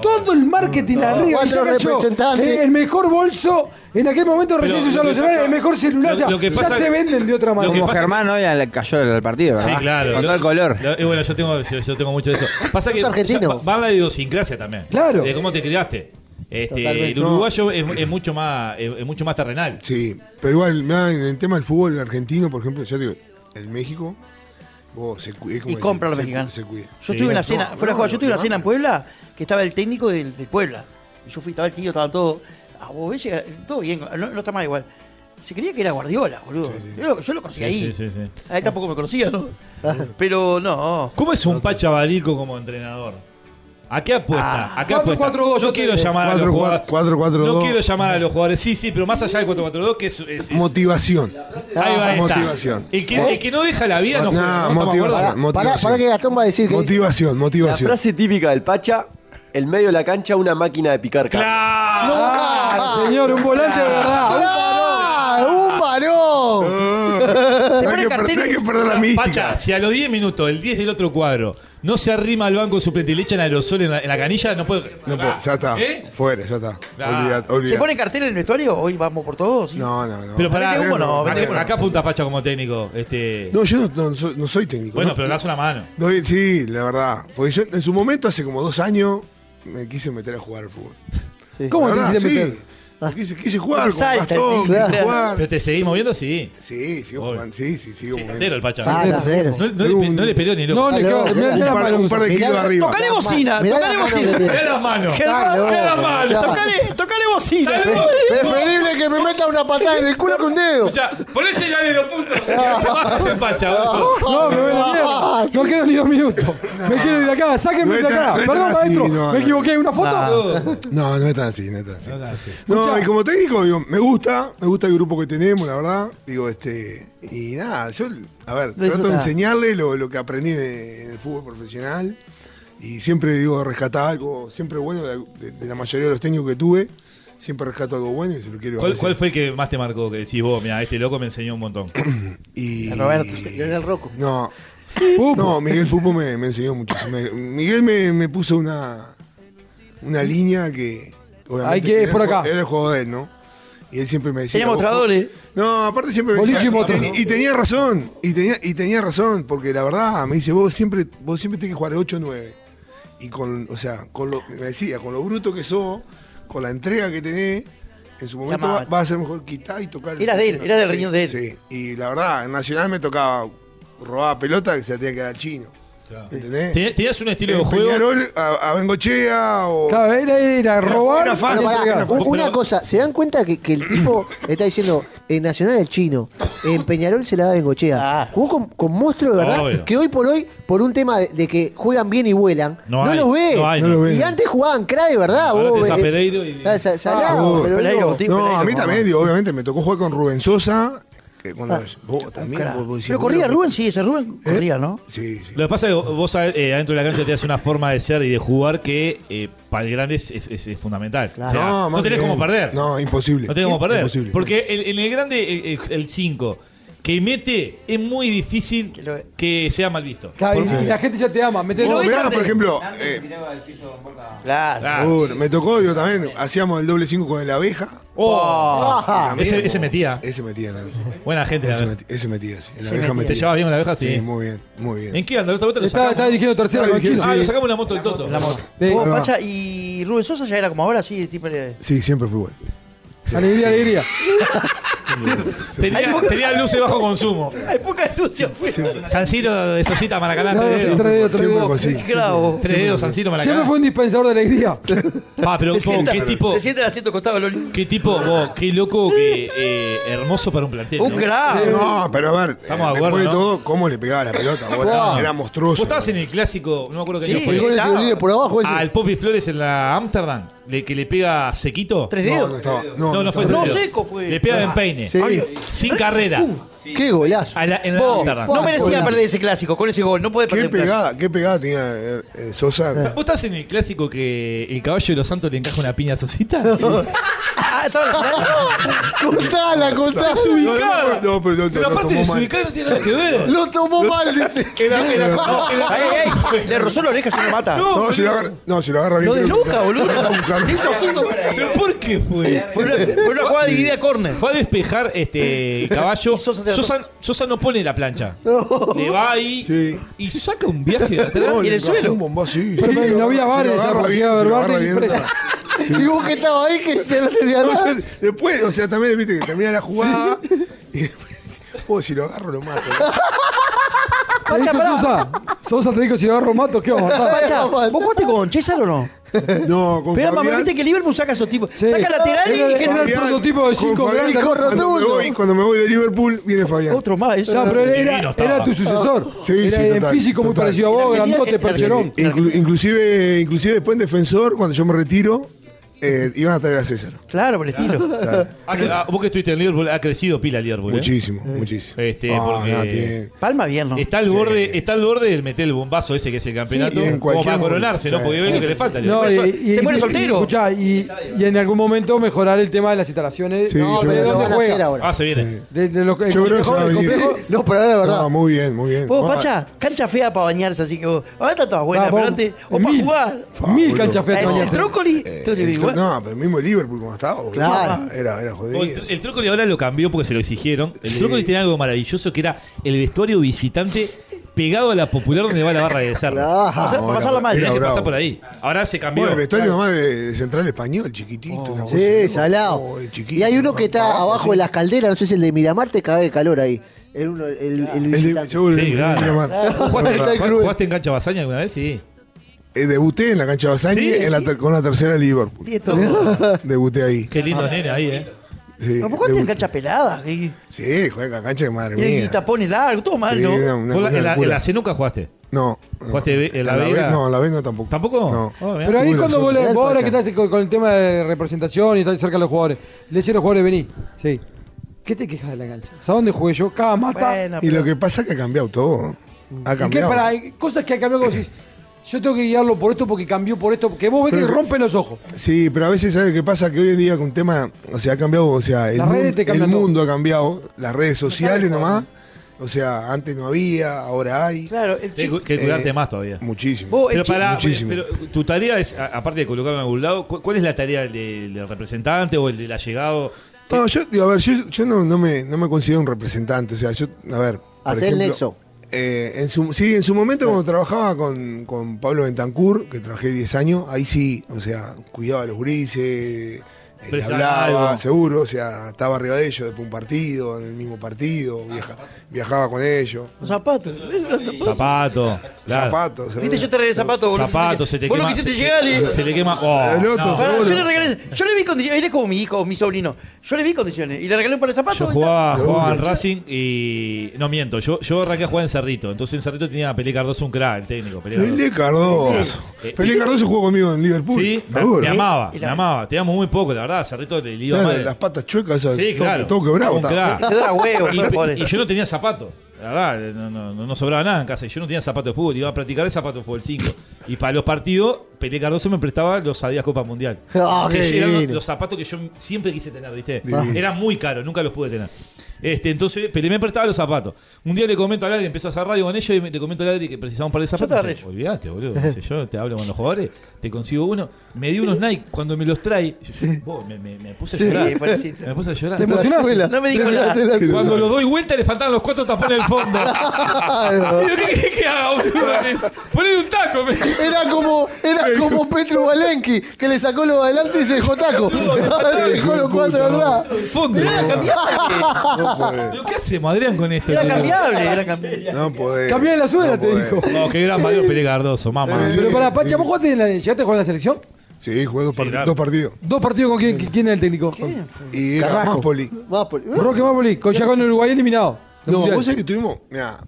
Todo el marketing arriba. y ya Cuatro cayó. representantes. Eh, El, mejor bolso, en aquel momento recién se lo usaban los que celulares, pasa- el mejor celular, lo- ya, lo que ya pasa- se venden de otra lo que manera. Como pasa- Germán hoy al- cayó al partido, ¿verdad? Ah, Ah, Sí, claro. Con todo el color. Lo- y bueno, yo tengo, yo, yo tengo mucho de eso. Pasa que Sos argentino. va- va la idiosincrasia también. Claro. De cómo te criaste. Este, Totalmente. el uruguayo es, es mucho más es, es mucho más terrenal. Sí, pero igual, me da- en el tema del fútbol argentino, por ejemplo, ya te digo, el México, vos se cuida. Y compra a los mexicanos. Se cuida. Yo estuve en la cena, No, fuera de no, juego, yo no, estuve en la no, cena en no. Puebla, que estaba el técnico del, de Puebla. Y yo fui, estaba el tío, estaban todos. Ah, vos ves llegar, todo bien, no, no está mal igual. Se creía que era Guardiola, boludo. Yo, lo, yo lo conocí Sí, ahí. sí, sí, sí. A él tampoco me conocía, ¿no? Pero no. ¿Cómo es un Pachabalico como entrenador? ¿A qué apuesta? Ah, ¿A qué apuesta? 4-4-2, yo no te quiero diré. llamar a los 4-4-2. jugadores. No quiero llamar a los jugadores. Sí, sí, pero más allá del 4-4-2, que es. es- es- Motivación. ahí va esta. Ah, Motivación. El que, el que no deja la vida no, No, juega, ¿no? ¿Estamos de acuerdo? motivación. Pará, pará, pará que Gastón va a decir que... Motivación, La motivación. frase típica del Pacha, el medio de la cancha, una máquina de picar carne. Claro. Ah, señor, un volante de verdad. un ¡Ah, ¡Un varón! No hay pone cartel que perder- no hay y- que perder la Pacha, mística. si a los 10 minutos el 10 del otro cuadro no se arrima al banco suplente y le echan aerosol en la, en la canilla, no puede. No puedo, ya está. ¿Eh? Fuera, ya está. Claro. Olvidate, olvidate. ¿Se pone cartel en el vestuario? Hoy vamos por todos. No, no, no. Pero pará, Vete uno, no, vete acá- uno. acá apunta Pacha como técnico. Este, No, yo no, no soy, no soy técnico. bueno, no. pero das una mano. No, eh, sí, la verdad. Porque yo en su momento, hace como dos años, me quise meter a jugar al fútbol. ¿Cómo La te verdad, quisiste sí. meter? Quise, quise jugar Porque con salta el Gastón, pibe, quise claro. jugar. Pero te seguís moviendo, sí. Sí, sigo Obvio. jugando, sí, sí, sigo Sí, moviendo. cantero el Pacha. Ah, no, la cero. no le, pe- no le peleó ni No, loco. le Aló, quedó. mirá, aló. mirá Un la par, mano que un par de usó. kilos arriba. Tocale bocina, Mirá la tocale mano que bocina. tiene. Mirá la mano. Germán, Dale, Mirá la vos, mano. ya. Tocale, tocale bocina. Preferible que me meta una patada en el culo que un dedo. Escuchá, ponese el alero, puto. Ese Pacha, boludo. No, me voy a la mierda. No quedan ni dos minutos. Me quiero ir de acá. Sáquenme No es de acá. tan- no es Perdón, tan así, maestro. no, me no. equivoqué. ¿Una foto? No, no es tan así, no es tan así. así. No, y como técnico, digo, me gusta, me gusta el grupo que tenemos, la verdad. Digo, este. Y nada, yo, a ver, trato de disfrutás. enseñarle lo, lo que aprendí de- en el fútbol profesional. Y siempre digo, rescatar algo, siempre bueno de, de- de la mayoría de los técnicos que tuve. Siempre rescato algo bueno y se lo quiero ¿Cuál, agradecer. cuál fue el que más te marcó? Que decís vos, mira, este loco me enseñó un montón. Y, Roberto, Leonel Rocco. No, Pupo. no, Miguel Fupo me, me enseñó mucho. Me- Miguel me, me puso una, una línea que. obviamente, Hay que ir por era el acá. ju- Era el juego de él, ¿no? Y él siempre me decía. Tenía "Vos- mostradores. No, aparte siempre me Boliche decía, y moto. y, teni- y tenía razón, y tenía, y tenía razón, porque la verdad, me dice, vos siempre, vos siempre tenés que jugar de 8 o 9. Y con, o sea, con lo, me decía, con lo bruto que sos, con la entrega que tenés, en su momento amaba. va- vas a ser mejor quitar y tocar. el- Era de él, era del riñón de él. Sí, y la verdad, en Nacional me tocaba robar pelota que se la tenía que dar al chino. ¿Entendés? Tenías- Tenías un estilo de En juego. Peñarol a, a Bengochea o... Claro, era, era robar. era fácil, y era entregar. fácil. una cosa, ¿se dan cuenta que, que el tipo está diciendo en Nacional el chino, en Peñarol se la da Bengochea? Ah. Jugó con, con monstruos de verdad Obvio. que hoy por hoy, por un tema de, de que juegan bien y vuelan, No no, hay, los ve. no hay, no. No lo y ve. antes jugaban cra de verdad, Ahora vos. tenés a eh, Pereiro y- ah, sa- salado, Ah, pero Pereiro, digo, Agustín No, Pereiro, a mí mamá. también, digo, obviamente, me tocó jugar con Rubén Sosa, que Eh, con los- vos también, Cara. vos- vos decís, Pero corría boludo, Rubén, sí, ese Rubén ¿Eh? corría, ¿no? Sí, sí. Lo que pasa es que vos eh, adentro de la cancha te hace una forma de ser y de jugar que eh, para el grande es, es- es- es fundamental. O sea, no, más tenés bien. como perder. eh, No, imposible. No tenés como perder. Imposible. Porque el- en el grande, el- el 5, que mete, es muy difícil lo- que sea mal visto. Claro, y- y la gente ya te ama. Metete Vos Lo mirá, echan de- por ejemplo, eh, Claro. Ah, seguro, me tocó, yo también, hacíamos el doble 5 con la abeja. oh, Ah, ese, también. ese metía. Ese metía, ¿no? Buena gente. la ese, verdad. metía ese metía, sí. La Ese metía. abeja metía. ¿Te llevas bien con la abeja? Sí, Sí. muy bien, muy bien. ¿En qué anda? La otra vuelta lo Estaba, sacamos. estaba dirigiendo tercera Ah, con dirigiendo, Ah, Chile. le sí. sacamos una moto del Toto. Sí. Vos, Ah. Pacha, y Rubén Sosa ya era como ahora, sí, tipo. eh, Sí, siempre fue igual. Alegría, alegría. Tenía, tenía luz de bajo consumo. Hay poca luz afuera. San Siro, esto cita Maracaná, No, tres sí, tres dedos. dedos. otro Siempre día. consigo. Qué grabo. Tres dedos, San Siro, Siempre Maracaná. fue un dispensador de alegría. Pa, Ah, pero Se vos, sienta, qué tipo. se sienta el asiento costado, Loli. Qué tipo, vos, qué loco, que eh, hermoso para un plantel. Un ¿no? grabo. No, pero a ver, eh, Estamos de acuerdo, después de ¿no? todo, ¿cómo le pegaba la pelota? boludo? Era monstruoso. Vos estabas en el clásico, no me acuerdo qué Sí, año el fue. gol de Tiro libre por abajo ese. Al Poppy Flores en la Amsterdam, le- que le pega a sequito. Tres No, no dedos. estaba. No, No, no, fue estaba. No, Ah, tres dedos. seco fue. Le pega de empeine. Sí. Ay, Sin carrera. Qué golazo. A la- en la uh. Vos, Amsterdam. no merecía perder ese clásico con ese gol. No podés perder Qué un clásico. pegada, qué pegada tenía eh, eh, Sosa. ¿Vos estás en el clásico que el caballo de los santos le encaja una piña a Sosita? Ah, estaba en la final. Contala, contala. Desubicado. No, pero no, no, Pero no, aparte tomó de mal. no tiene nada que ver. Lo tomó mal, dice. Era- era- no, era- ah, Ay, ay, ay. Le rozó la oreja y se lo mata. No, No, si lo agarra, no, si lo agarra bien. Lo creo que- desnuca, boludo. Está buscando. Le hizo así como- ¿Pero por qué fue? Fue una, fue una jugada dividida a córner. Fue a despejar este caballo. Y Sosa se la Sosa, Sosa no pone la plancha. Le va ahí Sí. y saca un viaje de atrás. No, Y en le el suelo. Un bombazo, sí, Pero, sí, pero, lo no había agarra- bares, si lo esa agarra partida bien, si lo verbal agarra bien, impresa. nada. Y vos que estabas ahí que se lo tenía No, nada. ya- Después, o sea, también viste que termina la jugada. Y después, vos, si lo agarro, lo mato. Te dijo Sosa. Sosa te dijo si lo agarro mato, ¿qué vamos a matar? Pacha, ¿vos jugaste con César o no? No, con Pero era más Fabián. viste que Liverpool saca esos tipos. Sí. Saca lateral Era- y genera era el Fabián, prototipo de con 5 Fabián, grandes corro cuando me, todo. voy, cuando me voy de Liverpool, viene Fabián. otro más. eso. Ya, pero era, Divino era, estaba. era tu sucesor. Sí, era sí, en total, físico muy total. parecido a vos, Argentina- grandote, en Eh, percherón. inclu- inclusive, inclusive después en defensor, cuando yo me retiro, eh, iban a traer a César. Claro, por el estilo. O sea, Ah, que- ah, vos que estuviste en Liverpool, ha crecido pila Liverpool. ¿eh? muchísimo, muchísimo. Este, Ah, porque- no, tiene- Palma bien, ¿no? Está al Sí. borde, está al borde del meter el bombazo ese que es el campeonato. Sí, y en como para cualquier momento, coronarse, ¿no? sí. Porque ve lo que le falta. No, Se y- muere sol- y- se muere y- soltero. y- Escuchá, y, y en algún momento mejorar el tema de las instalaciones. Sí, no, de yo creo que dónde lo van a hacer juega. ahora. ah, se viene. De, de lo, el Yo creo complejo, que se va a el venir. complejo- No, pero ahora la verdad. No, muy bien, muy bien. Vos, Ah, Pacha, cancha fea para bañarse, así que vos. Ahora está toda buena, Ah, pero vos- antes. O mil. para jugar. fa, Mil boludo. canchas feas. Es el todavía. trócoli. Eh, Tú le el- digo, bueno, no, pero mismo el Liverpool como estaba, boludo. Claro. Era, era O El, jodido. tr- el Trócoli ahora lo cambió porque se lo exigieron. El Sí. Trócoli tenía algo maravilloso que era el vestuario visitante pegado a la popular donde va la barra de desarme. Claro. pasar- ahora, pasarla mal. era Tenía que bravo. pasar por ahí. Ahora se cambió. Bueno, el vestuario nomás de, de Central Español, chiquitito. una cosa Sí, de loco. salado. Oh, el chiquito, y hay uno que está abajo, abajo de las calderas, no sé si el de Miramar te caga de calor ahí. El, uno, el, el El de- visitante. seguro, Sí, el de claro. Miramar. ¿Vos Es ¿Jugaste, verdad. ¿Jugaste jugaste en cancha basaña alguna vez? Sí. Eh, debuté en la cancha Basañi Sí. en la ter- con la tercera Liverpool. tiene todo. Debuté ahí. Qué lindo nene ahí, ¿eh? Sí, No, ¿Por cuánto en debuté. cancha pelada? Y Sí, juega en cancha de madre mía. y tapones largos, todo mal, Sí, ¿no? era una- Vos la- una en, la, en locura. la C nunca jugaste. No. ¿Jugaste ve- en la B? Vega? No, en la B no tampoco. ¿Tampoco? No. Oh, mirá. Pero ahí Tuve la cuando vos, suerte. le- vos ahora que Pacha. estás con, con el tema de representación y estás cerca de los jugadores, le decís a los jugadores, vení. Sí. ¿Qué te quejas de la cancha? ¿Sabes dónde jugué yo? Cada mata. Bueno, Y pero- lo que pasa es que ha cambiado todo. ¿Y Ha qué cambiado. para- hay cosas que ha cambiado como decís, yo tengo que guiarlo por esto porque cambió por esto, porque vos ves que Pero- le rompen los ojos. Sí, pero a veces, ¿sabes qué pasa? Que hoy en día con tema, o sea, ha cambiado, o sea, el, Las redes mun- te cambian el todo. mundo ha cambiado, las redes sociales nomás, o sea, antes no había, ahora hay, Claro, el Tenés chico. que cuidarte Eh, más todavía. muchísimo. Vos, el Pero, chico- para, muchísimo. pero tu tarea es, a- aparte de colocarlo en algún lado, cu- ¿cuál es la tarea del, del representante o el del allegado? No, yo, digo, a ver, yo, yo no, no me, no me considero un representante. O sea, yo, a ver. por Hacé el ejemplo, nexo. eh, en su, sí, en su momento cuando trabajaba con, con Pablo Bentancur, que trabajé 10 años, ahí sí, o sea, cuidaba a los grises, le Prestaba hablaba, algo. seguro, o sea, estaba arriba de ellos después de un partido, en el mismo partido, Ah, viaja- viajaba con ellos. Los zapatos. Eh, Los zapatos. Zapato. claro. Zapatos, seguro. Viste, yo te regalé zapatos, boludo. Zapatos, se te Vos quema. lo quisiste se- llegar y. se, se le quema. oh, El otro, no. se- Pará, yo Seguro. le regalé. Yo le vi condiciones. Él es como mi hijo, mi sobrino. Yo le vi condiciones. Y le regalé un par de zapatos. Yo y jugaba, Seguro. jugaba en Racing y. No miento, yo, yo arranqué a jugar en Cerrito. Entonces en Cerrito tenía a Pelé Cardoso, un crack, el técnico. Pelé Cardoso. Pelé Cardoso. Eh, Pelé Cardoso jugó conmigo en Liverpool. Sí, me, seguro. me amaba, Y me la- amaba. Teníamos muy poco, la verdad. Cerrito le iba Claro, mal. las patas chuecas, esas, Sí, todo, claro. todo quebrado. Un estaba. crack. está- Te da huevo, Y- todo, pobre. Y, yo no tenía zapatos. La verdad, no, no- no- no sobraba nada en casa. Y yo no tenía zapato de fútbol. Iba a practicar el zapato de fútbol 5. Y para los partidos, Pelé Cardoso me prestaba los Adidas Copa Mundial. Ah, Que qué eran divino. los zapatos que yo siempre quise tener, ¿viste? Ah. Divino. Eran muy caros, nunca los pude tener. Este, entonces, pero me prestaba los zapatos. Un día le comento a Ladri, empezó a hacer radio con ellos y me- le comento a Ladri que precisaba un par de zapatos. te Dice, Olvídate, boludo. Dice, yo te hablo con los jugadores, te consigo uno. Me dio unos Nike, cuando me los trae, yo, vos, me, me- me puse a Sí, llorar. pobrecito. me puse a llorar. ¿Te emocionás, Vela? No me dijo Te- nada. te- te- Cuando lo doy vuelta le faltaban los cuatro tapones del fondo. Digo, ¿qué querés que haga, boludo? Poner un taco, me dijo. Era como, era como Petru Balenki, que le sacó los adelante y se dejó taco. Le dejó los cuatro atrás. El fondo. No podés. Digo, ¿Qué hacemos, Adrián, con este esto? Era Digo, cambiable, era cambiable. No podés. Cambiá la suela, No te podés. dijo. No, qué gran Mario Pelé Cardoso, mamá. Eh, Pero para Pacha, ¿vos jugaste en la, llegaste a jugar en la selección? Sí, jugué dos, parti- claro. dos partidos. ¿Dos partidos con quién, quién era el técnico? Y era más poli. Más por- Roque Mapoli, con ya con Uruguay eliminado. No, Mundial. vos sabés que tuvimos. Mirá,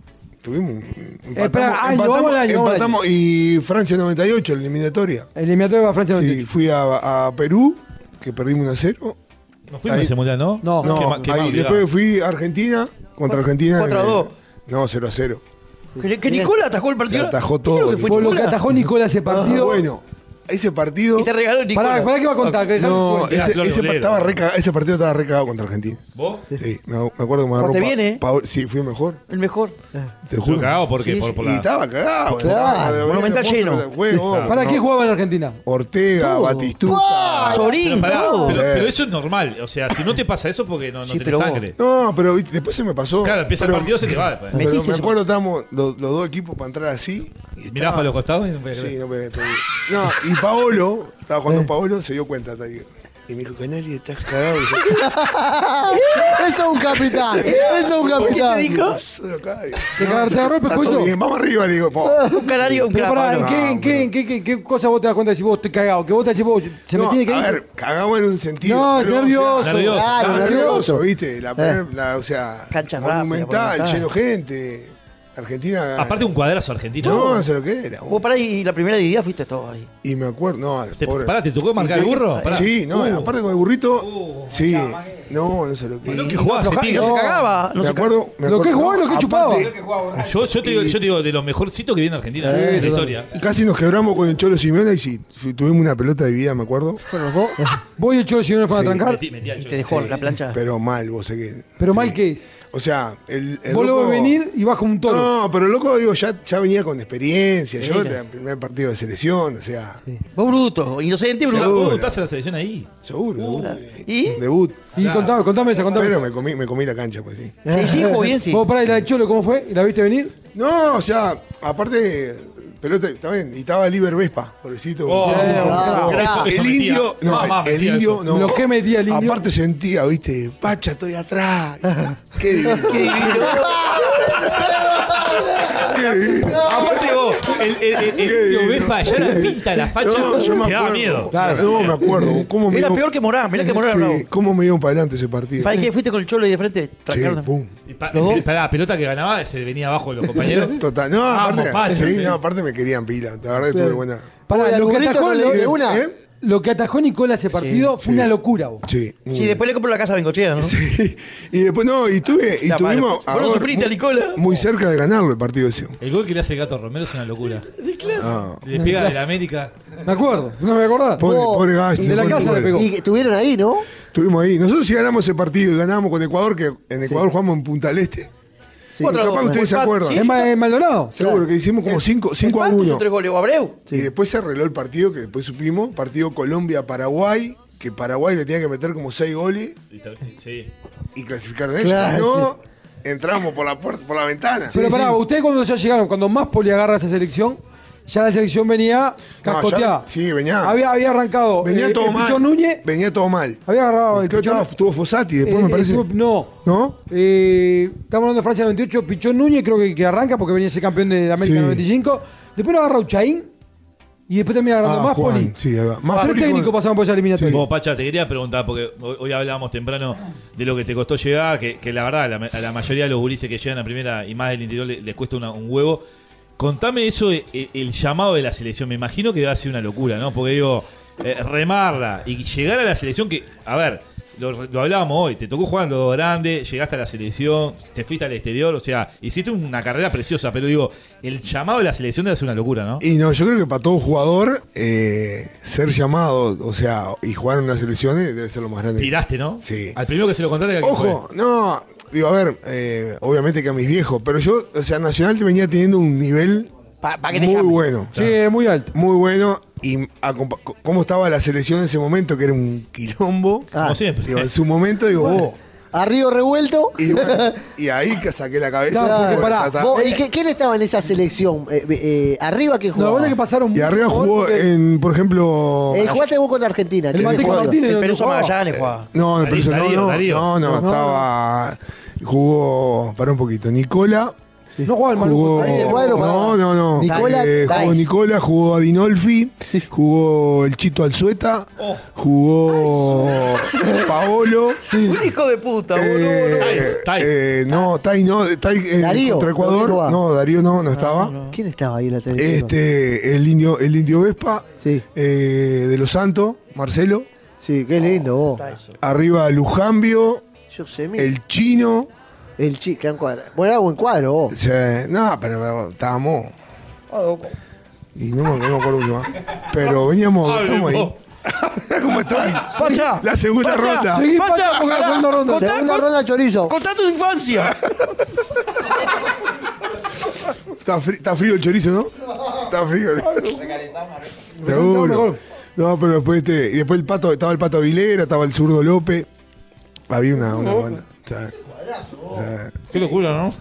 tuvimos. un- Empatamos, espera, año, empatamos, vamos al año, vamos al empatamos y Francia 98, la eliminatoria. Eliminatoria de Francia. Sí, 98. fui a, a Perú, que perdimos 1 a 0. No fuimos a ese Ahí- mundial, ¿no? No. No, Qué ma- qué ahí- mal, después digamos. fui a Argentina, contra Argentina. Cuatro a eh, dos. No, 0 a 0. Que, que Nicola atajó el partido. Se atajó todo, Ah, Creo que fue Por lo que Nicola. atajó Nicolás ese partido. Bueno, ese partido. Y te regaló Nicola. Pará, pará que va a contar. que No, dejá que cuente. ese, Claro, ese, bolero. estaba reca- ese partido estaba recagado contra Argentina. ¿Vos? Sí, me, me acuerdo que me agarró. Corte Pa- bien, ¿eh? Paolo- sí, fui mejor. El mejor. Te Yo juro. cagado porque Sí, por, por Y la- estaba cagado. estaba- había Monumental otro lleno. de juego, ¿Para no. qué jugaba en Argentina? Ortega, Batistuta. Sorín, Pero pará, todo. pero, pero eso es normal. O sea, si no te pasa eso porque no, no Sí, tenés pero vos- sangre. No, pero viste, después se me pasó. Claro, empieza Pero- el partido, se te va después. Pero Metiste me ese- acuerdo, estábamos los, los dos equipos para entrar así. y Mirás estaba- para los costados y no podés Sí, creer. no me- te- No, y Paolo, estaba jugando Paolo, se dio cuenta. hasta que- Y me dijo, Canali, estás cagado. Y yo, Eso es un capitán. Eso es un capitán. "No, solo acá". ¿Te agarró te agarró el Y pescuezo? dije, vamos arriba, le digo, po. Un canario, un Pero pará, ¿en canario. qué, en qué, en qué, qué, qué cosa vos te das cuenta de si vos estoy cagado? Que vos te decís vos, se me No, tiene que a ir. ver, cagamos en un sentido. no, pero, o sea, nervioso. Eh. nervioso. Claro, estaba nervioso. nervioso, viste. Eh, La, primer- la- o sea, Cancha rápida, monumental, monumental. lleno gente. Argentina. Aparte, un cuadrazo argentino. No, no sé lo que era. Vos pará y la primera dividida fuiste todo ahí. Y me acuerdo, no, Te- pobre. pará, ¿te tocó marcar Y el burro? Pará. Sí, no, Uh. aparte con el burrito. Uh, sí, no, no sé lo que. Lo que jugaba Aflojá- Y argentino. no se cagaba. No me se acuerdo, me Lo que acuerdo- jugaba y lo que chupaba. aparte, Yo, yo, te digo, yo te digo, de los mejorcitos que viene Argentina en la historia. Casi nos quebramos con el Cholo Simeone y si, si tuvimos una pelota de vida, me acuerdo. Voy el Cholo si no le fueron a Sí. trancar. Metí- metí al Y te Cholo. dejó la plancha. Pero mal, vos sé que. Pero sí. mal que es. O sea, el. el Vos lo loco- ves venir y vas como un toro. No, pero el loco, digo, ya, ya venía con experiencia. Yo, Mira. el primer partido de selección, o sea, Vos bruto, inocente, Ah, bruto. Vos Seguro. gustás en la selección ahí. seguro. debut. ¿Y? Debut. Y contame, contame esa, contame. Pero esa. me comí, me comí la cancha, pues sí. Sí, sí, jugó bien, sí. Vos pará, y la de Cholo, ¿cómo fue? ¿Y la viste venir? No, o sea, aparte, pelota también, y estaba Liber Vespa, pobrecito. Oh, Oh, claro. Eso- el eso metía. indio, no, Mamá, el metía indio, eso. no. Lo que metía el indio. Aparte sentía, viste, Pacha, estoy atrás. Qué divino. Qué divino. Aparte vos, el, el, el, el Qué tío bien, Vespa allá la pinta, la facha, No, yo me te daba acuerdo. miedo. No, me acuerdo. ¿Cómo me Era iban- peor que Morán, mirá que Morán era Sí, bravo. cómo me iban para adelante ese partido. ¿Para qué fuiste con el cholo y de frente? Sí, Trancaron. pum. Y pa- y Para la pelota que ganaba, se venía abajo de los compañeros. Total. No, Vamos, aparte, Pacha, sí, sí. no, aparte me querían pila. La verdad que tuve buena. Pará, Oye, lo al que burrito atajó, no le lo- dio una. ¿Eh? lo que atajó Nicolás ese partido fue sí. una locura, vos. Sí. muy Sí, después le compró la casa a Bengochea, ¿no? Mm. Sí, y después no, y tuve, y La madre, tuvimos vos lo Gor- sufriste, muy, Nicola. muy cerca de ganarlo el partido ese. El gol que le hace el Gato Romero es una locura. No. Le pega de la América. Me acuerdo, no me acordás. Pobre, Oh, pobre Gasti, de la pobre, casa le pobre. pegó. Y que estuvieron ahí, ¿no? Estuvimos ahí. Nosotros si ganamos ese partido y ganamos con Ecuador, que en Ecuador jugamos en Punta del Este. Sí. Cuatro a capaz dos. ustedes se Empate, acuerdan. sí, ¿Es Ma- es Maldonado? Seguro que hicimos como 5 El a Pato 1. hizo tres goles, o Abreu. Y después se arregló el partido, que después supimos, partido Colombia-Paraguay, que Paraguay le tenía que meter como 6 goles Y tal- Sí. y clasificaron ellos. Claro, Y no, entramos por la puerta, por la ventana. Pero pará, ustedes cuando ya llegaron, cuando más poli agarra esa selección, ya la selección venía cascoteada. ya- sí, venía. Había, había arrancado. Venía eh, todo el mal. Pichón Núñez Venía todo mal. había agarrado el Creo que Pichón- estaba- tuvo Fossati después, eh, me parece. estuvo- no. ¿No? Eh, estamos hablando de Francia 98, Pichón Núñez creo que, que arranca porque venía a ser campeón de América Sí. 95. Después lo agarra Uchaín y después termina agarrando Ah, más Juan, poli. sí, ahí va. Más Tres poli con- técnicos pasaron por esa eliminatoria. Vos, Oh, Pacha, te quería preguntar, porque hoy hoy hablábamos temprano de lo que te costó llegar, que, que la verdad, a la, ma- a la mayoría de los gurises que llegan a primera y más del interior le- les, cuesta una- un huevo. Contame eso, e- e- el, llamado de la selección. Me imagino que va a ser una locura, ¿no? Porque digo, eh, remarla y llegar a la selección que, a ver, lo, lo hablábamos hoy, te tocó jugar en lo grande, llegaste a la selección, te fuiste al exterior, o sea, hiciste una carrera preciosa, pero digo, el llamado de la selección debe ser una locura, ¿no? Y no, yo creo que para todo jugador, eh, ser llamado, o sea, y jugar en unas selecciones eh, debe ser lo más grande. Tiraste, ¿no? Sí. Al primero que se lo contaste, ¿a quién fue? Ojo, no, digo, a ver, eh, obviamente que a mis viejos, pero yo, o sea, Nacional te venía teniendo un nivel Pa- pa' que te muy llame. bueno. Sí, es muy alto. Muy bueno. Y a compa- co- cómo estaba la selección en ese momento, que era un quilombo. Ah, Como siempre. Digo, en su momento, digo, vos. A Río Revuelto. Y, bueno, y ahí que saqué la cabeza. Claro, fue, porque bueno, pará, ya está. Vos, ¿Y qué- quién estaba en esa selección? Eh, eh, ¿Arriba quién No, la jugaba? verdad que pasaron. y arriba muchos jugó porque en, por ejemplo. Eh, jugaste vos con Argentina. El ¿quién Mateca jugaba? Martínez El no Peluso jugaba. Magallanes jugaba. No, me Darío, parece- no, Darío, no, Darío. no, no, estaba. Jugó. Pará un poquito. Nicola. No jugaba el Jugó. Ahí se cuadro, pará. No, no, no. Nicola, Eh, Tais. jugó Nicola, jugó Adinolfi, jugó el Chito Alzueta, jugó Paolo. Un hijo de puta, eh, boludo. Tais, Tais. eh, no, Tai no, Tai eh, Darío, contra Ecuador. Darío va. No, Darío no, no estaba. ¿Quién estaba ahí en la televisión? Este, el indio, el indio Vespa, Sí. eh, de los Santos, Marcelo, Sí, qué lindo vos. arriba Lujambio, Yo sé, mira. El, el chino. chico, gran cuadro. Bueno, era buen cuadro vos. Se- no, pero estábamos. Y no me, no me acuerdo mucho más. Ah, Pero Ah, veníamos, estamos ahí. ¿Cómo están? Pacha. La segunda Pacha, ronda. Seguí Pacha, Pacha, porque la pará. segunda ronda. Contá- Segunda con- ronda chorizo. Contá tu infancia. Está, fri- está frío el chorizo, ¿no? Está frío. Ah, Seguro. No, pero después este, y después el pato, estaba el pato Vilera, estaba el zurdo López. Había una, una banda. o sea, o sea. Qué locura, ¿no?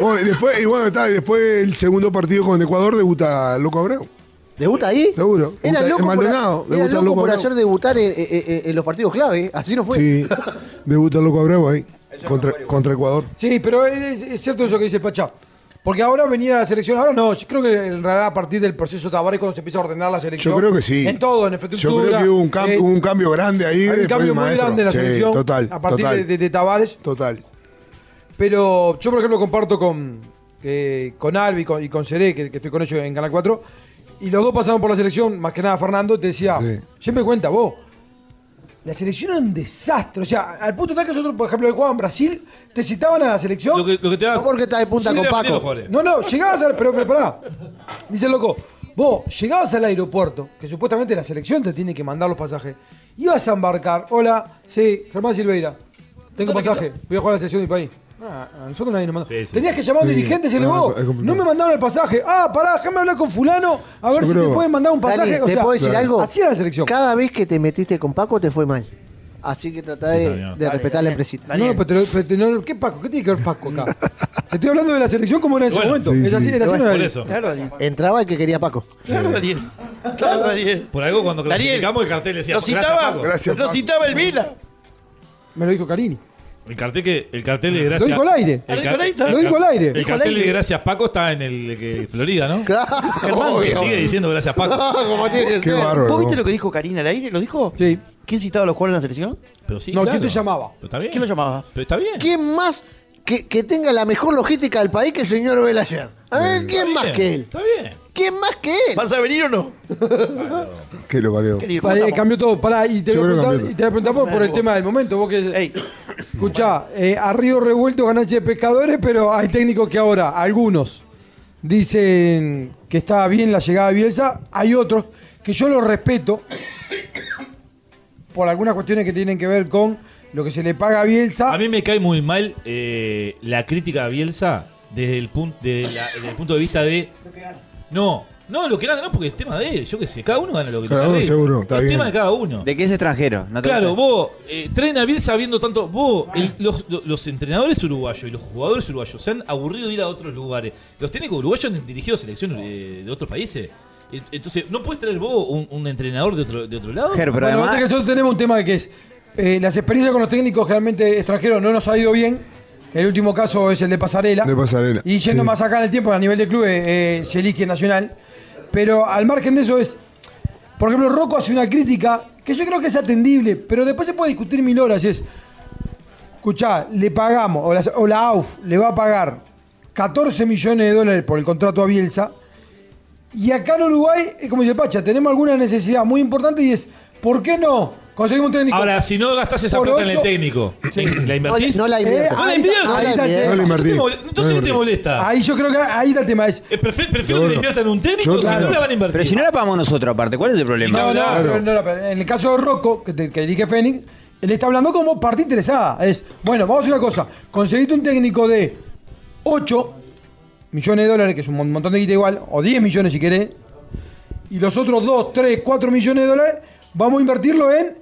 Bueno, y después, y bueno, está, y después el segundo partido con Ecuador debuta Loco Abreu. ¿Debuta ahí? Seguro. Era Debuta- loco, en por, Maldonado, era debuta loco loco por Abreu. hacer debutar en, en- en- en los partidos clave. ¿eh? Así no fue. Sí, debuta Loco Abreu ahí. Contra, contra Ecuador. Sí, pero es, es cierto eso que dice Pachá. Porque ahora venir a la selección, ahora no, yo creo que en realidad a partir del proceso Tabaré cuando se empieza a ordenar la selección. Yo creo que sí. En todo, en infraestructura. Yo creo que hubo un, cam- eh, hubo un cambio grande ahí. hay un después cambio del muy maestro. grande en la Sí, selección. Total, A partir total, de, de- de Tabarez. total. Pero yo, por ejemplo, comparto con, eh, con Albi y con, y con Seré, que, que estoy con ellos en Canal 4, y los dos pasaron por la selección, más que nada Fernando, te decía, Sí. siempre cuenta vos, la selección era un desastre. O sea, al punto tal que nosotros, por ejemplo, que jugaban en Brasil, te citaban a la selección. Lo que, lo que te da. No porque está de punta Sí, con le aprendí los Paco. jugadores. No, no, llegabas al. Pero, pero pará. Dice el loco, vos llegabas al aeropuerto, que supuestamente la selección te tiene que mandar los pasajes. Ibas a embarcar. Hola, sí, Germán Silveira. Tengo pasaje, voy a jugar a la selección de mi país. Ah, a nosotros nadie nos mandó. Sí, sí. Tenías que llamar a un Sí. dirigente y decirle No, vos, es complicado. no me mandaron el pasaje. Ah, pará, déjame hablar con fulano a ver Yo si creo- te pueden mandar un Dani, pasaje. o ¿te sea, puedo decir algo? Así era la selección. Cada vez que te metiste con Paco te fue mal. Así que tratá de, Sí, señor. de respetar la empresita. No, pero, te- pero te- no, ¿qué Paco? ¿Qué tiene que ver Paco acá? te estoy hablando de la selección como era en ese Bueno, momento. sí, Es así, sí. era así, no era Por así. eso. Claro, Daniel. Entraba el que quería Paco. Claro, Daniel. Claro, Daniel. Eh. Por algo cuando Daniel, clasificamos el cartel decía. Lo "Gracias, citaba, Paco". Gracias, lo Paco. citaba el Vila. Me lo dijo Carini. El cartel que. El cartel de gracias. dijo al aire. Lo dijo al aire. Lo dijo al aire. El Dijo al cartel de aire. gracias Paco está en el que- Florida, ¿no? Claro, Ah, Que Sigue diciendo gracias Ah, Paco. como tiene que Qué ser. bárbaro. ¿Vos viste lo que dijo Karina al aire? ¿Lo dijo? Sí. ¿Quién citaba a los jugadores en la selección? Pero sí, No, ¿quién claro. te llamaba? Pero está bien. ¿Quién lo llamaba? Pero está bien. ¿Quién más que, que tenga la mejor logística del país que el señor Belayer? A ver, ¿quién Está más bien, que él? Está bien. ¿Quién más que él? ¿Vas a venir o no? Qué lo valió. ¿Qué dijo? Pará, eh, Estamos. cambió todo. Pará, y te Yo voy a creo que preguntar, cambió y te voy a preguntar por, por el tema del momento. Vos que, Ey, escuchá, eh, a Río Revuelto ganancia de pescadores, pero hay técnicos que ahora, algunos, dicen que está bien la llegada de Bielsa. Hay otros que yo los respeto por algunas cuestiones que tienen que ver con lo que se le paga a Bielsa. A mí me cae muy mal eh, la crítica a Bielsa desde el, pun- desde la- desde el punto de vista de. No, no, lo que gana, no, porque es tema de él, yo qué sé, cada uno gana lo que Cada gana uno, él. seguro, está Es bien. tema de cada uno. De que es extranjero. No te Claro, gusta. vos, eh, traen a Bielsa viendo tanto. Vos, el- los, lo- los entrenadores uruguayos y los jugadores uruguayos se han aburrido de ir a otros lugares. Los técnicos uruguayos han dirigido selecciones eh, de otros países. Eh, Entonces, ¿no puedes traer vos un, un entrenador de otro, de otro lado? Ger, Bueno, lo pero que además. pasa es que nosotros tenemos un tema que es eh, las experiencias con los técnicos realmente extranjeros no nos ha ido bien. El último caso es el de Pasarela. De Pasarela, Y yendo sí. más acá en el tiempo, a nivel de clubes, eh, Yeliski en Nacional. Pero al margen de eso es. Por ejemplo, Rocco hace una crítica que yo creo que es atendible, pero después se puede discutir mil horas. y es. Escuchá, le pagamos, o la, o la AUF le va a pagar 14 millones de dólares por el contrato a Bielsa. Y acá en Uruguay, eh, como dice Pacha, tenemos alguna necesidad muy importante y es, ¿por qué no conseguimos un técnico? Ahora, si no gastas esa Por plata en el ocho- técnico, la No, invertís. no la Eh, invierta. No la ahí está- inviertas. ahí está el No la tema. inviertas. invertí. Entonces no te mol- Entonces no te No Ah, molesta. Ahí yo creo que ahí está el tema. Es, Eh, prefi- Prefiero Yo que no. le inviertan en un técnico Yo que no también. la van a invertir. Pero si no la pagamos nosotros, aparte, ¿cuál es el problema? Y no, no, no, Claro. no, no, pero en el caso de Rocco, que, te- que dirige Fénix, Él está hablando como parte interesada. Es, bueno, vamos a hacer una cosa. Conseguiste un técnico de 8 millones de dólares, que es un mon- montón de guita igual, o 10 millones si querés, y los otros 2, 3, 4 millones de dólares, vamos a invertirlo en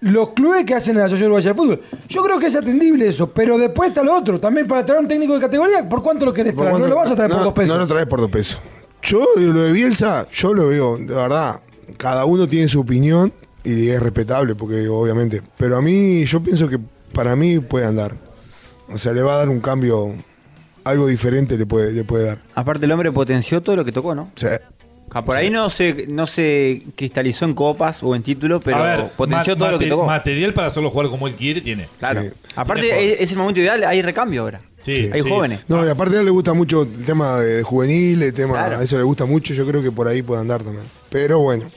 los clubes que hacen la Asociación Uruguaya de Fútbol. Yo creo que es atendible eso, pero después está lo otro. También para traer un técnico de categoría, ¿por cuánto lo querés ¿Por traer? No cuánto- lo vas a traer por no, dos pesos. No lo traes por dos pesos. Yo, de lo de Bielsa, yo lo veo, de verdad. Cada uno tiene su opinión y es respetable, porque obviamente. Pero a mí, yo pienso que para mí puede andar. O sea, le va a dar un cambio, algo diferente le puede, le puede dar. Aparte, el hombre potenció todo lo que tocó, ¿no? O sea, Ah, Por ahí no se, no se cristalizó en copas o en título, pero a ver, potenció ma- todo lo que mate- tocó. Material para hacerlo jugar como él quiere tiene. Claro. Sí. Aparte, Tiene es, es el momento ideal, hay recambio ahora. Sí, hay sí. jóvenes. no, y aparte a él le gusta mucho el tema de, de juvenil, el tema, Claro. eso le gusta mucho, yo creo que por ahí puede andar también. Pero bueno,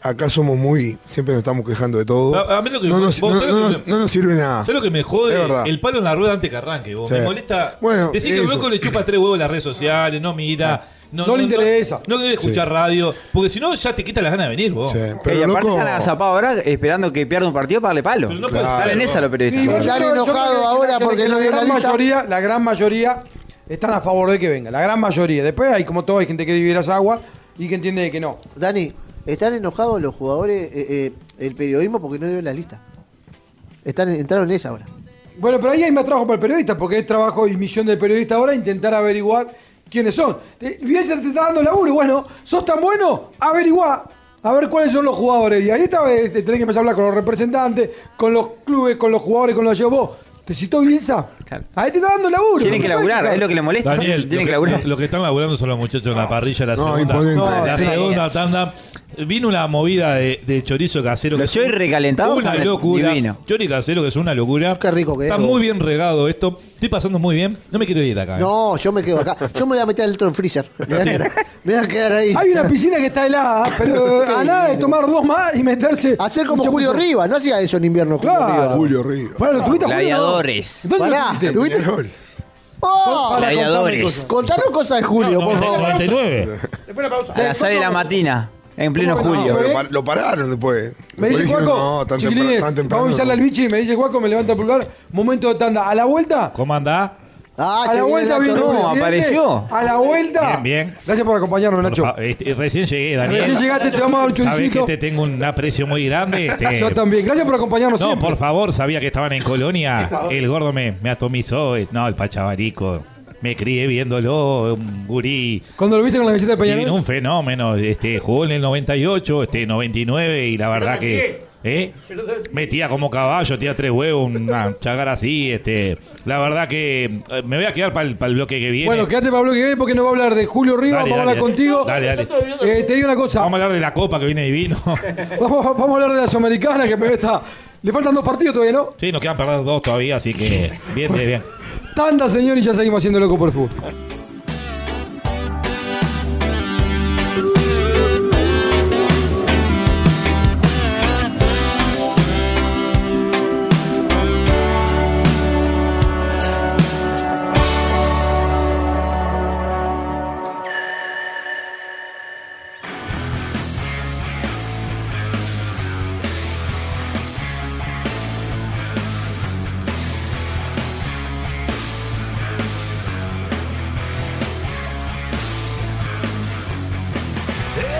acá somos muy, siempre nos estamos quejando de todo. A- a mí lo que- no, nos, vos no- sabés no- lo que- no nos sirve nada. ¿Sabes lo que me jode? Ah, Es verdad. El palo en la rueda antes que arranque, vos. Sí. Me molesta. Bueno, Decir que el eso. loco le chupa tres huevos las redes sociales, no mira. No, No le interesa. No, debe escuchar Sí. radio. Porque si no, ya te quita las ganas de venir, vos. Sí, y pero aparte loco, están agazapados ahora esperando que pierda un partido para darle palo. Pero no puede Están ser, en ¿no? esa los periodistas. Sí, igual Están yo creo- yo creo enojados que la- ahora que porque la no vio la gran lista. mayoría, la gran mayoría están a favor de que venga, la gran mayoría. Después hay como todo, hay gente que divide las aguas y que entiende que no. Dani, están enojados los jugadores, eh, eh, el periodismo, porque no dio la lista. Están, entraron en esa ahora. Bueno, pero ahí hay más trabajo para el periodista, porque es trabajo y misión del periodista ahora intentar averiguar quiénes son. Eh, Bielsa te está dando laburo, bueno, sos tan bueno, averiguá, a ver cuáles son los jugadores. Y ahí está, eh, te tenés que empezar a hablar con los representantes, con los clubes, con los jugadores, con los llevó. ¿Te citó Bielsa? Claro. Ahí te está dando laburo. Tienen que no laburar, puedes- es lo que les molesta. Daniel, lo Tienen que, que laburar. lo que están laburando son los muchachos en la parrilla, la No, segunda. imponente. No, la Sí. segunda tanda. Vino una movida de, de chorizo casero. Los que es un- choris recalentados Una están locura. divino. Chori casero, que es una locura. Qué rico que Está es, muy vos. bien regado esto. Estoy pasando muy bien. No me quiero ir de acá. eh. No, yo me quedo acá. Yo me voy a meter al tron freezer. Me voy a quedar, me voy a quedar ahí. Hay una piscina que está helada, pero a nada de tomar dos más y meterse. Hacer como Julio Rivas, no hacía eso en invierno, Julio Claro. Rivas. Ah, Julio Río. Pará, ¿lo tuviste a Julio? Gladiadores. ¿Dónde lo Pará, tuviste? ¿tuviste? Peñarol. ¡Oh! Pará, contame Gladiadores. cosas. Contanos cosas de Julio, No, por favor. 99. Después la pausa. A las 6 de la matina, en pleno ¿Cómo que no? julio. No, pero ¿eh? par- lo pararon después. Me Después dice dijeron, Cuaco, no, tan, tempra- chiquilines, tan temprano. vamos a avisarle al bichi, me dice Cuaco, me levanta el pulgar, momento de tanda. A la vuelta, ¿Cómo andás? Ah, se a la viene vuelta Nacho vino Rubio. el No, presidente. apareció. A la vuelta. Bien, bien. Gracias por acompañarnos, Por Nacho. fa- este, recién llegué, Daniel. Recién llegaste, te vamos a dar un Sabés que chulcito. te tengo un aprecio muy grande. este, Yo también. Gracias por acompañarnos No, siempre. por favor, sabía que estaban en Colonia. El gordo me, me atomizó. eh, No, el pachabarico. Me crié viéndolo, un gurí. Cuando lo viste con la camiseta de Divino, Peñarol. un fenómeno. Este, jugó en el 98, este 99 y la verdad que ¿eh? metía como caballo, tía tres huevos, una chagar así. Este, la verdad que eh, me voy a quedar para el, bloque que viene. Bueno, quédate para bloque que viene porque nos va a hablar de Julio Rivas, Dale, vamos a dale, hablar dale. contigo. Dale, dale. Eh, te digo una cosa, Vamos a hablar de la copa que viene divino. vamos, vamos a hablar de las americanas que me está... Le faltan dos partidos todavía, ¿no? sí, nos quedan perdidos dos todavía, así que bien, bien, bien. Tanda, señor, y ya seguimos haciendo loco por fútbol.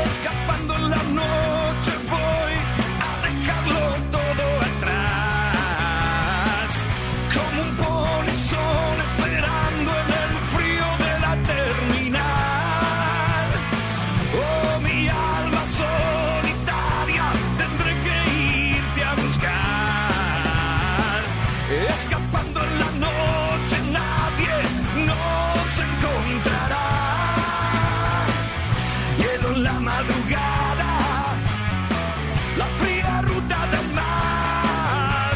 Escapando en la noche voy a dejarlo todo atrás. Como un polizón esperando en el frío de la terminal. Oh, mi alma solitaria, tendré que irte a buscar. Escapando en la noche nadie nos encontrará hielo en la madrugada, la fría ruta del mar,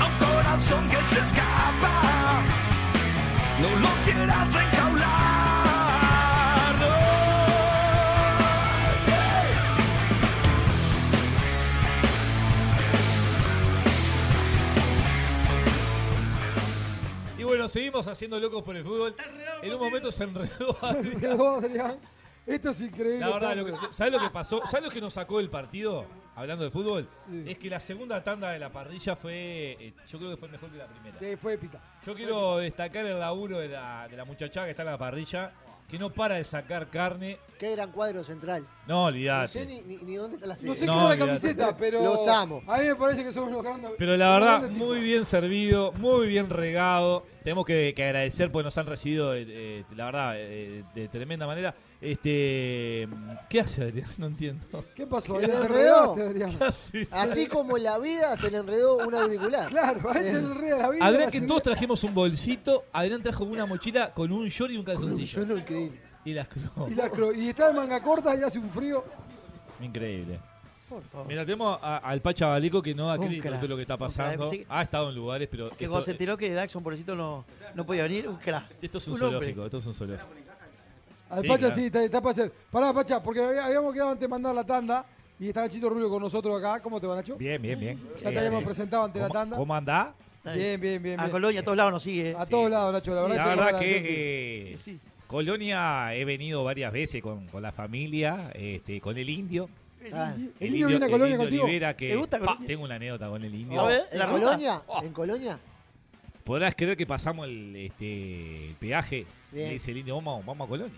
a un corazón que se escapa, no lo quieras encaular. Oh, yeah. Y bueno, seguimos haciendo locos por el fútbol. En un momento se enredó. Adrián, Esto es increíble. La verdad, lo que- ¿sabes lo que pasó? ¿Sabes lo que nos sacó del partido? hablando de fútbol, es que la segunda tanda de la parrilla fue, eh, yo creo que fue mejor que la primera. Sí, fue épica. Yo quiero destacar el laburo de la, de la muchachada que está en la parrilla, que no para de sacar carne. Qué gran cuadro central. No, No sé olvidate. ni, ni- ni dónde está la No sede. sé No, qué era la olvidate. camiseta, pero. Los amo. A mí me parece que somos los grandes. Pero la verdad, los grandes muy tipos. bien servido, muy bien regado. Tenemos que, que agradecer porque nos han recibido, eh, eh, la verdad, eh, de tremenda manera. Este, ¿Qué hace Adrián? No entiendo. ¿Qué pasó? ¿Se Adrián? le ¿Te enredó? enredaste, Adrián? Así, Así como la vida se le enredó un auricular. Claro, a él se le enreda la vida. la Adrián, que sensación. todos trajimos un bolsito. Adrián trajo una mochila con un short y un calzoncillo. Yo no increíble. Y las cromos. Y, la cro- y está de manga corta y hace un frío. Increíble. Mira, tenemos a- al Pacha Balico que no da Un crédito crack. de lo que está Un crack. pasando. Sí. Ha estado en lugares, pero. Que cuando Esto, se enteró que Daxon, pobrecito, no, no podía venir, un crack. esto es un, hombre. zoológico, esto es un zoológico. Al Sí, Pacha claro. sí, está, está para hacer. Pará, Pacha, porque había- habíamos quedado antes de mandar la tanda. Y está Nachito Rubio con nosotros acá. ¿Cómo te va, Nacho? Bien, bien, bien. Ya te habíamos presentado ante la ¿Cómo- tanda. ¿Cómo andá? Está Bien, bien, Ah, bien. A bien. Colonia, a todos lados nos sigue. eh. A todos lados, Nacho. La verdad, La que verdad se llama la atención. que eh, Sí. Colonia he venido varias veces con, con la familia, este, con el indio. Ah, ¿El indio viene a Colonia contigo? Olivera, que ¿Te gusta pa, Colonia? tengo una anécdota con el indio. A ¿Eh? ver, ¿En la ruta. Colonia? Oh. ¿En Colonia? Podrás creer que pasamos el, este, el peaje. Bien. Me dice el indio, vamos, vamos a Colonia.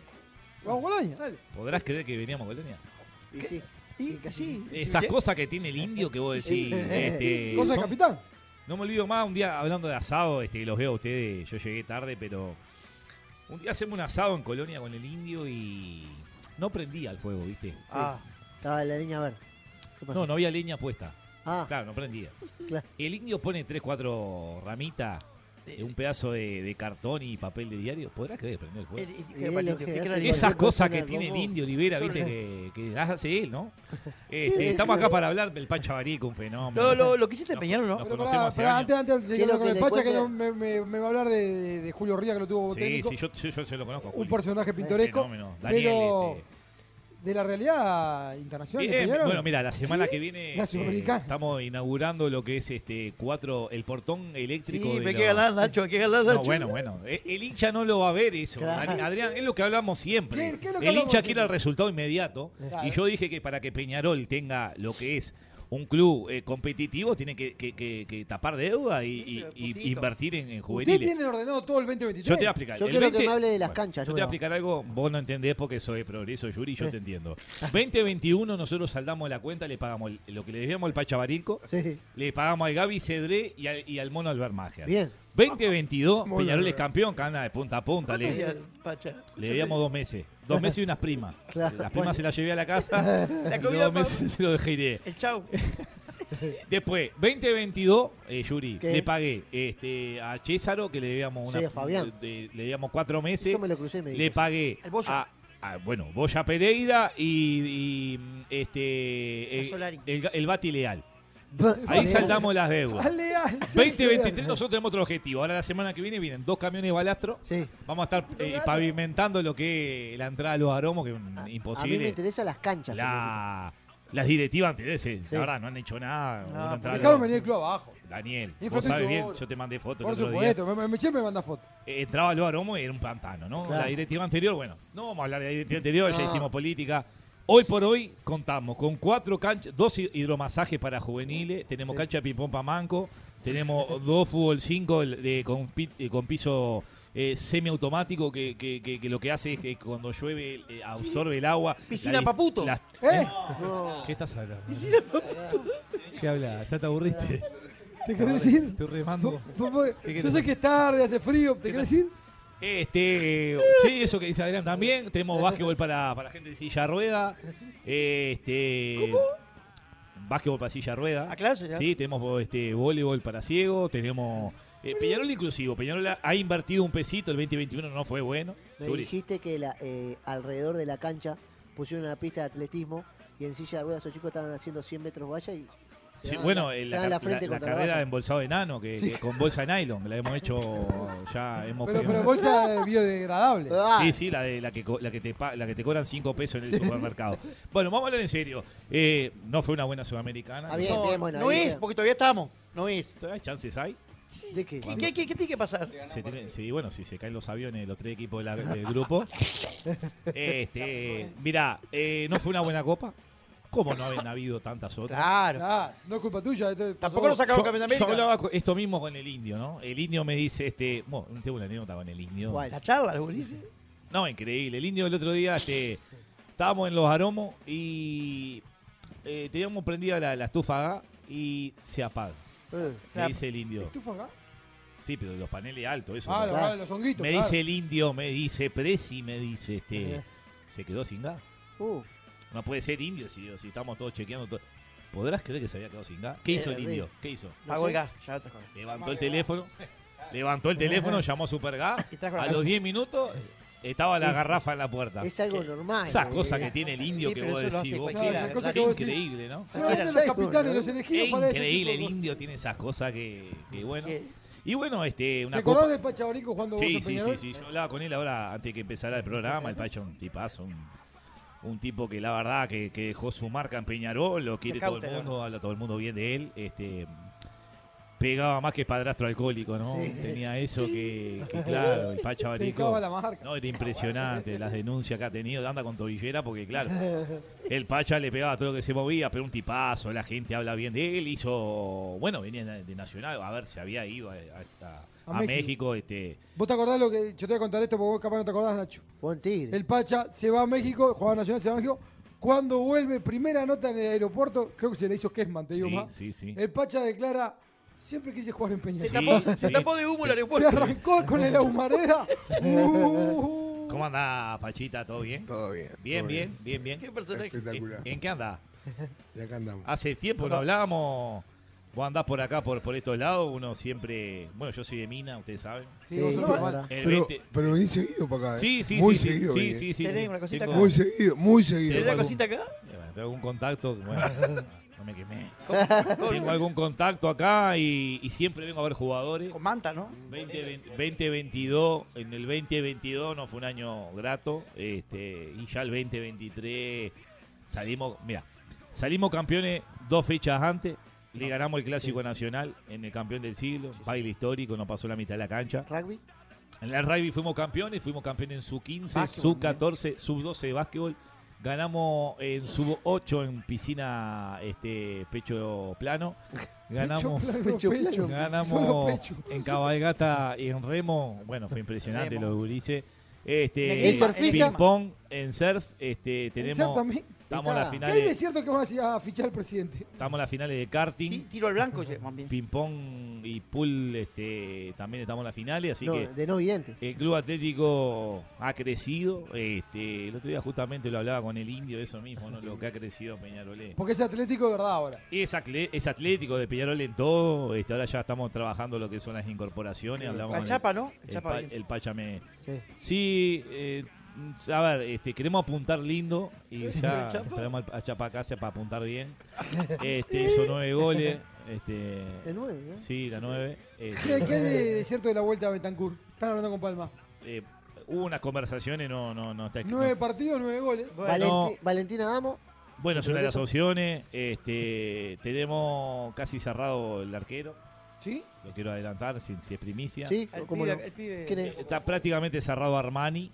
Vamos, Colonia, dale. Podrás creer que veníamos a Colonia. Y sí. Y sí. Esas cosas que tiene el indio que vos decís. este, Cosa de son- capitán. No me olvido más, un día hablando de asado, este, los veo a ustedes, yo llegué tarde, pero un día hacemos un asado en Colonia con el indio y no prendía el fuego, ¿viste? Ah, Estaba la niña a ver. ¿Qué pasó? No, no había leña puesta. Ah, Claro, no prendía. Claro. El indio pone 3, 4 ramitas de un pedazo de, de cartón y papel de diario. ¿Podrás creer que prendió el fuego? el- el- Y qué él valiente, lo que qué hace- crack. es- Esas volvió con cosas que una tiene el robó. indio Olivera, Yo viste, no- que, que las hace él, ¿no? Este, estamos acá para hablar del Pachabarico, un fenómeno. Lo, lo, lo quisiste empeñar, ¿no? Nos Pero conocemos pará, hace pará, años. antes, antes de Quiero que con que el le Pacha, que cuente- no- me, me- me va a hablar de, de- de Julio Ría, que lo tuvo como Sí, técnico. sí, yo, yo, yo, yo lo conozco. un Juli. personaje pintoresco. Fenómeno. Daniel, Pero este. de la realidad internacional. de Bien, Peñarol. bueno, mira, la semana que viene La eh, Sudamericana. estamos inaugurando lo que es este cuatro, el portón Sí, eléctrico. de pero hay la- que ganar, Nacho, hay que ganar, Nacho. No, bueno, bueno. Eh, El hincha no lo va a ver eso. Claro. Ad- Adrián, es lo que hablamos siempre. ¿Qué- qué es lo que el hablamos hincha quiere siempre? el resultado inmediato. Claro. Y yo dije que para que Peñarol tenga lo que es un club eh, competitivo, tiene que, que- que- que tapar deuda y, pero y- y justito. invertir en, en Ustedes juveniles. tienen ordenado todo el 2023. Yo te voy a explicar. Yo El quiero que 20 me hable de las canchas, Yo te voy a nuevas. explicar algo, vos no entendés porque soy de progreso, Yuri, yo te entiendo. 2021 nosotros saldamos la cuenta, le pagamos el- lo que le debíamos al Pachabarico, sí. le pagamos al Gaby Cedré y al, y al Mono Albermagia. Bien. 2022, Mono Peñarol es Alver- campeón, gana de punta a punta. Ay, Le, al Pacha. le debíamos dos meses. Dos meses y unas primas. Claro. Las primas se las llevé a la casa, La los comida dos pa- meses se lo dejé iré. El chau. Después, 2022, eh, Yuri, ¿Qué? le pagué este, a Césaro, que le debíamos Sí, una, a Fabián. de- le debíamos cuatro meses. Yo me lo crucé y me le dijo. pagué Al Boya. a, a, bueno, Boya Pereira y, y, mm, este A eh, Solari. el, el Bati Leal. Ahí Vale. saltamos las deudas. Dale, dale, sí, 2023 nosotros tenemos otro objetivo. Ahora la semana que viene vienen dos camiones de balastro. Sí. Vamos a estar eh, pavimentando lo que es la entrada a los aromos, que es un- A mí me imposible. interesan las canchas. La- las directivas anteriores, eh, Sí. la verdad, no han hecho nada. Uno porque entra a Dejaron los- venir el club abajo. Daniel, Y vos sabes bien, infraestructura. yo te mandé fotos el Por otro supuesto, me, me- siempre me manda fotos. día. Eh, Entraba el Aromo y era un pantano, ¿no? La directiva anterior, bueno, no vamos a hablar de la directiva anterior, ya No. hicimos política. Hoy por hoy contamos con cuatro canchas, dos hi- hidromasajes para juveniles, tenemos cancha de ping-pong para manco, tenemos dos fútbol 5 con, pi- eh, con piso eh, semiautomático que, que- que- que lo que hace es que cuando llueve eh, absorbe el agua. Piscina dis- pa' puto. las- ¿Eh? ¿Qué estás hablando? ¿Qué hablas? ¿Ya te aburriste? ¿Te querés ir? Estoy remando. Fue- fue- querés Yo sé que es tarde, hace frío. ¿Te querés ir? Este, sí, eso que dice Adrián también. Tenemos básquetbol para, para gente de silla de rueda. Este, Básquetbol para silla de rueda. Ah, claro, eso ya Sí, tenemos este, voleibol para ciego. Tenemos. eh, Peñarol inclusivo. Peñarol ha- ha invertido un pesito. El 2021 no fue bueno. Me Yuri. dijiste que la, eh, alrededor de la cancha pusieron una pista de atletismo y en silla de ruedas esos chicos estaban haciendo 100 metros valla y se Sí, daban bueno, ah, la, eh, se la, daban la car- frente la- la contra la carrera de valla. embolsado de enano, que, que con bolsa de nylon, la hemos hecho, ya hemos Pero, pero pegado. bolsa eh, biodegradable. Ah, Sí, sí, la, de, la, que, co- la, que te, pa- la que te cobran 5 pesos en el supermercado. Bueno, vamos a hablar en serio. Eh, no fue una buena sudamericana. Ah, bien, No, bien, bueno. no ahí es, bien. porque todavía estamos. No es. ¿todavía chances hay? ¿De qué? ¿Qué, qué, qué, qué tiene que pasar? Se tiene- sí, bueno, si se caen los aviones de los tres equipos de la- del grupo. Este, mirá, eh, no fue una buena copa. ¿Cómo no habían habido tantas otras? Claro. Ah, no es culpa tuya. esto pasó Tampoco lo vos. sacaron Yo- Capitán Yo América. hablaba co- esto mismo con el indio, ¿no? El indio me dice, este, bueno, tengo una anécdota con el indio. ¿Cuál? La charla, los gurises. No, increíble. El indio el otro día, este, estábamos en los aromos y eh, teníamos prendida la, la estufa acá y se apaga. Me La- dice el indio. Eh. ¿Estufa acá? Sí, pero los paneles altos, eso. Ah, ¿no? los- ah, los honguitos. me claro. Eh. dice el indio, me dice Presi, me dice, este, se quedó sin gas. Uh, No puede ser indio si, si estamos todos chequeando. todo. ¿Podrás creer que se había quedado sin gas? ¿Qué Eh, hizo el Terrible. indio? ¿Qué hizo? Pagó el gas, Ah, ya otra cosa. Levantó el teléfono. Levantó el teléfono, llamó a Supergas. Y trajo la A garrafa. los 10 minutos eh, estaba la garrafa en la puerta. es algo normal. Esas eh. cosas que tiene el indio Sí, que pero vos eso lo decís hace vos. cualquiera, qué Claro, esas cosas que vos increíble, ¿no? Se venden los capitanes, los elegidos Es para ese increíble, el tipo de cosas. indio tiene esas cosas que, que bueno. Que- Y bueno, este, ¿Te una acordás copa. de Pachabarico jugando Sí, vos en sí, sí, Peñarol? sí. Yo hablaba con él ahora antes que empezara el programa. El Pacho es un tipazo, un, un tipo que la verdad que, que dejó su marca en Peñarol, lo quiere todo el cautela, mundo, habla todo el mundo bien de él. Este, pegaba más que padrastro alcohólico, ¿no? Tenía eso que, que, claro, el Pacho Dejaba la Abarico. marca. No, era impresionante las denuncias que ha tenido. Anda con tobillera porque, claro, el Pacha le pegaba todo lo que se movía, pero un tipazo, la gente habla bien de él. Hizo, bueno, venía de Nacional, a ver, se había ido a, a- a A México. México. este Vos te acordás lo que. Yo te voy a contar esto porque vos capaz no te acordás, Nacho. Buen tigre. El Pacha se va a México, jugador nacional se va a México. Cuando vuelve, primera nota en el aeropuerto, creo que se le hizo Kesman, te digo Sí, más. sí, sí. El Pacha declara, siempre quise jugar en Peñarol. Se, Sí, tapó, se sí. tapó de humo el Se aeropuerto. arrancó con el ahumareda. Uh. ¿Cómo anda, Pachita? ¿Todo bien? Todo bien. Bien, todo bien, bien, bien. Qué personaje. Espectacular. ¿En, en qué anda? Y acá andamos. Hace tiempo no hablábamos. Vos andás por acá, por, por estos lados, uno siempre... Bueno, yo soy de Mina, ustedes saben. Sí, vos sos no, normal. ahora. El Pero, 20 pero venís seguido para acá. eh. Sí, sí, muy sí, sí, seguido. sí, venís. sí, sí, ¿Tenés sí. una cosita Tengo- acá? Muy seguido, muy seguido. ¿Tenés la cosita acá? Bueno, Tengo algún contacto, bueno, no me quemé. Tengo algún contacto acá y, y siempre vengo a ver jugadores. Con manta, ¿no? 2022, en el 2022 no fue un año grato, este, y ya el 2023 salimos, mira, salimos campeones dos fechas antes, le ganamos el clásico nacional en el campeón del siglo, baile histórico, no pasó la mitad de la cancha. Rugby. En la rugby fuimos campeones, fuimos campeones en su 15, Básquetbol sub 14, sub 12 de básquetbol. Ganamos en sub 8 en piscina este pecho plano. Ganamos Pecho, Pecho, pecho, pecho. Solo ganamos pecho. en cabalgata y en remo. Bueno, fue impresionante Remo. lo de Ulises. En Este, el surfista. ping pong, en surf, este, tenemos, surf también? estamos en las ¿Qué hay de finales, cierto que vas a ir a fichar al presidente? estamos en las finales de karting, Ti- Tiro al blanco, oye, más bien. ping pong y pool, este, también estamos en las finales, así No, que de no vidente. el club atlético ha crecido. Este, el otro día justamente lo hablaba con el indio, eso mismo, ¿no? lo que ha crecido Peñarolé. Porque es atlético de verdad ahora. Es, atle- es atlético de Peñarol en todo. Este, ahora ya estamos trabajando lo que son las incorporaciones. Hablamos La con chapa, ¿no? El, La chapa pa- bien. el Pacha me- Sí. Sí, eh, a ver, este, queremos apuntar lindo y ya traemos al- a Chapa Casa para apuntar bien. Este, hizo nueve goles. Este, De nueve, ¿no? sí, la nueve. Este, ¿Qué hay, qué hay de, de cierto de la vuelta a Bentancur? Están hablando con Palma. eh, hubo unas conversaciones, no, no, no está escrito. Nueve partidos, nueve goles. Valenti- Valentina Damo. Bueno, es una de las Progreso. opciones. Este, tenemos casi cerrado el arquero. ¿Sí? Lo quiero adelantar si, si es primicia. Sí, El cómo pibe- no. el pibe- ¿Quién Eh, es? Está prácticamente cerrado Armani.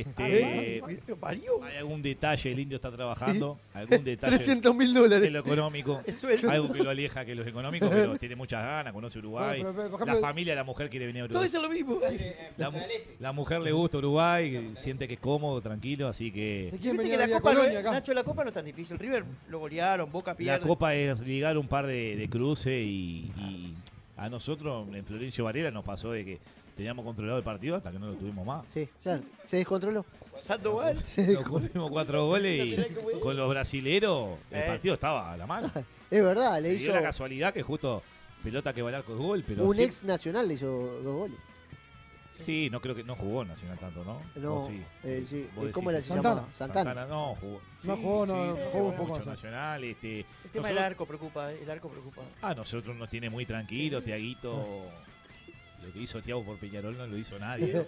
Este, ¿Lo parió? hay algún detalle, el indio está trabajando. Algún detalle 300 mil de dólares. lo económico. El sueldo. Algo que lo aleja que los económicos, pero tiene muchas ganas, conoce Uruguay. Bueno, pero, pero, por la ejemplo- familia, la mujer quiere venir a Todo Uruguay. eso es lo mismo. La, mu- la mujer le gusta Uruguay, que siente que es cómodo, tranquilo, así que... ¿Se quieren Viste que venir a la la copa no Colonia es, acá? Nacho, la copa no es tan difícil. River lo golearon, Boca La pierde. copa es ligar un par de, de cruces y, y a nosotros en Florencio Varela nos pasó de que teníamos controlado el partido hasta que no lo tuvimos más. Sí, claro. Se descontroló. Sandoval. Nos comimos cuatro goles y con los brasileros el Eh. partido estaba a la mano. Es verdad, le Se dio hizo. la casualidad que justo pelota que va al arco es gol, pero Un sí, ex nacional le hizo dos goles. sí, no creo que no jugó Nacional tanto, ¿no? No, ¿O sí? eh, sí. Vos Eh, ¿Cómo decís era eso. se Santana. llamaba? Santana. no jugó. No jugó, no, no, jugó un poco mucho más. Nacional, este. El tema del nosotros- arco preocupa, eh, el arco preocupa. Ah, nosotros nos tiene muy tranquilo, Tiaguito. Lo que hizo Tiago por Peñarol no lo hizo nadie. ¿no?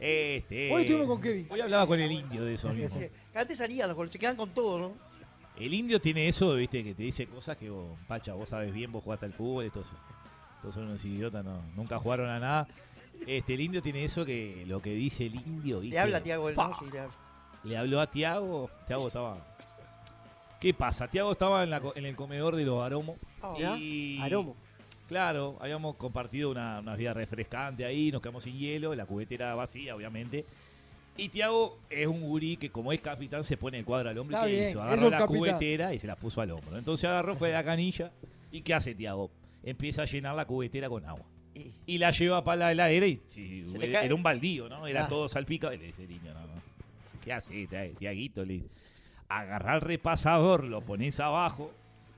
Este, Hoy estuvimos con Kevin. Hoy hablaba con el indio de eso mismo. Sí. Antes salían los goles, se quedan con todo, ¿no? El indio tiene eso, viste, que te dice cosas que vos, Pacha, vos sabes bien, vos jugaste al fútbol, estos, estos son unos idiotas, no, nunca jugaron a nada. Este, el indio tiene eso que lo que dice el indio, Le ¿viste? habla Tiago, él, Pa, ¿no? Sí, le habla. Le habló a Tiago, Tiago estaba. ¿Qué pasa? Tiago estaba en, la co- en el comedor de los Aromo. y... Aromo. Claro, habíamos compartido una, una vida refrescante ahí, nos quedamos sin hielo, la cubetera vacía, obviamente. Y Tiago es un gurí que como es capitán se pone el cuadro al hombre Está que bien, hizo. es Agarró un la capitán. cubetera y se la puso al hombro. Entonces agarró, fue a la canilla. ¿Y qué hace Tiago? Empieza a llenar la cubetera con agua. Y la lleva para la heladera y si- Se le era, cae. un baldío, ¿no? Era Ah. todo salpicado. Y le dice, niño, no, no. ¿Qué hace? Tiaguito, le dice. Agarrá el repasador, lo ponés abajo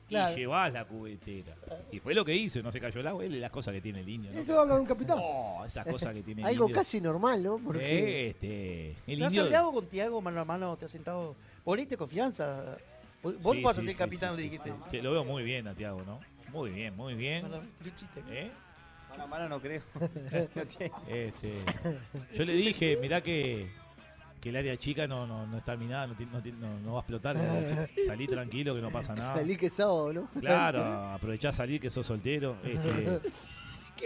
Claro. y llevás la cubetera. Y fue lo que hizo, no se cayó el agua, él es las cosas que tiene el indio. ¿no? Eso habla de un capitán. No, esas cosas que tiene el Algo indio. casi normal, ¿no? Porque Este, el ¿Te has indio. hablado con Tiago mano a mano? ¿Te has sentado? ¿Poniste confianza? Vos Sí, vas a sí, ser sí, capitán, le sí, sí, dijiste. sí. Sí, lo veo muy bien a Tiago, ¿no? Muy bien, muy bien. Mano a mano, es un chiste. ¿Eh? Mano a mano no creo. No tiene- Este, yo le dije, mirá que, que el área chica no, no, no está minada, no, ti- no ti- no- no va a explotar. el área chica. Salí tranquilo que no pasa nada. salí que sábado, ¿no? Claro, aprovechá a salir que sos soltero. Este, Qué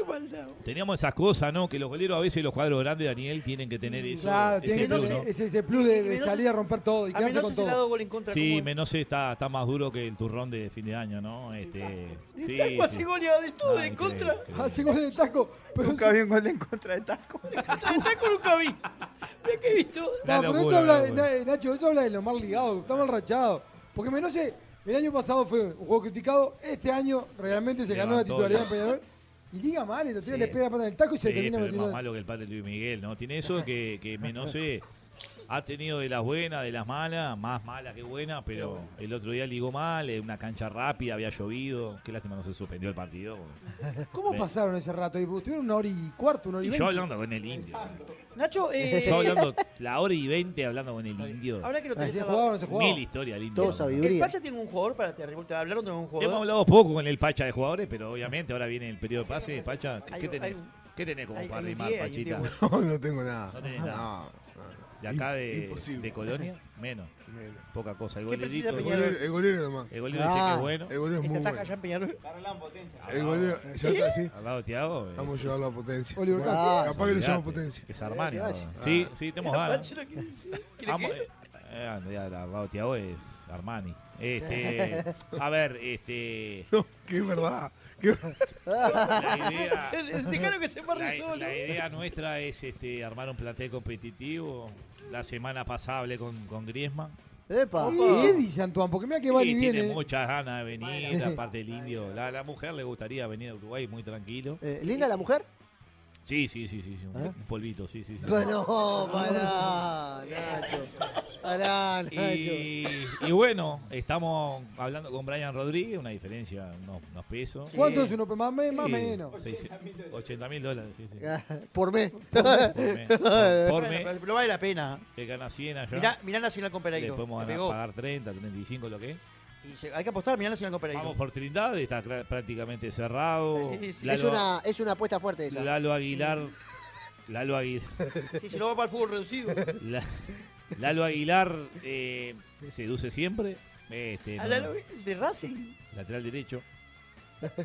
maldad. Teníamos esas cosas, ¿no? Que los goleros a veces los cuadros grandes, Daniel, tienen que tener eso. Claro, ese tiene plus, ese, ¿no? ese, ese plus de, de Menoses- salir a romper todo y A mí quedarse no con se le ha todo. dado gol en contra. Sí, como- Menose está, está más duro que el turrón de fin de año, ¿no? Este, sí, Está casi sí. goleado de todo Ah, en contra. increíble, increíble. Hace gol de taco. Pero, Nunca vi un gol en contra de Taco. Está con un cabí. Mira que he visto. No, Una pero eso locura, habla, una de- locura. na- Nacho, eso habla de lo más ligado, está mal rachado. Porque Menose, el año pasado fue un juego criticado, este año realmente se ganó la Levantó, titularidad en Peñarol. Y liga mal, y lo tira, Sí. le pega la pata en el taco y se Sí, termina pero es metiendo. más malo que el padre Luis Miguel, ¿no? Tiene eso que, que Menose ha tenido de las buenas, de las malas, más mala que buena, pero el otro día ligó mal, en una cancha rápida, había llovido. Qué lástima no se suspendió el partido. ¿Cómo Ve. pasaron ese rato? ahí? Porque Estuvieron una hora y cuarto, una hora y Y veinte. yo hablando con el indio. Nacho, eh, Yo hablando la hora y veinte hablando con el indio. ahora que Ah, lo tenés ¿Se al jugaba o lado. no se jugaba? Mil historias, el indio. Todo sabido. El Pacha tiene un jugador para te ¿Te hablaron de un Hemos jugador? hablado poco con el Pacha de jugadores, pero obviamente ahora viene el periodo de pase. Pacha, ¿qué Hay- tenés? hay un- ¿Qué tenés como hay- para hay un rimar, 10, hay un Pachita? 10. No, no tengo nada. No tenés nada. No, no. De acá Im- de, imposible. de Colonia, menos. Menos. Poca cosa. El ¿Qué precisa golerito, El el Peñarol? golero, el golero, golero nomás. Ah, el golero dice que es bueno. El golero es Este muy ataca allá bueno. en Peñarol. El golero, ya está así. Al lado de Tiago. Vamos a llevarlo a potencia. Oliver ah, Bueno, Kahn. capaz que lo llama llamo potencia. Que es Armani. que ahora. vaya. Sí, sí, tenemos ganas. Pacha lo quiere decir. ¿Quiere Vamos, que- eh, eh, Andrea, al lado de Tiago es Armani. Este, a ver, este, No, que es verdad. Que... la idea... Dejaron que se La, embarre solo. la idea nuestra es este, armar un plantel competitivo. La semana pasada hablé con, con Griezmann. ¡Epa! ¿Y Ah, ¿Qué dice Antoine? Porque mira que va y y tiene viene. muchas ganas de venir, aparte del indio. La, la mujer le gustaría venir a Uruguay muy tranquilo. Eh, ¿Linda la mujer? Sí, sí, sí, sí, sí, un, un polvito, sí, sí, sí. No, pará, Nacho. Pará, Nacho. Y, y bueno, estamos hablando con Brian Rodríguez, una diferencia, unos, unos pesos. ¿Cuánto es uno? Más, me- más Sí, menos. seis- 80 mil dólares, sí, sí. Por mí. Por mes, por- por mes, Bueno, Pero vale la pena. que gana 100 allá. Mirá, mirá Nacional con le Pereiro. podemos Le ganar- pegó. pagar 30, 35, lo que es. Y llega- hay que apostar, mirá Nacional con Pereiro. Vamos por Trindade, está cra- prácticamente cerrado. Sí, sí, Es Lalo, una, es una apuesta fuerte esa. Lalo Aguilar. Lalo Aguilar. Si se lo va para el fútbol reducido. La- Lalo Aguilar eh, seduce siempre. Este, A no, la- de Racing. Lateral derecho.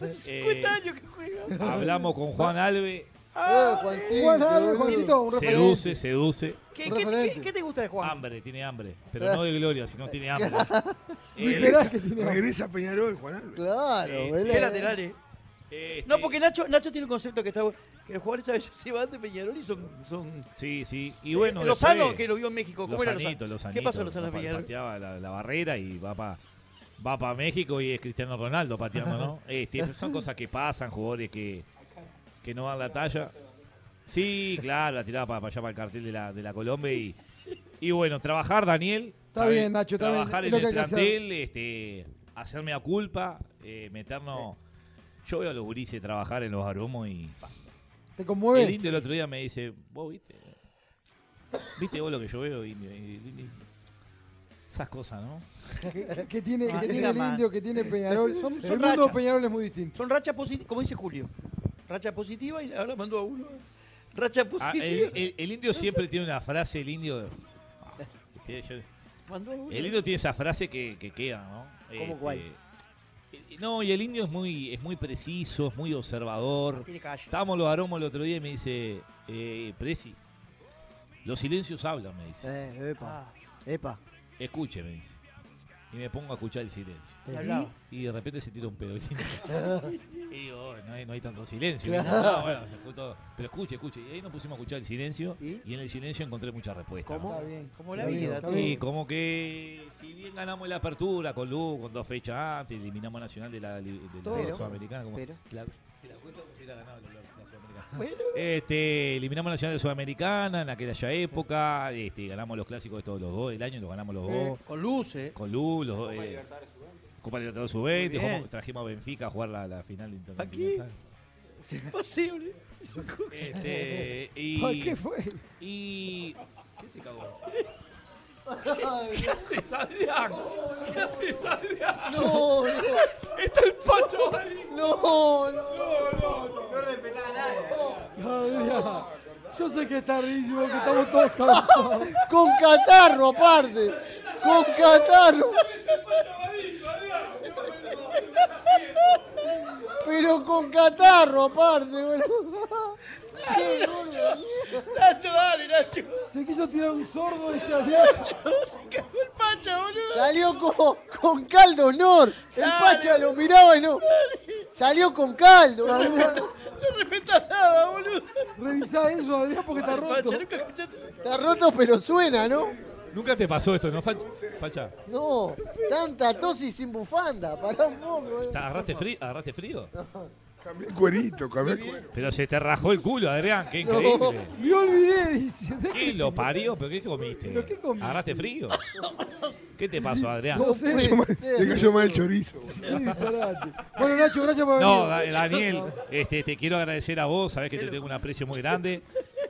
Hace Eh, 50 años que juega. Ah, Hablamos con Juan Alve. Eh, Juancito, Bueno, a ver, boludo. Juancito, un referente. Seduce, seduce. ¿Qué, Un qué- referente. qué- qué te gusta de Juan? Hambre, tiene hambre. Pero no de gloria, sino tiene hambre. Eh, Regresa, regresa Peñarol, Juan Alves. Claro, Sí, boludo. Qué laterales. este, No, porque Nacho, Nacho tiene un concepto que está bueno, que los jugadores a veces se van de Peñarol y son. son Sí, sí. Y bueno. Lozano, después- Eh, que lo vio en México. ¿Cómo era Lozanito, Lozano? Lozanito, ¿Qué pasó en Lozano pa- en Peñarol? Pateaba la, la barrera y va para va pa México y es Cristiano Ronaldo pateando, ¿no? Este, son cosas que pasan, jugadores que, que no dan la talla. Sí, claro, la tiraba para allá para el cartel de la, de la Colombia y, y bueno, trabajar, Daniel. Está ¿sabes? bien, Nacho, está bien. Trabajar Es lo en que el hay que hacer. plantel, este, hacerme a culpa, eh, meternos. Yo veo a los gurises trabajar en los aromos y. Te El conmueve. indio el otro día me dice, vos viste, viste vos lo que yo veo, indio. Y el indio dice, Esas cosas, ¿no? Que, que tiene, Ah, que tiene diga el más. indio, que tiene Peñarol. Son- el son mundo de rachas. Peñarol es muy distinto. Son rachas positivas, como dice Julio. Racha positiva y ahora mandó a uno. Racha Ah, positiva. el, el- el indio siempre tiene una frase, el indio. Ah, este, yo- mandó a uno. El indio tiene esa frase que, que queda, ¿no? Este, cuál? el- No, y el indio es muy, es muy preciso, es muy observador. Tiene calle. Estábamos los aromos el otro día y me dice, eh, Preci, los silencios hablan, me dice. Eh, epa. Ah, Epa. Escuche, me dice. y me pongo a escuchar el silencio. Y hablaba. Y de repente se tira un pedo. y digo, "Oh, no, hay, no hay tanto silencio. Claro. Y dice, "No, bueno, se escuchó". pero escuche, escuche. Y ahí nos pusimos a escuchar el silencio y, en el silencio encontré muchas respuestas. ¿no? ¿Cómo? Está bien. Como la vida. Está tú. bien. Y como que si bien ganamos la apertura con Luz, con dos fechas antes, eliminamos a Nacional de la, li- de la Pero, Sudamericana. Como, pero. Te la, te la cuento como si hubiera ganado la, la- la Sudamericana. Este, eliminamos a Nacional de Sudamericana en aquella época, este, ganamos los clásicos de todos los dos del año, los ganamos los dos. Eh, Con luces. Con Luz, los dos. eh, Copa Libertadores Sub-20, Muy bien. jugamos- trajimos a Benfica a jugar la, la final de Intercontinental. Imposible. Este, y, ¿Por qué fue? y. ¿Qué se cagó? ¿Qué haces, Adrián? ¿Qué haces, Adrián? No, ¡Está el Pacho ahí! ¡Oh! no, no. Yo sé que es tardísimo, que estamos todos cansados. Con catarro aparte. Con catarro. Pero con catarro aparte, boludo. Qué gordo de mierda. Nacho, dale, Nacho. Se quiso tirar un sordo y se abrió. Se cagó el pacha, boludo. Salió con, con caldo honor. El Pacha lo miraba y no. Salió con caldo. boludo. No respeta nada, boludo. Revisá eso, Adrián, porque está roto. Pacha, nunca escuchaste. Está roto pero suena, ¿no? Nunca te pasó esto, ¿no, Facha? Facha, No. Tanta tos y sin bufanda. Pará un poco. boludo. ¿te agarraste, frío? ¿agarraste frío? Cambié el cuerito, cambié el cuero. Pero se te rajó el culo, Adrián, qué increíble. Me olvidé, dice. ¿Qué lo parió? ¿Pero qué comiste? ¿Pero qué comiste? ¿Agarraste frío? ¿Qué te pasó, Adrián? No sé. Puede Sí, ser. Le cayó mal el chorizo. disparate. Bueno, Nacho, gracias por No, Da- venir. Daniel, este, te quiero agradecer a vos, sabés que te tengo un aprecio muy grande.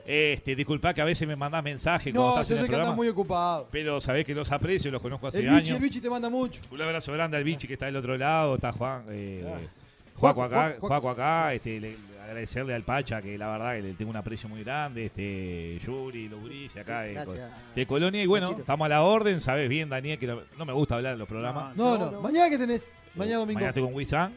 Este, disculpá que a veces me mandás mensajes cuando No, yo estás en sé el que andas programa, muy ocupado. pero sabés que los aprecio, los conozco hace El bichi, años. el bichi te manda mucho. Un abrazo grande al bichi que está del otro lado, está Juan, eh, eh, Juaco acá, Juaco, Juaco. Juaco acá, este, le- agradecerle al Pacha que la verdad que le tengo un aprecio muy grande, este, Yuri, Lubrice acá de, Gracias. de Colonia y bueno, estamos a la orden, sabés bien Daniel que no, no me gusta hablar en los programas. No, no. Mañana que tenés. Mañana domingo. Mañana estoy con Wisan.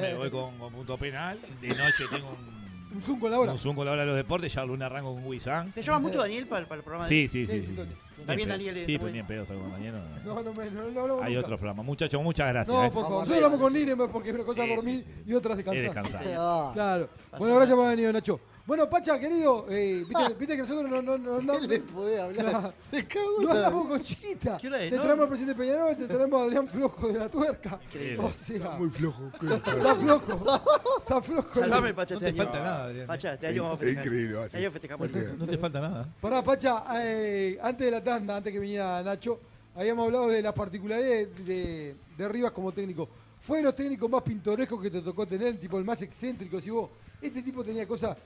me voy con, con punto penal. De noche tengo un, Un zoom con la hora. un Zoom con la hora de los deportes. Ya lunes arranco con Wisan. ¿Te llama mucho Daniel para, para el programa? de- Sí, sí, Sí, sí. sí, Tony. sí. También Ni en Daniel pedo. es Sí, muy- pero ni en pedo salgo mañana. No, no, me- no, no hablamos Hay nunca. otros programas. Muchachos, muchas gracias. No, eh. porque Vamos nosotros a hablamos con Niremer porque una cosa es Sí, dormir sí, sí. y otra es Es descansar. descansar. Ah. Ah. Claro. Bueno, gracias por haber venido, Nacho. Bueno, Pacha, querido, eh, viste, viste que nosotros no, no, no, no, ¿Qué le podés hablar? Se cagó. no la- andamos con chiquita. ¿Qué hora es, Te no? traemos al presidente Peñarol, te traemos a Adrián Flojo de la tuerca. Increíble. O sea, Muy flojo. cuero. está flojo. Está flojo. Salvame, Pacha, No este te año. falta nada, Adrián. eh. Pacha, este año vamos a Es festejar. increíble. va, Este sí. año festejamos el- Festeja. No te falta nada. Pará, Pacha, eh, antes de la tanda, antes que viniera Nacho, habíamos hablado de las particularidades de, de- de Rivas como técnico. Fue de los técnicos más pintorescos que te tocó tener, tipo el más excéntrico. Si vos, este tipo tenía cosas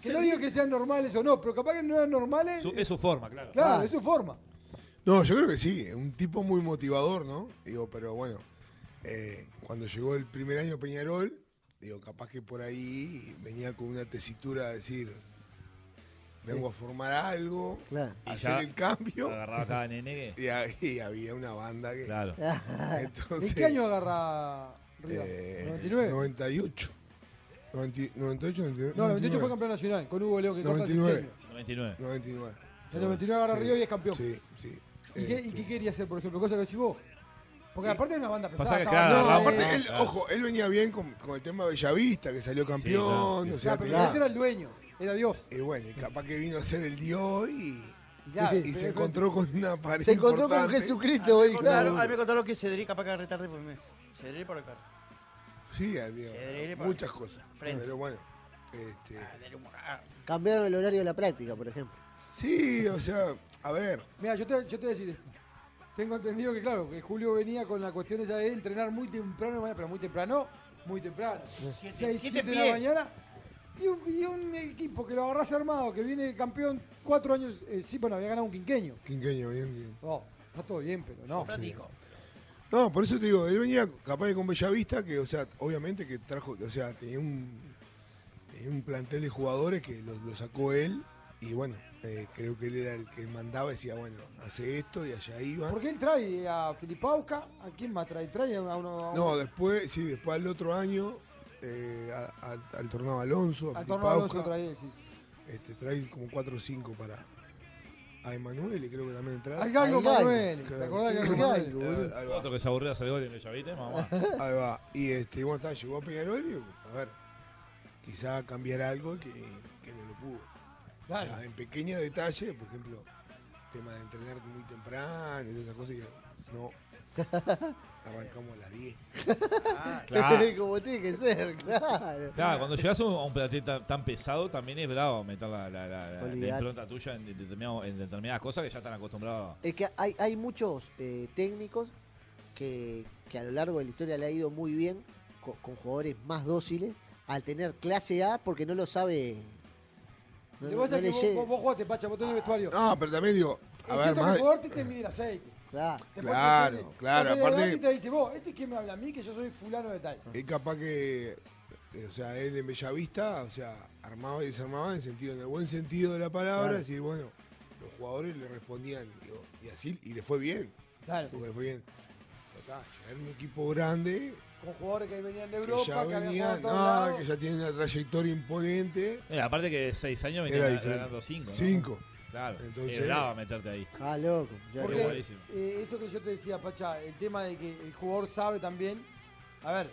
que no digo que sean normales o no, pero capaz que no eran normales. Su- es su forma, claro. Eh. Claro, Ah. es su forma. No, yo creo que sí, un tipo muy motivador, ¿no? Digo, pero bueno, eh, cuando llegó el primer año Peñarol, digo, capaz que por ahí venía con una tesitura a decir, vengo a formar algo, Claro. Y a hacer ya el cambio, Agarraba cada nene. y, ha- y había una banda que... Claro. Ah, Entonces, ¿En qué año agarra Rivas? eh, ¿99? 98. 90 98, 99. no, 98 fue campeón nacional, con Hugo Leo que cosa 99. En 99. 99. el 99 agarra Sí, Rivas y es campeón. Sí, sí. ¿Y, qué, y Este, qué quería hacer, por ejemplo? Cosa que decís vos. Porque aparte era una banda pesada. Pasa que, estaba claro, Leo, No, Ah, aparte, eh, él, claro. ojo, él venía bien con, con el tema de Bellavista, que salió campeón, Sí, claro, o o sea, sea, pero tenía- este era el dueño, era Dios. Y bueno, y capaz que vino a ser el dios y, Ya, y pero- se encontró con una pared Se encontró con importante. Ah, Ah, Jesucristo hoy, Claro, claro. a mí me contaron que Cedric capaz que agarré tarde por mí. Cedric por acá. Sí, a Dios, Pedrero para- muchas cosas. Frente. Pero bueno, este, Ah, Cambiaron el horario de la práctica, por ejemplo. sí, o sea, a ver, Mira, yo te, yo te voy a decir esto. Tengo entendido que, claro, que Julio venía con la cuestión esa de entrenar muy temprano, pero muy temprano, muy temprano. 6, siete 7 de la pie. mañana. Y un, y un equipo que lo agarrás armado, que viene campeón cuatro años, eh, sí, bueno, había ganado un quinqueño. Oh, quinqueño, bien, bien. No, está todo bien, pero no. Platico. No, por eso te digo, él venía capaz que con Bellavista, que, o sea, obviamente que trajo, o sea, tenía un, tenía un plantel de jugadores que lo, lo sacó él, y bueno, eh, creo que él era el que mandaba, decía, bueno, hace esto y allá iba. Porque él trae a Filipauca, ¿a quién más trae? Trae a uno. a No, uno- después, sí, después al otro año, eh, a- a- al tornado Alonso, a al torneo Alonso Filipauca, trae, sí. este, trae como 4 o 5 para, A Emanuele creo que también entraba. Al galgo Al galgo. Manuel. ¿Te acordás del galgo Ahí Manuel? va, ahí va. Otro que se aburrió de hacer gol en Bellavite, mamá. Ahí va. Y este, bueno, está, llegó a Peñarol y digo, a ver, quizá cambiar algo que, que no lo pudo. O sea, en pequeños detalles, por ejemplo, tema de entrenar muy temprano y todas esas cosas, y yo, no. Arrancamos a las 10. Ah, Claro. Como tiene que ser, claro. Claro, cuando llegas a un, a un plantel tan, tan pesado, también es bravo meter la, la- la- la- la Olvidate. impronta tuya en, determinado- en determinadas cosas que ya están acostumbrados. Es que hay, hay muchos eh, técnicos que, que a lo largo de la historia le ha ido muy bien co- con, jugadores más dóciles al tener clase A porque no lo sabe. no- Lo que no- pasa no es que le vos, llega. vos, vos jugaste, Pacha, vos tenés el vestuario. Ah, No, pero también digo, Es a cierto ver, que más. el jugador te, te mide el aceite. Claro. Después Claro, te- te- claro, pasa de aparte- adelante y te dice, vos, este es que me habla a mí, que yo soy fulano de tal. Es capaz que, eh, o sea, él en Bellavista, o sea, armaba y desarmaba en sentido, en el buen sentido de la palabra, Claro. es decir, bueno, los jugadores le respondían, digo, y así, y le fue bien, Claro. porque le fue bien. Pero está, ya era un equipo grande, Con jugadores que venían de que Europa, que, ya habían venían, jugado a todos no, lados. que ya tienen una trayectoria imponente, Mira, Eh, aparte que de 6 años era venían diferente. ganando 5. Cinco. Claro. Entonces- es bravo meterte ahí. Ah, loco. Ya Porque- no- Qué buenísimo. eh, eso que yo te decía, Pachá, el tema de que el jugador sabe también. A ver,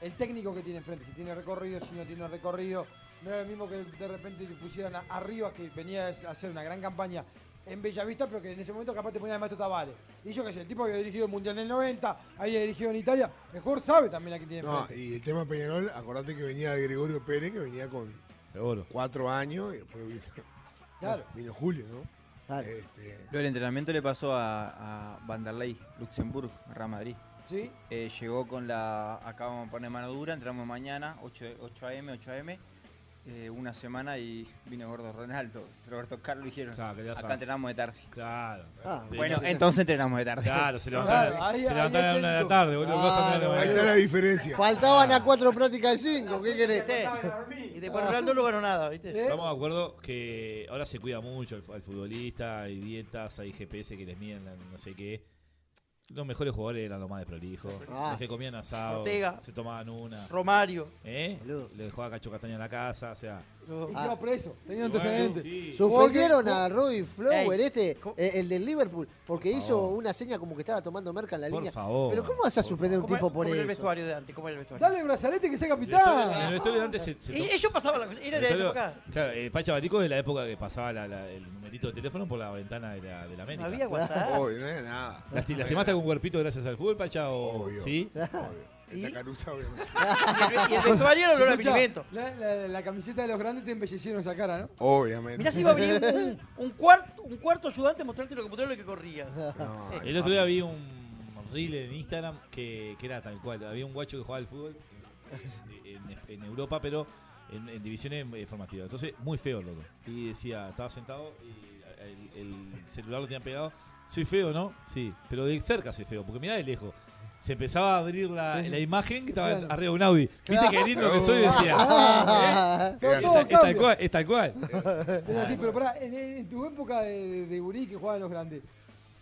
el técnico que tiene enfrente, si tiene recorrido, si no tiene recorrido. No era lo mismo que de repente te pusieran a- arriba, que venía a hacer una gran campaña en Bellavista, pero que en ese momento capaz te ponían el maestro Tavares. Y yo qué sé, el tipo había dirigido el Mundial del 90, había dirigido en Italia. El jugador sabe también a quién tiene No, enfrente. y el tema Peñarol, acordate que venía de Gregorio Pérez, que venía con Seguro. cuatro años, y después vino, Claro. vino Julio, ¿no? Claro. Este, Lo del entrenamiento le pasó a, a Vanderlei, Luxemburgo, Real Madrid. ¿Sí? Eh, llegó con la. Acá vamos a poner mano dura, entramos mañana, 8, de- 8 a.m., 8 a.m. eh, una semana y vino Gordo Ronaldo. Roberto Carlos dijeron: Claro, que ya Acá sabe. entrenamos de tarde. Claro. Ah, Sí. Bueno, entonces entrenamos de tarde. Claro, se Claro, levantaron ahí- ahí se levantaron a es la una de técnico. la tarde, boludo. vas a Claro, tener- ahí está la diferencia. Faltaban a cuatro prácticas de cinco. ¿Qué querés? Y después Rolando no ganó nada, ¿viste? ¿Eh? Estamos de acuerdo que ahora se cuida mucho al, al futbolista, hay dietas, hay GPS que les miden la- no sé qué. Los mejores jugadores eran los más desprolijos, Ah. los que comían asado, Ortega. se tomaban una, Romario. ¿eh? Boludo. Le dejaba cacho castaña en la casa, o sea... los- Y Ah. quedó preso, tenía Igual, antecedentes. sí. Suspendieron a Robbie Flower, Ey, este, ¿cómo? eh, el del Liverpool, porque hizo favor. una seña como que estaba tomando merca en la Por línea. favor, Pero ¿cómo vas a por suspender a un ¿Cómo tipo por era- cómo era el eso? vestuario de antes? ¿Cómo era el vestuario? Dale el brazalete que sea En el vestuario- En capitán. el vestuario de antes se, se Ah. Y to- ellos pasaban las cosas. Era de esa Claro, época. claro, eh, Pacha Barico es de la época que pasaba la- la- el numerito de teléfono por la ventana de la, de la No América. había WhatsApp. Obvio, no era nada. Lasti- ¿Lastimaste algún cuerpito gracias al fútbol, Pacha? O, Obvio. ¿Sí? Obvio. ¿Y? Esta carusa, obviamente. Y el- Y el vestuario era olor a Escuchá, pimiento. La, la- la camiseta de los grandes te embellecieron esa cara, ¿no? Obviamente. Mirá si iba a venir un, un cuarto, un cuarto ayudante a mostrarte lo que, mostrarte lo que corría. No, El otro día vi un reel en Instagram que, que era tal cual. Había un guacho que jugaba al fútbol en, en Europa, pero en, en divisiones eh, formativas. Entonces, muy feo, loco. Y decía, estaba sentado y el, el celular lo tenía pegado. Soy feo, ¿no? Sí, pero de cerca soy feo, porque mirá de lejos. Se empezaba a abrir la, la imagen que estaba Claro. arriba de un Audi. ¿Viste qué lindo que soy? Decía. ¿Eh? Era Es así. Todo tal- es tal cambia. cual, es tal cual. Pero así, pero pará, en, en tu época de, de, de gurí que jugaban los grandes,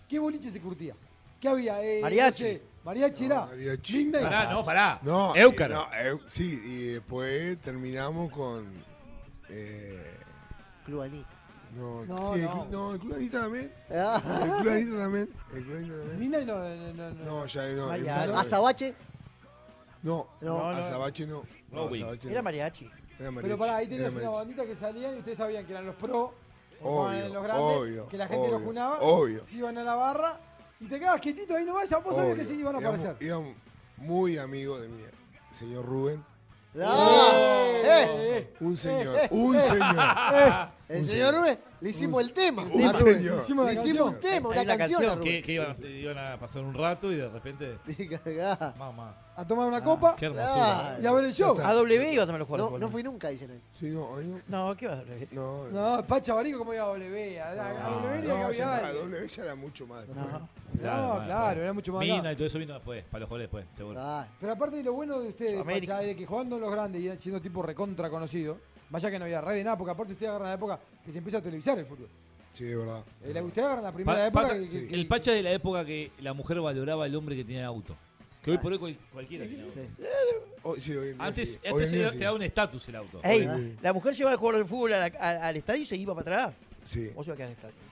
¿qué boliche se curtía? ¿Qué había? Eh, Mariachi. no sé, mariachi era. mariachi. Midnight. Pará, no, pará. No, Éucaro. eh, no, eu- sí, y después terminamos con. eh, Club Anita. no, No, sí, el, no. clu- no, el Club Anita también. Ah, El Club Anita también. El Club Anita también. Midnight no, no, no, no. No, ya no. el Mariachi. Club Anita- Azabache. No, No, no, no, Azabache no. No, güey. Azabache no. Era mariachi. Era mariachi, Pero pará, ahí era tenías una mariachi. bandita que salía y ustedes sabían que eran los pro, que Obvio, jugaban en los grandes, obvio, que la gente los obvio, junaba, obvio. se iban a la barra y te quedabas quietito ahí nomás, vos sabías que Obvio. sí iban a Éramos- aparecer. éramos muy amigos de mi señor Rubén. Oh. Ah, eh, Eh, Un señor, un señor. El señor Rubén, le hicimos el tema. Un a Rubén. señor. Hicimos la Le hicimos canción. un tema, Hay una una canción a canción Que, Rubén. que iban, iban a pasar un rato y de repente. Ah, Cagá. Mamá, A tomar una Ah, copa qué hermosura. y a ver el show. A W ibas a los juegos. No, no fui nunca, dicen ahí. Sí, no, ay, no. No, ¿qué vas a W? No, No, Pacha Barico como iba a W, a, a- a W ni a no, ya Gavial. era- doble B ya era mucho más. después. No, más, claro, era mucho más acá. Mina y todo eso vino después, para los jugadores después, seguro. Ah, Pero aparte de lo bueno de ustedes, Sudamérica. Pacha, es de que jugando en los grandes y siendo tipo recontra conocido, vaya que no había red de nada, porque aparte ustedes agarran la época que se empieza a televisar el fútbol. Sí, de verdad. Eh, la- ustedes agarran la primera Pa- época Pacha- que, que- el Pacha de la época que la mujer valoraba al hombre que tenía auto. Que hoy Ah. por hoy cual- cualquiera tiene auto. Hoy- sí, hoy en día Antes, sí. Hoy antes en día era- sí. te daba un estatus el auto. Ey, Obvio. la mujer llevaba a jugar al fútbol a la- a- al estadio y se iba para atrás. Sí, Vos ibas a quedar en el estadio. es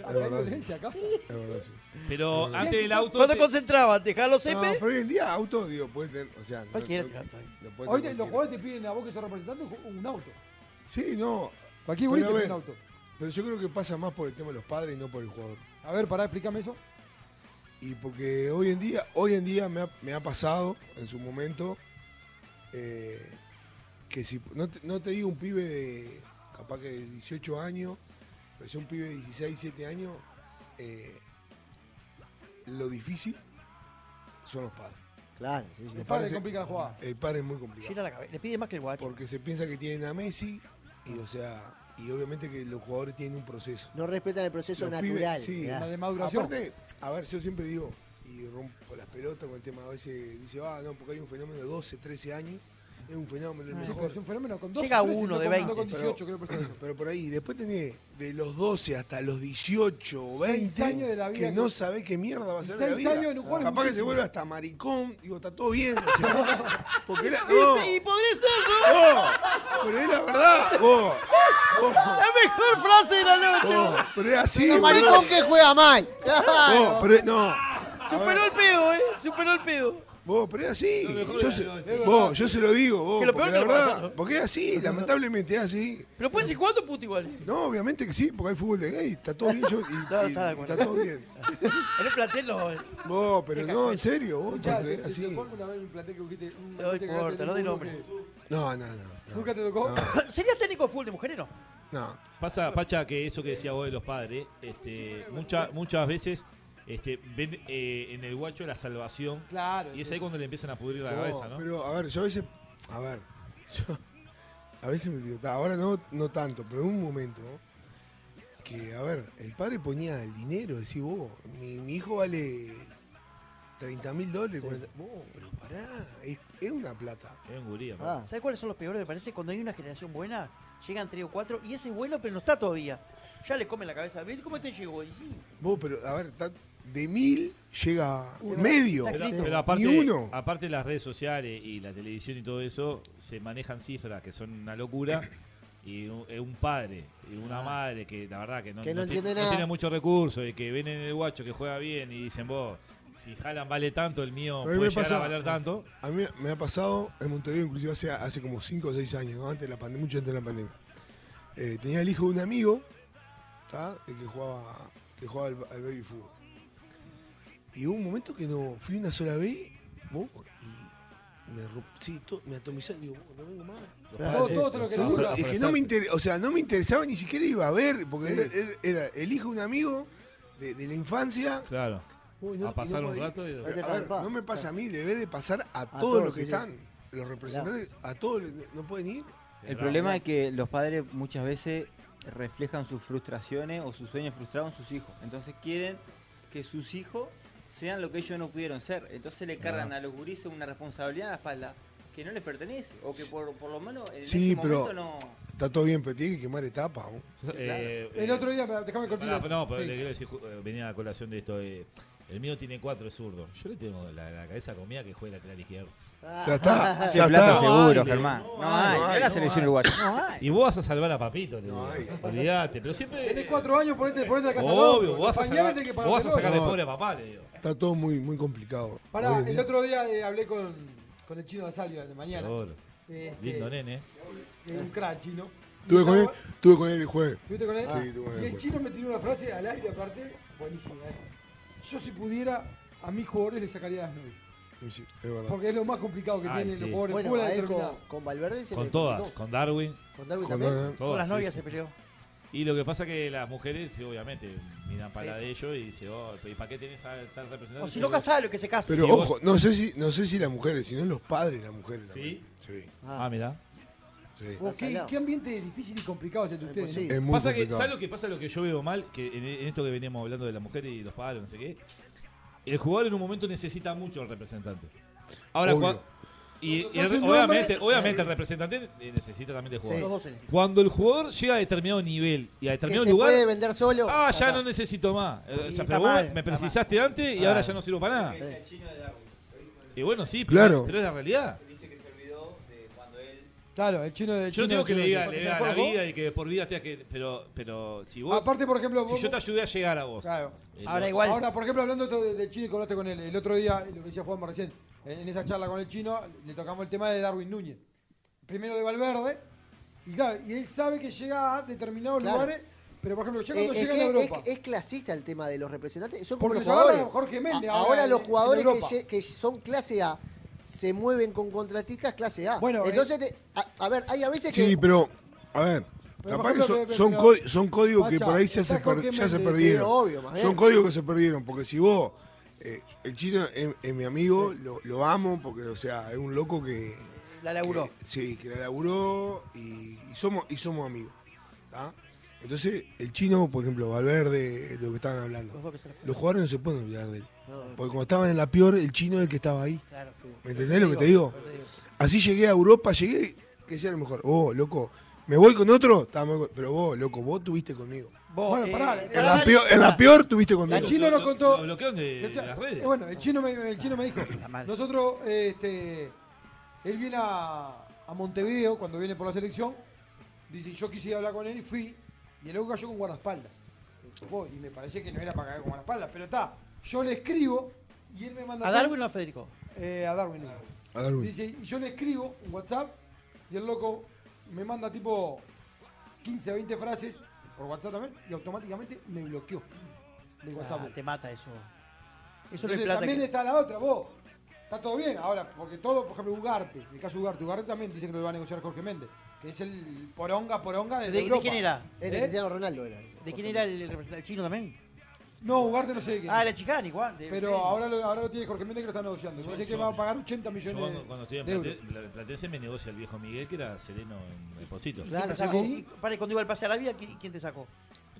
¿Casa? ¿Hay verdad. violencia a casa? es verdad, sí. Pero antes del auto. ¿Cuándo te- concentraban? ¿Dejar los No, CP? pero hoy en día auto, digo, puede tener. O sea, no- Cualquiera no- te gasta ahí. no puede Hoy te- tener los cualquiera. jugadores te piden a vos que sos representante un un auto. Sí, no. Cualquier Pero bolita a pide ver, un auto. Pero yo creo que pasa más por el tema de los padres y no por el jugador. A ver, pará, explícame eso. Y porque hoy en día, hoy en día me ha, me ha pasado en su momento eh, que si no te, no te digo un pibe de capaz que de 18 años, pero si un pibe de 16, 17 años, eh, lo difícil son los padres. Claro, sí, sí. El padre parece- complica la jugada. El padre es muy complicado. Gira la cabeza. Le pide más que el guacho. Porque se piensa que tienen a Messi y o sea, y obviamente que los jugadores tienen un proceso. No respetan el proceso Los natural. pibes, sí. ¿verdad? La de maduración. Aparte, a ver, yo siempre digo, y rompo las pelotas con el tema, a veces dice, ah, no, porque hay un fenómeno de 12, 13 años, es un fenómeno el Sí, mejor. pero es un fenómeno con dos Llega o tres, uno no de con- 20, no con pero- 18, creo que es eso. Pero por ahí, después tenés de los 12 hasta los 18 o 20, años de la vida que no que- sabés qué mierda va a ser de la Seis vida. años en un juego es Capaz que se muchísimo. vuelve hasta maricón, digo, está todo bien. o sea, porque la, no, Y podría ser, ¿no? vos, pero es la verdad, vos, ¡Oh! La mejor frase de la noche. vos, pero es así. Un maricón que juega mal. Claro. vos, pero es- no. Superó el pedo, ¿eh? Superó el pedo. Vos, pero es así. Yo se, vos, yo se lo digo, vos. Que lo porque peor que la lo verdad, pasa, ¿no? porque es así, lamentablemente es así. Pero puede seguir jugando puto igual. En No, obviamente que sí, porque hay fútbol de gay, está todo bien. Yo, y, No, y- está de y acuerdo. está todo bien. el plantel no. Vos, pero no, en serio, vos, Ya, porque te- es te- te así. tocó alguna vez un plantel que cogiste un- No una vez que importa, cagaste no di ninguno nombre. que- No, no, no. no, ¿Nunca te tocó? ¿Serías técnico de fútbol de mujeres no? No. Pasa, Pacha, que eso que decía vos de los padres, este, mucha- muchas veces este, ven eh, en el guacho la salvación. Claro. Y es sí. ahí cuando le empiezan a pudrir la No, cabeza, ¿no? Pero a ver, yo a veces. A ver. Yo, a veces me digo, "Ta, ahora no, no tanto, pero en un momento. Que, a ver, el padre ponía el dinero, decís vos, mi, mi hijo vale 30 mil dólares. 40". Vos, pero pará, es, es una plata. Es un gurí, Ah. ¿Sabes cuáles son los peores? Me parece cuando hay una generación buena, llegan tres o cuatro y ese es bueno, pero no está todavía. Ya le comen la cabeza. Ven, ¿Cómo te llegó? Y sí, Vos, pero a ver, ta- de mil llega medio. Está Pero, escrito. pero aparte, Ni uno. aparte las redes sociales y la televisión y todo eso, se manejan cifras que son una locura. Y un, eh, un padre, y una madre que la verdad que no, Ah. Que no ti- entiende nada. tiene muchos recursos y que ven en el guacho que juega bien y dicen vos, si Jalan vale tanto, el mío A mí puede me llegar pasa- a valer tanto. A mí me ha pasado en Montevideo, inclusive hace, hace como 5 o 6 años, ¿no? antes de la pandemia, mucho antes de la pandemia. Eh, tenía el hijo de un amigo, ¿tá? El que jugaba, que jugaba al, al baby fútbol. Y hubo un momento que no fui una sola vez, vos, y me, ro- sí, to- me atomizaron, digo, "Vos, no vengo más. Todo, todo se lo querés. Seguro, es que no me, inter- o sea, no me interesaba ni siquiera iba a ver, porque era, era el hijo de un amigo de, de la infancia. Claro. Uy, a pasar un podía- rato y- Pero, Hay que a ver, zarpar. no me pasa a mí, debe de pasar a, todos, todos, los que sí, sí. están. Los representantes, a todos les- no pueden ir. El problema es que los padres muchas veces reflejan sus frustraciones o sus sueños frustrados en sus hijos. Entonces quieren que sus hijos sean lo que ellos no pudieron ser. Entonces le cargan a los gurises una responsabilidad a la espalda que no les pertenece o que por, por lo menos en Sí, ese pero- momento no... Está todo bien, pero tiene que quemar etapas. ¿no? Eh, El eh, otro día, pará, déjame Pará, continuar. pero no, pero Sí. le quiero decir, ju- eh, venía a colación de esto. eh, el mío tiene cuatro, es zurdo. Yo le tengo la, la cabeza comida que juega lateral izquierdo. Ah. Ya está, ya Ese plato está. seguro, hay, Germán. no No, hay, hay, no no hay, la no selección hay. uruguaya. No hay. Y vos vas a salvar a Papito, te digo. No, ay. Olvídate, pero siempre. Tenés cuatro años, ponete, ponete la casa al hombro. Obvio, Los vos vas a pañales salvar. tenés que Vos vas a pagártelos. sacarle No. pobre a papá, le digo. Está todo muy, muy complicado. Pará, Hoy en el día- otro día eh, hablé con, con el chino de Asalio de mañana. Seguro. Este, Lindo nene. eh, un crack chino. Tuve con él, Estaba- tuve con él el jueves. ¿Estuviste con él? Sí, estuve con él. Y el chino me tiró una frase al aire aparte, buenísima esa. Yo si pudiera, a mis jugadores les sacaría las nueve. Sí, sí, Es verdad. Porque es lo más complicado que Ay, tienen sí. los jugadores Bueno, fuera a de él determinado. con, con Valverde se Con le todas, complicó. con Darwin. Con Darwin Con- también. Con todas, las sí, novias sí. se peleó. Y lo que pasa que las mujeres, sí, obviamente, miran para la Sí, de ellos y dicen, oh, ¿y para qué tenés a estar representando? O si no casalo, que se case. Pero Sí, vos- ojo, no sé si, no sé si las mujeres, sino los padres de las mujeres ¿Sí? también. Sí, Ah, mira. sí. Vos, ¿Qué, Salado. qué ambiente difícil y complicado es el de Es ustedes. imposible. ¿no? Es muy Pasa que, complicado. ¿Sabes lo que pasa? Lo que yo veo mal, que en, en esto que veníamos hablando de las mujeres y los padres, no sé qué. El jugador en un momento necesita mucho al representante. Ahora, Obvio. cua- y, y el- un hombre. obviamente, obviamente el representante eh, necesita también del Los jugador. dos en- Cuando el jugador llega a determinado nivel y Que a determinado se lugar, puede vender solo. ah, ya Acá. no necesito más. Eh, o sea, está pero vos mal, me está mal. precisaste antes y ahora ya no sirvo para nada. Y bueno, sí, pero, Claro. pero es la realidad. Dice que se olvidó de cuando él Claro, el chino de Yo no chino tengo que chino le de- diga, ¿se le diga la fue vos? vida y que por vida tengas que. Pero, pero si vos. Aparte, por ejemplo, si vos- yo te ayudé a llegar a vos. Claro. eh, Ahora no- igual. Ahora, por ejemplo, hablando esto de, de Chile que hablaste con él, el otro día, lo que decía Juanma recién, en, en esa charla con el chino, le tocamos el tema de Darwin Núñez. Primero de Valverde, y, claro, y él sabe que llega a determinados Claro. lugares, pero por ejemplo, ya Eh, cuando es, llega que a es, Europa. es clasista el tema de los representantes. Son como Porque los lo agarra jugadores. Jorge Méndez A- ahora ahora en- los en jugadores que, Europa. lle- que son clase A se mueven con contratistas clase A. Bueno, Entonces, te- a, a ver, hay a veces que. Sí, pero, a ver, Pero capaz por que ejemplo, son, que- son pero- co- son códigos que Pacha, por ahí ya está se, per- Jorge ya se Méndez, perdieron. sí, obvio, más son bien. códigos que se perdieron, porque si vos, eh, el chino es, es mi amigo, lo, lo amo, porque, o sea, es un loco que... La laburó. que- sí, que la laburó y, y somos, y somos amigos. ¿tá? Entonces, el chino, por ejemplo, Valverde, de lo que estaban hablando, los jugadores no se pueden olvidar de él. Porque cuando estaban en la peor, el chino era el que estaba ahí. ¿Me entendés lo que te digo? Así llegué a Europa, llegué, que sea lo mejor. Vos, loco, ¿me voy con otro? Tá, me voy con- Pero vos, loco, vos tuviste conmigo. Vos, Bueno, pará, eh, En la peor, en la peor tuviste conmigo. La El chino lo contó- Lo bloquearon de, Eh, de las redes. eh, bueno, el chino me, el chino me dijo. mal. Nosotros, eh, este, él viene a, a Montevideo cuando viene por la selección. Dice, yo quise ir a hablar con él y fui. Y luego cayó con guardaespaldas. Voy, y me parece que no era para caer con guardaespaldas, pero está. Yo le escribo y él me manda. ¿A Darwin o a Federico? Eh, a Darwin. A Darwin. Dice, y yo le escribo un WhatsApp y el loco me manda tipo 15, 20 frases por WhatsApp también y automáticamente me bloqueó. De WhatsApp. Ah, te mata eso. Eso no Entonces, es plata. también que- está la otra, vos. Está todo bien. Ahora, porque todo, por ejemplo, Ugarte, el caso Ugarte, Ugarte también dice que lo va a negociar Jorge Méndez, que es el poronga, poronga de, ¿De- de Europa. quién era? Es de ¿Eh? Cristiano Ronaldo era. ¿De quién era el el representante chino también? No, Ugarte no sé de quién. Ah, la chicana igual. de- pero ahora lo, ahora lo tiene Jorge Méndez que lo está negociando. Yo, Yo- sé que yo- va a pagar 80 Yo millones cuando, cuando estoy en de euros. Platense, en Platense me negocia el viejo Miguel, que era sereno en Esposito. ¿Quién te sacó? Y- Para, cuando iba el pase a la vía, ¿qui- ¿quién te sacó?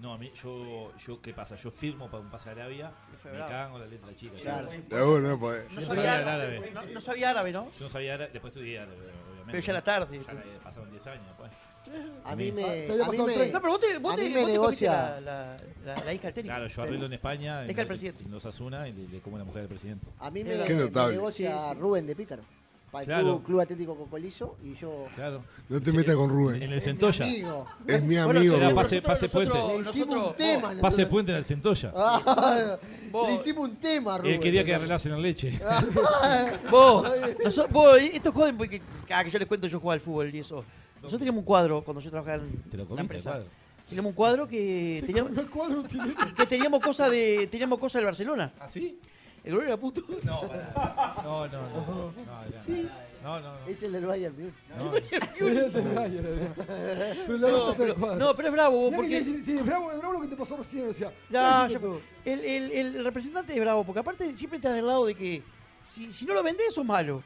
No, a mí, yo, yo, ¿qué pasa? Yo firmo para un pase a Arabia, Y fue me bravo. cagan con la letra chica. Claro. Yo, Pero vos no podés. No Yo sabía, sabía árabe. no- no sabía árabe, ¿no? yo no sabía árabe, después estudié árabe, obviamente. Pero ya era tarde. Ya la- pasaron 10 años, pues. A mí me. Ah, te había a mí pasado el me- tren. No, pero vos te, vos A te, mí vos me te comiste negocia- la, la, la- la hija del técnico. Claro, yo Sí. arreglo en España. Deja al presidente. Los Asuna y le, le como la mujer del presidente. A mí Es me, verdad. Qué me notable. negocia Rubén de Pícaro. Para el Claro. club, Club Atlético Cocolizo y yo. Claro. No te metas con Rubén. En el Centolla. Amigo. Es mi Bueno, amigo. era Rubén. pase- pase puente. Le hicimos un tema. Pase nosotros. puente en el Centolla. Ah, Vos- Le hicimos un tema, Rubén. Él quería que arreglasen la leche. Ah, Vos, noso- vos, estos jóvenes, porque cada que yo les cuento, yo jugaba al fútbol y eso. Nosotros teníamos un cuadro cuando yo trabajaba en Te lo la comiste, empresa. cuadro. Teníamos un cuadro que teníamos, El cuadro chileno. que teníamos cosas de teníamos cosas del Barcelona. ¿Ah, sí? El gol era puto. No, para. No, no, no. No, Adrián. no. no, no. Es el del Bayern Múnich. No, pero la No, otra pero, del cuadro. no, pero es bravo vos, Mirá que Oh, porque sí, sí, es bravo, es bravo lo que te pasó recién, o sea. Ya, sí, ya que- fue. el, el- el representante es bravo, porque aparte siempre estás del lado de que si, si no lo vendés, sos malo.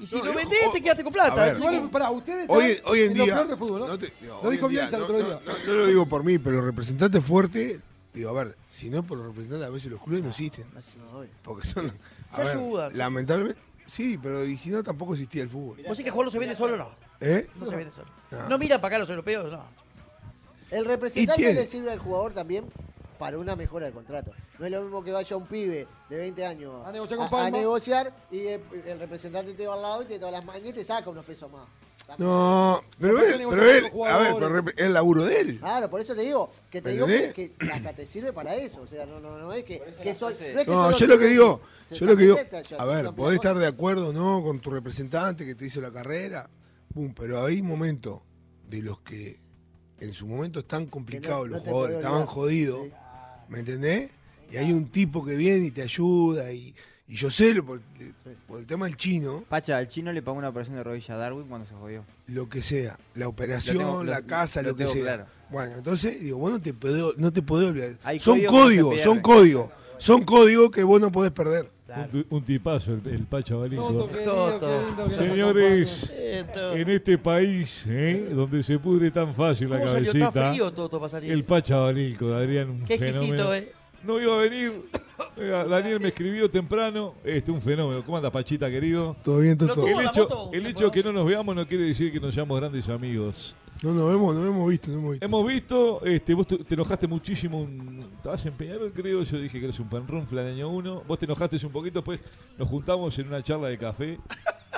Y si No, lo eh, vendés, o- te quedaste con a plata. ver. Es como- Igual, para ustedes Hoy, están hoy en lo día. peor de fútbol, ¿no? no te- digo, lo hoy dijo en día, Bielsa el no- otro día. no- no- no lo digo por mí, pero los representantes fuertes. Digo, a ver, si no es por los representantes, a veces los clubes no existen. Porque son. a Se ver, ayudan. Lamentablemente. Sí, pero y si no, tampoco existía el fútbol. Vos sé que jugar no se vende solo, no. ¿Eh? No se vende solo. No. No mira para acá los europeos, no. El representante tiene. le sirve al jugador también para una mejora de contrato. No es lo mismo que vaya un pibe de 20 años A negociar con Palma. negociar y eh, el representante te va al lado y te da las mañas y te saca unos pesos más. También. No, pero él, pero él, a ver, pero rep- es el laburo de él. Claro, por eso te digo que te ¿Me digo que, entendés? que hasta te sirve para eso. O sea, no, no, no es que, eso que la soy. frase- es que No, solo yo lo que te- digo, te yo lo que digo, saca plata, a yo- ver, no, podés mira, estar de acuerdo, ¿no? Con tu representante que te hizo la carrera, pum, pero hay momentos de los que en su momento están complicados no los te jugadores, podés estaban olvidar. jodidos, Sí. ¿me entendés? Y hay un tipo que viene y te ayuda, y, y yo sé, lo- por, por el tema del chino, Pacha, al chino le pagó una operación de rodilla a Darwin cuando se jodió. lo que sea, la operación, Lo tengo- lo- la casa, lo, lo que tengo sea. claro. Bueno, entonces, digo, vos no te podés, no te podés olvidar. Hay son códigos que no se códigos, son pierden. códigos, son códigos que vos no podés perder. Un, un tipazo, el, el Pacho Toto, Valico. querido, Toto. qué lindo que nos Señores, Esto- en este país, ¿eh? donde se pudre tan fácil la ¿Cómo salió tan cabecita, frío Toto para salir? el Pacha Valico, Adrián, un Qué fenómeno. exquisito, eh. No iba a venir. Mira, Daniel me escribió temprano. Este, un fenómeno. ¿Cómo andas, Pachita, querido? Todo bien, Lo Toto. tuvo. El la hecho, moto, el ¿te hecho podemos- que no nos veamos no quiere decir que no seamos grandes amigos. No, no hemos, no hemos visto, no hemos visto. Hemos visto, este, vos te te enojaste muchísimo, un- estabas en Peñarol creo, yo dije que pues eres un panrón el año 1, vos te enojaste un poquito, después nos juntamos en una charla de café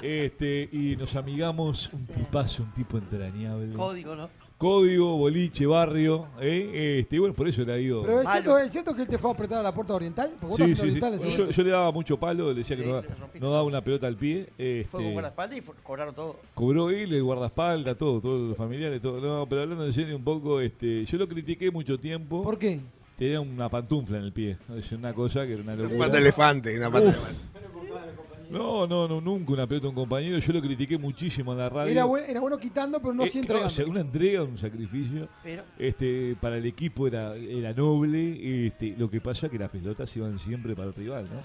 Este, y nos amigamos, un tipazo, un tipo entrañable. Código, ¿no? Código, boliche, barrio. ¿eh? Este, y bueno, por eso le digo. Pero es Malo. cierto, es cierto que él te fue a apretar a la puerta oriental. Porque vos Sí, estás en sí, sí. oriental en ese Yo, momento. yo le daba mucho palo, le decía que ¿eh? Sí, no, le da- rompiste. no daba una pelota al pie. este, Fue con guardaespaldas y fu- cobraron todo. Cobró él, el guardaespaldas, todo, todos los familiares, todo. No, pero hablando en serio un poco, este, yo lo critiqué mucho tiempo. ¿Por qué? Tenía una pantufla en el pie. Es una cosa que era una Una locura. pata de elefante, una pata de elefante. No, no, no, nunca una pelota a un compañero. Yo lo critiqué muchísimo en la radio. Era, bueno, era bueno quitando, pero no Eh, siempre. claro, o sea, una entrega, un sacrificio. Pero Este, para el equipo era, era noble. Este, lo que pasa que las pelotas iban siempre para el rival, ¿no?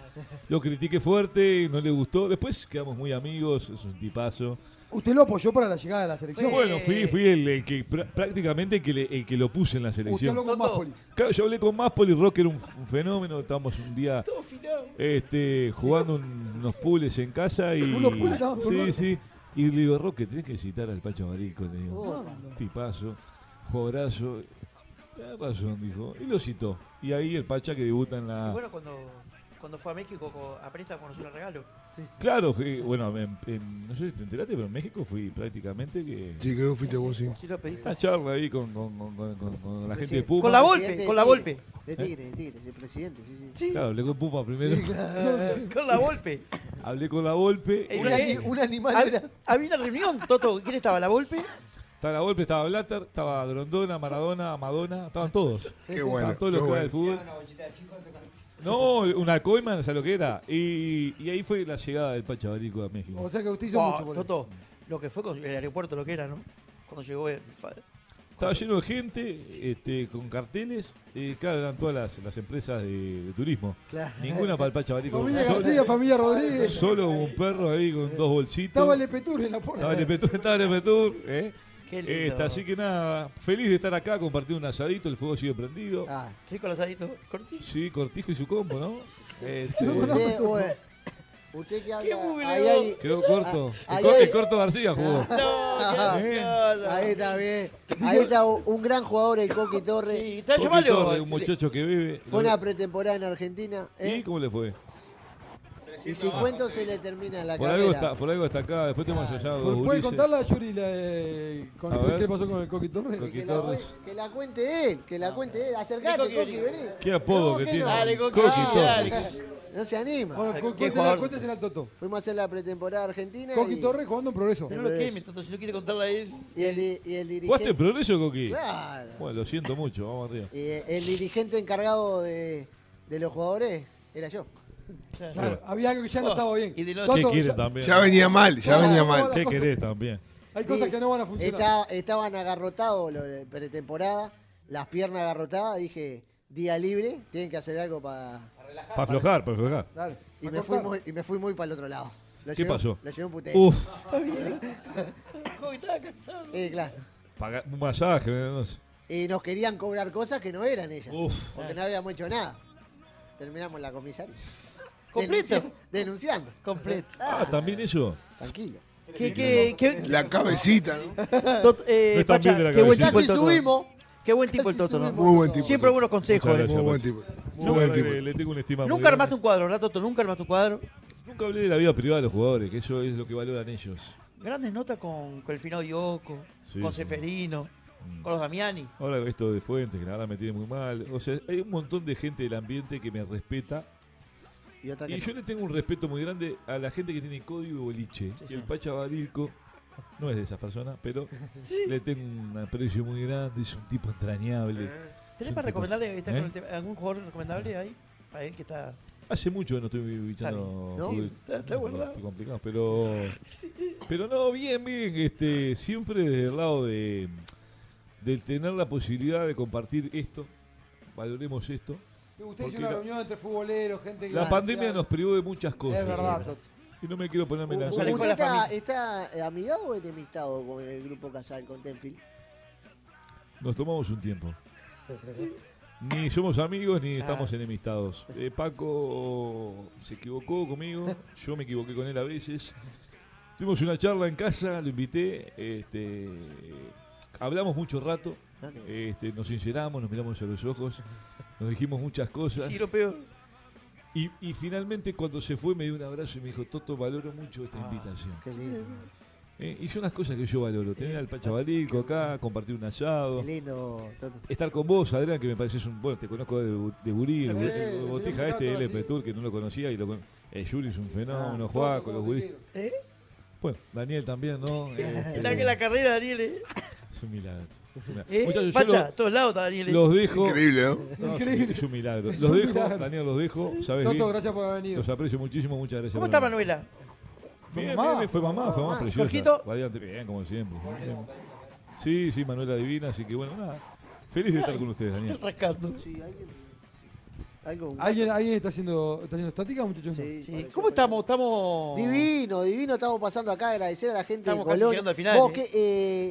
Lo critiqué fuerte, no le gustó. Después quedamos muy amigos, es un tipazo. Usted lo apoyó para la llegada de la selección. Bueno, fui, fui el, el que prá- prácticamente el que, le- el que lo puse en la Usted selección. habló con Toto. Máspoli. Claro, yo hablé con Maspoli, Rock era un, un fenómeno, estábamos un día este, jugando un- unos pules en casa y. Unos pules, no, sí, perdón. sí. Y le digo, Roque, tenés que citar al Pacho Marico, le digo. Oh. Tipazo, jugadorazo. "Ah, pasó, dijo. Y lo citó. Y ahí el Pacha que debuta en la. bueno, cuando, cuando fue a México co- a préstamo conoció el regalo. Claro, fui- bueno, en- en- no sé si te enteraste, pero en México fui prácticamente que. Sí, creo que fuiste vos, sí. Sí lo pediste. Una charla ahí con, con- con- con- con- con la gente de Presidente. Puma. Con la Presidente golpe, de con la Tigre, golpe. ¿Eh? De Tigre, de Tigre, de presidente, sí, sí. Claro, hablé con Puma primero. Con la golpe. Hablé con la Volpe. Eh, eh, Un, ani- un animal Hab- era- Había una reunión, Toto. ¿Quién estaba? ¿La golpe? Estaba la Volpe, estaba Blatter, estaba Grondona, Maradona, Madonna, estaban todos. Qué bueno. estaban todos los qué que bueno. del fútbol. No, una coima, ¿sabes lo que era? Y, y ahí fue la llegada del Pachabarico a México. O sea que usted hizo Oh, mucho. por él. Toto, lo que fue con el aeropuerto, lo que era, ¿no? Cuando llegó. el- fa- Estaba lleno de gente, este, con carteles, eh, claro, eran todas las, las empresas de, de turismo. Ninguna para el Pachabarico. Familia García, Solo, familia Rodríguez. solo un perro ahí con dos bolsitos. Estaba el Epetur en la puerta. Estaba el Epetur, estaba el Epetur, ¿eh? Qué lindo. Esta, así que nada, feliz de estar acá, compartir un asadito, el fuego sigue prendido. Ah, Sí, con los aditos cortitos. Sí, Cortijo y su combo, ¿no? Este, usted, oye, Eh, usted que Qué habla. búho, ahí, hay- quedó corto. Ah, el, ahí cor- hay- Ah. el corto García jugó. No, Eh, ahí está bien. Ahí está un un gran jugador, el Coqui Torres. Sí, está Coqui llamalo. Torres, un muchacho que bebe. Fue una pretemporada en Argentina. ¿eh? ¿Y cómo le fue? Y si cuento se le termina la Por carrera. algo, está, por algo está acá, después tenemos allá a ¿Puede los puede gurises. contarla, Yuri, la, eh, con A ver. qué pasó con el Coqui Torres? Coqui- Que la, Torres. cuen- que la cuente él, que la cuente él. Acercate, Coqui, Coqui, vení. vení. ¿Qué apodo No, que que tiene? no. Dale, Coqui, Coqui dale. Torres. No se anima. Bueno, Qué cu- cuéntela, jugador. cuéntesela al Toto. Fuimos a hacer la pretemporada argentina. Coqui y, Torres jugando en progreso. No lo queme, Toto, si no quiere contarla a él. y el, di- y el ¿Jugaste dirigente. en progreso, Coqui? Claro. Bueno, lo siento mucho, vamos arriba. Y Eh, el dirigente encargado de, de los jugadores era yo. Claro, había algo que ya no Oh, estaba bien. y del otro. Toto, ¿Qué quieren ya- también? Ya venía mal, ya venía mal. ¿Qué querés también? hay cosas Sí. que no van a funcionar. Está- estaban agarrotados los de pretemporada, las piernas agarrotadas. Dije, día libre, tienen que hacer algo para. Para aflojar, para aflojar. Dale, Y a me, cortar. fui muy, y me fui muy para el otro lado. Lo ¿Qué llevé- pasó? Lo llevé un puteo. Uf, Coqui estaba cansado. Eh, claro. paga- un masaje, eh, no sé. Y nos querían cobrar cosas que no eran ellas. Uf. Porque no habíamos hecho nada. Terminamos en la comisaría. Completo. Denunci- Denunciando. Completo. Ah, también eso. Tranquilo. ¿Qué, qué, qué, La cabecita, ¿no? Tot- eh, No están Pacha, bien de la qué buen cabeza. tipo Casi el Toto. subimos. Qué buen tipo el Casi Toto, ¿no? subimos. Muy buen tipo. Siempre buenos consejos. Muchas eh. gracias. Muy buen tipo. Muy Nunca buen le- tipo. le tengo una estima muy Nunca grande. armaste un cuadro, ¿verdad, Toto? Nunca armaste un cuadro. Nunca hablé de la vida privada de los jugadores, que eso es lo que valoran ellos. Grandes notas con, con el Fino Dioco, Sí, con sí. Seferino, Mm. con los Damiani. Ahora esto de Fuentes, que la verdad me tiene muy mal. O sea, hay un montón de gente del ambiente que me respeta. Y otra que Y no. yo le tengo un respeto muy grande a la gente que tiene código y boliche. Y el Pacha Barico no es de esas personas, pero le tengo un aprecio muy grande. Es un tipo entrañable. ¿Tenés Sí, para sí, recomendarle está ¿Eh? con el tema- algún jugador recomendable ahí? Para él que está. Hace mucho que no estoy bien, bichando ¿no? fútbol. Sí, está- está guardado. Estoy complicado, pero. Pero no, bien, bien. Este, siempre desde el lado de. De tener la posibilidad de compartir esto. Valoremos esto. Usted Porque hizo una la- reunión entre futboleros, gente que... La pandemia nos privó de muchas cosas. Es verdad, Toto. Y no me quiero poner U- se ¿Usted alejó de melancólico. Uh, la está, familia. está, eh, amigado o enemistado con el grupo Casal, con Tenfield? Nos tomamos un tiempo. Ni somos amigos ni estamos enemistados. Eh, Paco se equivocó conmigo, yo me equivoqué con él a veces. Tuvimos una charla en casa, lo invité, este, hablamos mucho rato, este, nos sinceramos, nos miramos a los ojos, nos dijimos muchas cosas. Sí, lo peor. Y, y finalmente cuando se fue me dio un abrazo y me dijo, Toto, valoro mucho esta invitación. Eh, y son las cosas que yo valoro, tener al Pachabalico acá, compartir un asado. Qué lindo. Toto. Estar con vos, Adrián, que me pareces un. Bueno, te conozco de, bu- de Gurí, el Eh, gurí- sí, el sí, botija sí, este, todo el así. Petur, que no lo conocía. y lo con... eh, Yuri es un fenómeno, Juaco, los gurís. Bueno, Daniel también, ¿no? Eh, Este, La, la carrera, ¿Eh? Daniel. ¿eh? es un milagro. Es un milagro. ¿Eh? Muchachos, yo Pacha, lo- todos lados, Daniel. ¿eh? los dejo. Increíble, ¿no? No, es un- Increíble. Es un milagro. Es Los un dejo, milagro. Daniel, los dejo. Sabes Toto, bien. gracias por haber venido. Los aprecio muchísimo, muchas gracias. ¿Cómo por está venir. Manuela? Bien, mamá? bien, bien, fue mamá, fue mamá preciosa. ¿Jorgito? Radiante, bien, como siempre. Sí, sí, Manuela divina, así que bueno, nada. Feliz de estar con ustedes, Daniel. Rascando. Algo- ¿Alguien, ¿Alguien está haciendo, está haciendo estática, muchachos? Sí, Sí, parece- ¿Cómo estamos? Estamos. Divino, divino, estamos pasando acá, agradecer a la gente Estamos de casi Colonia. llegando al final, Vos, eh. qué,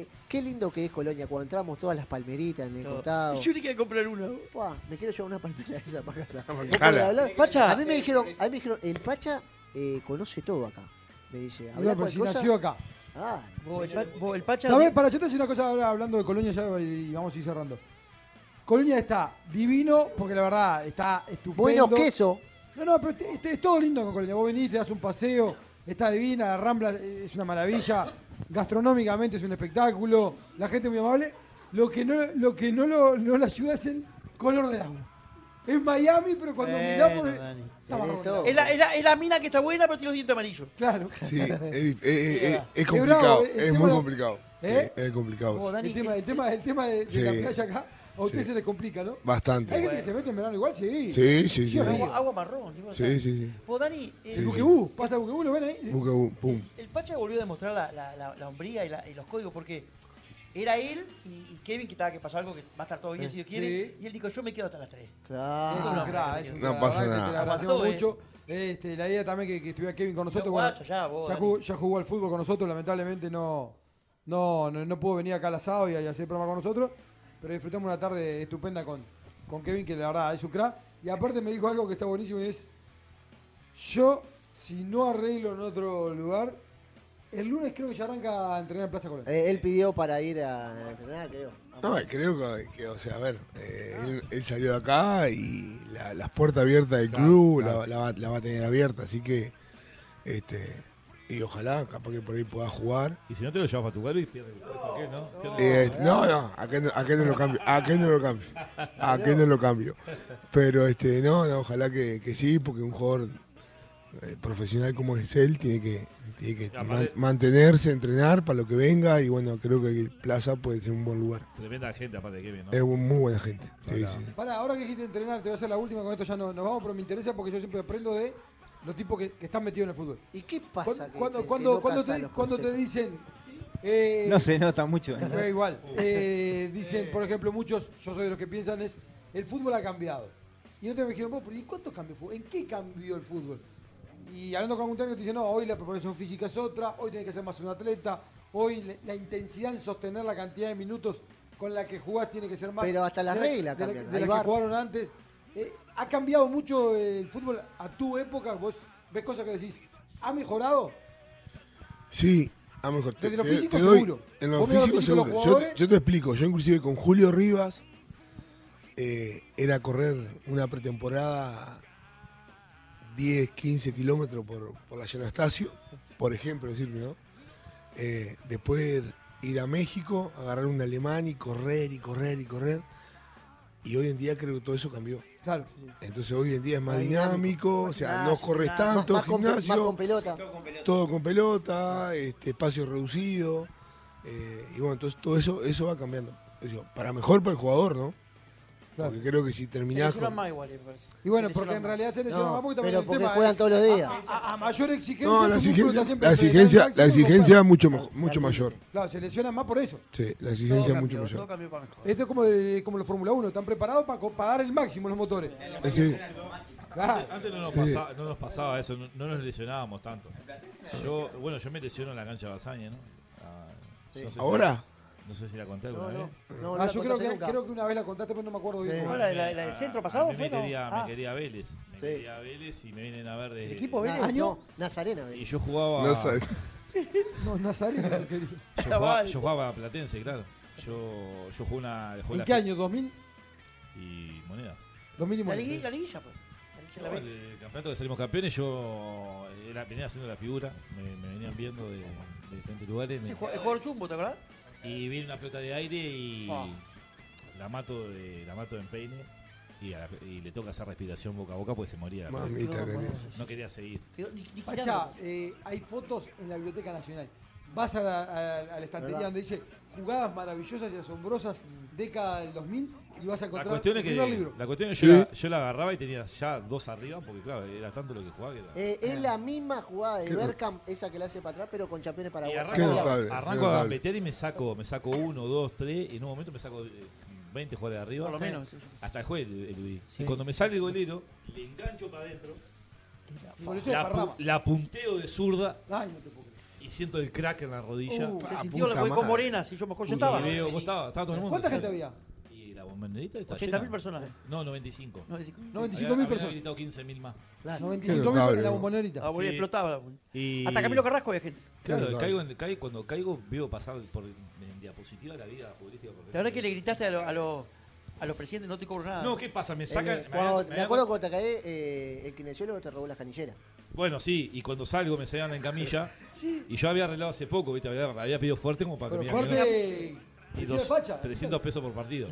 eh, qué lindo que es Colonia, cuando entramos todas las palmeritas en el costado. Yo le quería comprar una. Buah, me quiero llevar una palmera de esa para casa. Vamos, ¿Vos podés jala. hablar? Pacha, a mí me dijeron, a mí me dijeron, el Pacha eh, conoce todo acá. Me dice, Mirá, habla pues cualquier si cosa. nació acá. Ah, Vos, el, pa- vos, el Pacha. ¿Sabes? Para yo te decir una cosa ahora hablando de Colonia ya y vamos a ir cerrando. Colonia está divino, porque la verdad está estupendo. buenos quesos. No, no, pero este- este- es todo lindo con Colonia. Vos venís, te das un paseo, está divina, la Rambla eh, es una maravilla, gastronómicamente es un espectáculo, la gente muy amable. Lo que no, lo que no, lo, no le ayuda es el color del agua. Es Miami, pero cuando Bueno, mirás por el- Dani. está marrón. Eh, Tenés todo. Es la, es la- es la mina que está buena, pero tiene los dientes amarillos. Claro. Sí, es, es- es- es Qué bravo, complicado, eh, es muy encima- complicado. Sí, ¿Eh? es Vos, complicado. Dani, El tema, el tema, el tema de, de Sí. la playa acá, a usted Sí. se le complica, ¿no? Hay Bastante. gente que se mete en verano igual, sí. Sí, sí, sí. agua, agua marrón. igual. Sí, sí, sí. Vos, Dani, eh, Sí. Buquebú, pasa Buquebú, lo ven ahí. Busca un- pum. el Pacha volvió a demostrar la, la, la- la hombría y, la- y los códigos porque era él y, y Kevin que estaba que pasó algo que va a estar todo bien si Dios quiere. Sí. Y él dijo, yo me quedo hasta las 3. Es un Claro. crack, es un No crack, pasa la verdad nada. que te la agradecemos Apastó, eh. mucho. Este, la idea también que, que estuviera Kevin con nosotros. Pero bueno, guacho, ya, vos, jugó, Dani. ya jugó al fútbol con nosotros, lamentablemente no, no, no, no pudo venir acá al asado y, a- y hacer programa con nosotros. Pero disfrutamos una tarde estupenda con, con Kevin, que la verdad es un crack. Y aparte me dijo algo que está buenísimo y es, yo si no arreglo en otro lugar, el lunes creo que ya arranca a entrenar en Plaza Colón. Eh, él pidió para ir a entrenar, creo. No, eh, creo que, que, o sea, a ver, eh, él, él salió de acá y la- las puertas abiertas del club la- La, va, la va a tener abierta, así que, este, y ojalá, capaz que por ahí pueda jugar. Y si no te lo llevas para tu casa y pierdes el puesto, ¿qué, no? Pierde- Eh, no, no, acá no, acá no lo cambio, acá no lo cambio, acá no lo cambio. Pero, este, no, no, ojalá que, que sí, porque un jugador eh, profesional como es él tiene que, tiene que Aparte- man- mantenerse, entrenar para lo que venga y bueno, creo que el Plaza puede ser un buen lugar. Tremenda gente, aparte de Kevin, ¿no? Es un- muy buena gente. Sí, sí. Pará, ahora que dijiste entrenar, te voy a hacer la última, con esto ya no, nos vamos, pero me interesa porque yo siempre aprendo de los tipos que, que están metidos en el fútbol. ¿Y qué pasa? que- cuando, que- cuando, que no cuando, casa te, los cuando te conceptos? dicen... eh, No se nota mucho. ¿no? eh, igual. eh, dicen, por ejemplo, muchos, yo soy de los que piensan es, el fútbol ha cambiado. Y otros me dijeron, vos, pero ¿y cuánto cambió el fútbol? ¿En qué cambió el fútbol? Y hablando con algún técnico te dicen, no, hoy la preparación física es otra, hoy tenés que ser más un atleta, hoy la- la intensidad en sostener la cantidad de minutos con la que jugás tiene que ser más. Pero hasta las de la- reglas de la- cambian, De hay la, VAR. que jugaron antes. Eh, ha cambiado mucho el fútbol a tu época, vos ves cosas que decís, ¿ha mejorado? Sí, a lo mejor. Te, Desde lo te- físico, te doy. seguro. En lo Vos mirá lo físico, físico de los seguro. Yo te, jugadores. yo te explico. Yo, inclusive, con Julio Rivas, eh, era correr una pretemporada 10, 15 kilómetros por, por la Llanastasio, por ejemplo, decirme, ¿no? Eh, después ir a México, agarrar un alemán y correr y correr y correr. Y hoy en día creo que todo eso cambió. Claro. Entonces hoy en día es más Más dinámico, dinámico, o sea, gimnasio, no corres más- tanto, Ah, más con pe- gimnasio, Más con pelota. todo con pelota, este, espacio reducido. eh, y bueno, entonces todo eso, eso va cambiando. Digo, para mejor para el jugador, ¿no? Claro. Porque creo que si Se terminás lesionan con... más igual, me parece. Y bueno, Se porque lesionan en más. realidad se lesiona No, más porque también pero el porque tema juegan es- todos los días. A, a mayor exigencia. No, la tu músculo exigencia, está siempre entrenando la exigencia, al la máximo exigencia es para- mucho, mejo- mucho mayor. Claro, se lesiona más por eso. Sí, la Todo exigencia es mucho cambió, todo mayor. cambió para mejor. Esto es como, el- como la Fórmula 1, están preparados para, co- para dar el máximo los motores. Eh, sí. Claro. Ah, Antes no nos, Sí. pasaba, no nos pasaba eso, no, no nos lesionábamos tanto. Yo, bueno, yo me lesiono en la cancha de Bazaña, ¿no? Ah, no sé si- Ahora, no sé si la conté No, alguna no, vez. no, Ah, no yo la creo contaste que, nunca. creo que una vez la contaste, pero no me acuerdo bien. Sí. ¿No? cómo. ¿La, la- la del centro pasado me fue? no? quería, Ah, me quería a Vélez. Me Sí. quería a Vélez y me vienen a ver desde. equipo Vélez? Na- ¿Año? No, Nazarena. Y yo jugaba. no sabes. No, Nazario. no lo quería. Yo jugaba, yo jugaba a Platense, claro. Yo, yo jugué una. jugué ¿En la qué fi- año? ¿2000? Y monedas. ¿2000 y La muerte. ligui- la liguilla fue. La liguilla. la ve. El campeonato que salimos campeones, yo era- venía haciendo la figura, me, me venían viendo de, de diferentes lugares. me- Sí, jugó- el jugador chumbo, ¿te acordás? y viene una pelota de aire y Ah. la mato de la mato de empeine y, a la- y le toca hacer respiración boca a boca porque se moría. la pelota. Mamita, que lindo. No quería seguir. Quedó ni- ni Pachá, girando. eh, hay fotos en la Biblioteca Nacional. Vas a la, a- a la estantería donde dice jugadas maravillosas y asombrosas, década del 2000, y vas a La encontrar cuestión es el que primer libro. la cuestión es que yo, la, yo la agarraba y tenía ya dos arriba porque claro, era tanto lo que jugaba que era- Eh, es la misma jugada de Qué Berkham, esa que la hace para atrás, pero con campeones para Y Qué arranco, notable, arranco qué a notable. gambetear y me saco, me saco uno, dos, tres, y en un momento me saco eh, 20 jugadores de arriba. Por lo menos. Hasta el juez el- el- Sí. Y cuando me sale el golero, le engancho para adentro, Y por eso es la, Parrama. pu- la punteo de zurda Ay, no te puedo creer. y siento el crack en la rodilla. Uh, Se Ah, sintió la puta fue con madre. Morena, si yo mejor yo y estaba. veo, vos estabas, estaba todo el mundo. ¿Cuánta ¿sabes? gente había? Y la bomberita está 80.000 llena. personas. No, 95. No, decís, No, 25.000 Habían personas. habilitado 15.000 más. claro. 95 mil notable, en la bro. Ah, bombonera. boludo, Sí. explotaba. Y- Hasta Camilo Carrasco había gente. Claro, Claro. caigo en- caigo- cuando caigo veo pasar por en diapositiva la vida futbolística. La verdad que le gritaste a, lo- a los a los presidentes, no te cobro nada. No, ¿qué pasa? Eh, Me sacan. El- me Eh, cuando- me habían- me habían- acuerdo cuando te caí, eh, el kinesiólogo te robó la canillera. Bueno, sí, y cuando salgo me salían en camilla. Y yo había arreglado hace poco, ¿viste? Había, había pedido fuerte como para que Pero me fuerte. y que dos- sea facha. 300 pesos por partido.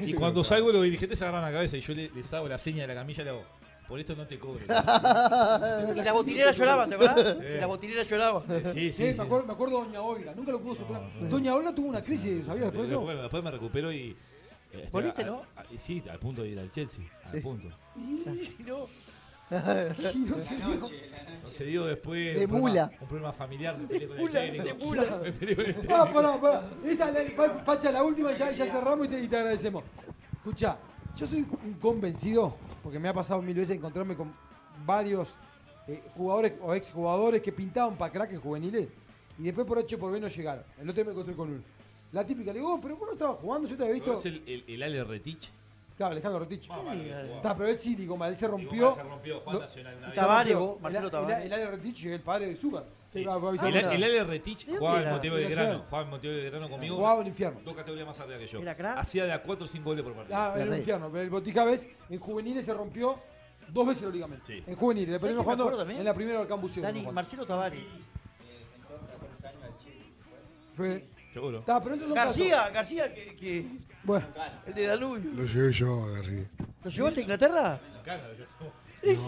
Y cuando salgo los dirigentes se agarran la cabeza y yo le- les hago la seña de la camilla y le hago, por esto no te cobro. Y las botineras lloraban, ¿te acordás? Sí, las botineras lloraban. Eh, sí, sí. Sí, sí. me acuerdo, me acuerdo de Doña Olga, nunca lo pudo superar. Doña Olga tuvo una crisis, ¿sabías Pero después de eso? bueno, después me recupero y... eh, Volviste, a- ¿no? a- sí, al punto de ir al Chelsea. Al punto. Si no, No se dio después... De un problema- mula. Un problema familiar, me peleé con el mula, técnico. de mula. Me peleé con el técnico. Ah, pará, pará. Esa es la, pa- Pacha, la última, ya, ya cerramos y te, y te agradecemos. Escucha, yo soy un convencido, porque me ha pasado mil veces encontrarme con varios eh, jugadores o exjugadores que pintaban para crack en juveniles y después por H por B no llegaron. El otro día me encontré con uno. La típica, le digo, "Oh, pero vos no estabas jugando, yo te había visto. ¿Conoces el, el, el Ale Retich? Claro, Alejandro Rotich. Mamá, que jugaba. Está, pero él sí, digo, mal, él se Digo, rompió. se rompió Juan Lo- Nacional una vez. Tabárez, rompió. vos, Marcelo El- el- Tabárez. El Ale Rotich es el padre de Zúcar. Sí. Se va- va- El, va- el, Ale Retich jugaba en Monteo de Ah, Mira, Grano. mira. Jugaba en Monteo de Grano conmigo. Jugaba en el infierno. Dos categorías más arriba que yo. ¿Era crack? Hacía de a 4 o 5 goles por partido. Ah, era un Rey. infierno. Pero el Botija ves, en juveniles se rompió dos veces los ligamentos. Sí. En juveniles, después nos ¿Sabés qué me jugando acuerdo también? en la primera del Cambuceo. Dani, nos jugando. Marcelo Tavares. Fue- Seguro. Está, Ah, pero esos son García, García, que, que- casos. Bueno, el de Danubio. Lo llevé yo a García. ¿Lo llevaste a Inglaterra? No,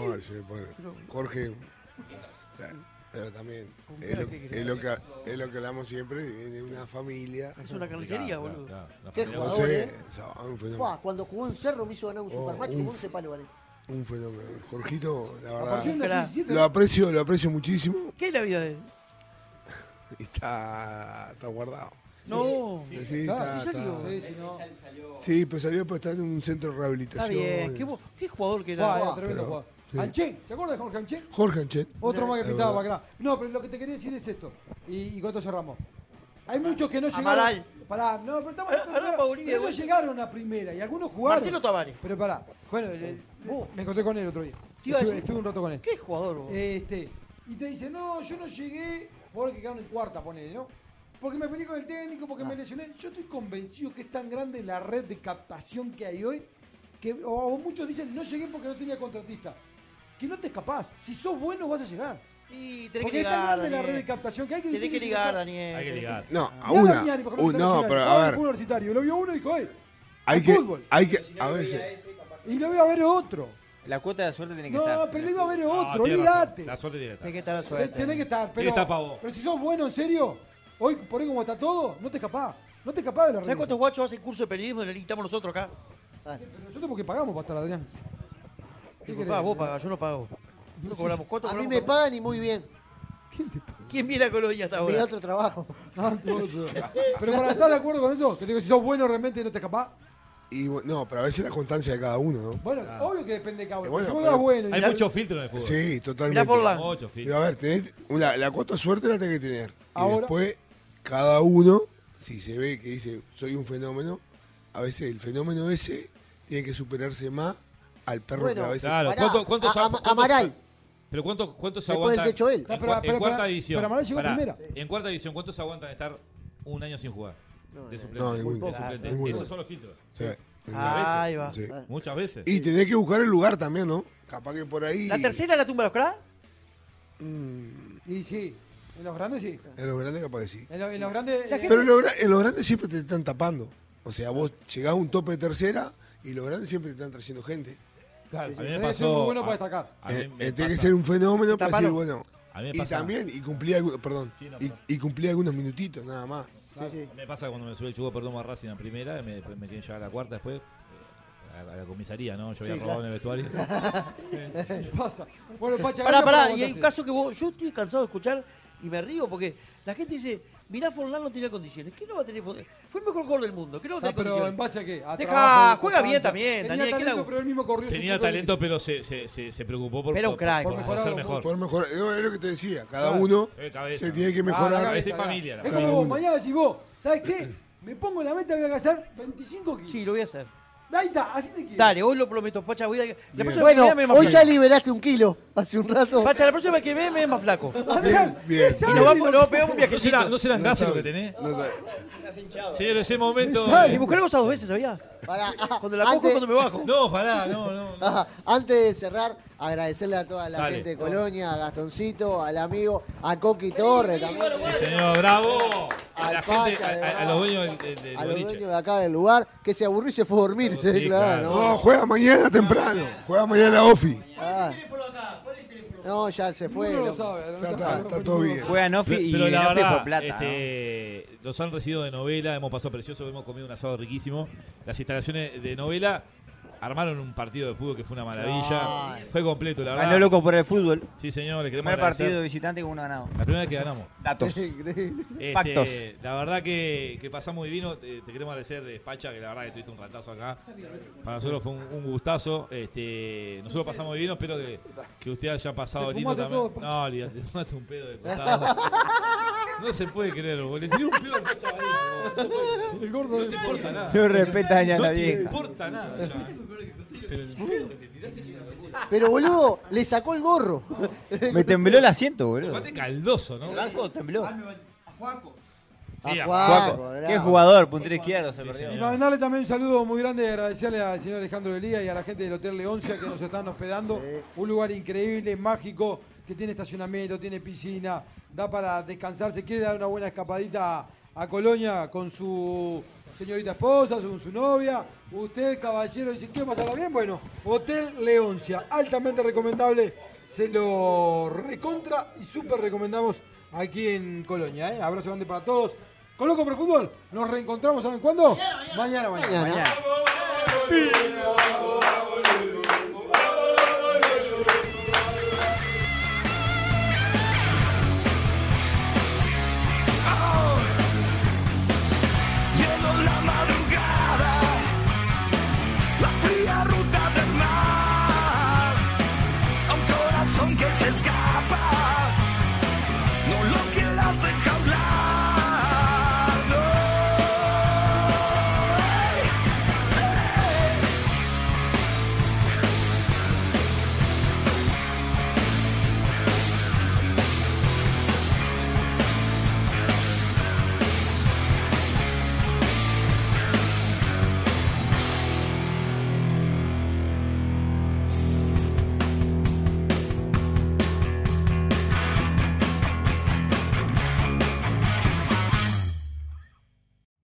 lo llevé por- Jorge. o sea, Pero también. Es lo, es lo que, es lo que hablamos siempre, viene de una familia. Es una carnicería, boludo. ¿Qué jugador, Entonces, eh? o sea, Ah, un fenómeno. Oh, Fua, cuando jugó en Cerro me hizo ganar un supermatch con uf. 11 palos, ¿vale? Un fenómeno. Jorgito, la apareció verdad. en la Pará. 17, Lo aprecio, lo aprecio muchísimo. ¿Qué es la vida de él? Y está, está guardado. No. Sí, claro, está, sí salió. está- Sí, sí, no. sí, pero salió para estar en un centro de Está rehabilitación. bien. ¿Qué, bo- qué jugador que Buah, era? era Buah. tremendo Ah, pero- jugador. sí. Anchen, ¿se acuerda de Jorge Anchen? Jorge Anchet. Otro más que Es pintaba verdad. para acá. No, pero lo que te quería decir es esto. Y, y con esto cerramos. Hay muchos que no llegaron. Amaral. Pará, no, pero estamos. Ahora- ahora Paulini de pero no vuelta. llegaron a primera y algunos jugaron. Marcelo Tavares. Pero pará. Bueno, el- el- Oh. me encontré con él otro día. Te iba a Estuve- decir- estuve un rato con él. ¿Qué jugador, vos? Este, y te dice, no, yo no llegué, porque quedaron en cuarta, ponele, ¿no? Porque me peleé con el técnico, porque Ah. me lesioné. Yo estoy convencido que es tan grande la red de captación que hay hoy, que o, o muchos dicen, no llegué porque no tenía contratista. Que no te escapás. Si sos bueno, vas a llegar. Y tenés que Porque es ligar. tan grande la Daniel. red de captación que hay que Tenés que difícil ligar, escapar. Daniel. Ah. Hay que ligar. No, Mirá a una. Damiani, por ejemplo, un- en no, Nacional. pero Ahora a fue ver. universitario, lo vio uno y dijo, "Ey, Hay al que, fútbol. hay que, a veces. Y lo iba a ver otro. La cuota de la suerte tiene que estar. No, pero lo iba a ver otro, tiene razón. olvídate. La suerte tiene que Tenés que estar. estar a Te- suerte. Tenés que estar, pero, está pa' vos. pero si sos bueno, en serio, hoy por hoy como está todo, no te escapás. No te escapás de la ¿Sabés realidad. cuántos guachos hacen curso de periodismo y lo necesitamos nosotros acá? Pero nosotros porque pagamos para estar, Adrián. ¿Qué Disculpá, querés? vos pagás, yo no pago. Nosotros cobramos cuatro A mí cobramos me cuatro. pagan y muy bien. ¿Quién te paga? ¿Quién viene a Colonia Me hasta da ahora? otro trabajo. Ah, vos. pero para estar de acuerdo con eso, que te digo, si sos bueno realmente no te escapás. Y, bu- no, pero a veces la constancia de cada uno, ¿no? Bueno, Ah. obvio que depende de cada uno. Eh, bueno, si vos das pero- bueno y Hay das- muchos filtros en el fútbol. Sí, Mirá totalmente. Forlán. Muchos Pero filtros. a ver, tenés una- la cuota de suerte la tenés que tener. Ahora- y después, cada uno, si se ve que dice, soy un fenómeno, a veces el fenómeno ese tiene que superarse más al perro Bueno, que a veces. Claro, Pará, ¿cuánto- cuántos a- sa- a- cuántos Amaral. sa- Pero ¿cuántos, cuántos Después aguantan? del techo él. En, Ah, pero- cua- en pero- cuarta pero- división. Eh, pero Amaral llegó primera. En cuarta división, ¿cuántos aguantan estar un año sin jugar? De suplente. No, ninguno. De suplente. Ninguno. Esos son los filtros. O sea, Ah, Ahí va. Sí. Muchas veces. Y tenés que buscar el lugar también, ¿no? Capaz que por ahí. Mm, ¿La tercera la tumba de los cra? Y sí, en los grandes sí. En los grandes, capaz que sí. En, lo- en los grandes. eh, Pero en los, gra- en los grandes siempre te están tapando. O sea, vos llegás a un tope de tercera y los grandes siempre te están trayendo gente. Claro, a mí Pero eso me es pasó. muy bueno para a- destacar. a mí Eh, me eh, tiene que pasa- ser un fenómeno para decir, Taparon. bueno. A mí me Y pasa- también, y cumplí, algu- perdón, Sí, no, y, perdón. y cumplí algunos minutitos, nada más. Me pasa cuando me sube el chugo, perdón, a Racing en primera, y me, después me quieren llevar a la cuarta, después eh, a la, a la comisaría, ¿no? Yo había robado en el vestuario. ¿Qué pasa? Bueno, Pacha, Pará, gracias pará, por y hay votarse. un caso que vos, yo estoy cansado de escuchar y me río porque la gente dice, mirá, Forlán no tenía condiciones. ¿Qué no va a tener Forlán? Fue el mejor gol del mundo. ¿Qué no va a Ah, tener pero en condiciones? base a qué? A Deja, trabajo, juega bien constancia. también, Tenía Daniel, ¿qué le talento, hago? pero él mismo corrió su Tenía propio talento, pero se, se, se, se preocupó por, Era un por- crack, por, por por ser mejorar mejor. Por mejorar, es lo que te decía, cada Claro. uno Eh, cabeza, se ¿no? tiene que Ah, la mejorar. cabeza, es familia, la Es cabeza. como vos, Cada uno. mañana decís vos, ¿sabes qué? Me pongo la meta y voy a cazar 25 kilos. Sí, lo voy a hacer. Ahí está, así te quiero. Dale, hoy lo prometo, Pacha. Voy a... La próxima vez que Bueno, vea me ve más hoy ya flaco. liberaste un kilo hace un rato. Pacha, la próxima vez que ve me ve más flaco. Y Adrián, Bien, te bien. sale nos lo vamos, que- nos vamos a pegar un ¿No será, viajecito. no será en casa lo que tenés? No sabe. Señores, ese momento. eh, Mi mujer goza dos veces, ¿sabía? Pará, Cuando la cojo y antes- cuando me bajo. No, pará, no, no. no. Ajá. Antes de cerrar, agradecerle a toda la Sale. gente de Colonia, a Gastoncito, al amigo, a Coqui Torre también, Sí, Señor, bravo. A Al la gente, Pacha, de a, a- a los dueños del, del- del a los boliche. dueños de acá del lugar, que se aburrió y se fue a dormir, se Sí, declara, claro. ¿no? No, juega mañana temprano, juega mañana la ofi. Ah. No, ya se fue. Uno lo loco. sabe, ¿no? Ya está, está todo bien. Juegan Ofi Pero, y pero la en Ofi verdad, por plata. este, los han recibido de novela, hemos pasado precioso, hemos comido un asado riquísimo. Las instalaciones de novela armaron un partido de fútbol que fue una maravilla. Fue completo, la ¿no? verdad. Ganó loco por el fútbol. Sí, señor, le queremos Primer partido de agradecer. visitante que uno ganado. La primera vez que ganamos. Datos. Increíble. Este, Factos. La verdad que, que pasamos divino. Te, te queremos agradecer, eh, Pacha, que la verdad que tuviste un ratazo acá. Para nosotros fue un, un gustazo. Este, nosotros pasamos divino. Espero que, que usted haya pasado Te lindo fumaste también. todo, Pacha. no, olvídate, te fumaste un pedo de costado. No se puede creer, boludo. Le tiré un pedo al Pacha Badía, boludo. El gordo No del te importa nada. No respeta ni a No la te vieja. importa nada ya. Pero el pedo que te tiraste es una locura. Pero boludo, le sacó el gorro. Me tembló el asiento, boludo. Aparte caldoso, ¿no? El banco tembló. Sí, a a Juaco. Guaco, bravo. Qué jugador, puntero izquierdo se perdió. Y para mandarle también un saludo muy grande y agradecerle al señor Alejandro Elías y a la gente del Hotel Leoncia que nos están hospedando. Un lugar increíble, mágico, que tiene estacionamiento, tiene piscina, da para descansar, se quiere dar una buena escapadita a, a Colonia con su señorita esposa, con su novia. Usted, caballero, dice, ¿quiere pasarla bien? Bueno, Hotel Leoncia, altamente recomendable. Se lo recontra y súper recomendamos aquí en Colonia. ¿eh? Abrazo grande para todos. Con Loco por Fútbol, nos reencontramos, ¿saben cuándo? mañana. mañana. Mañana. Mañana. Vamos,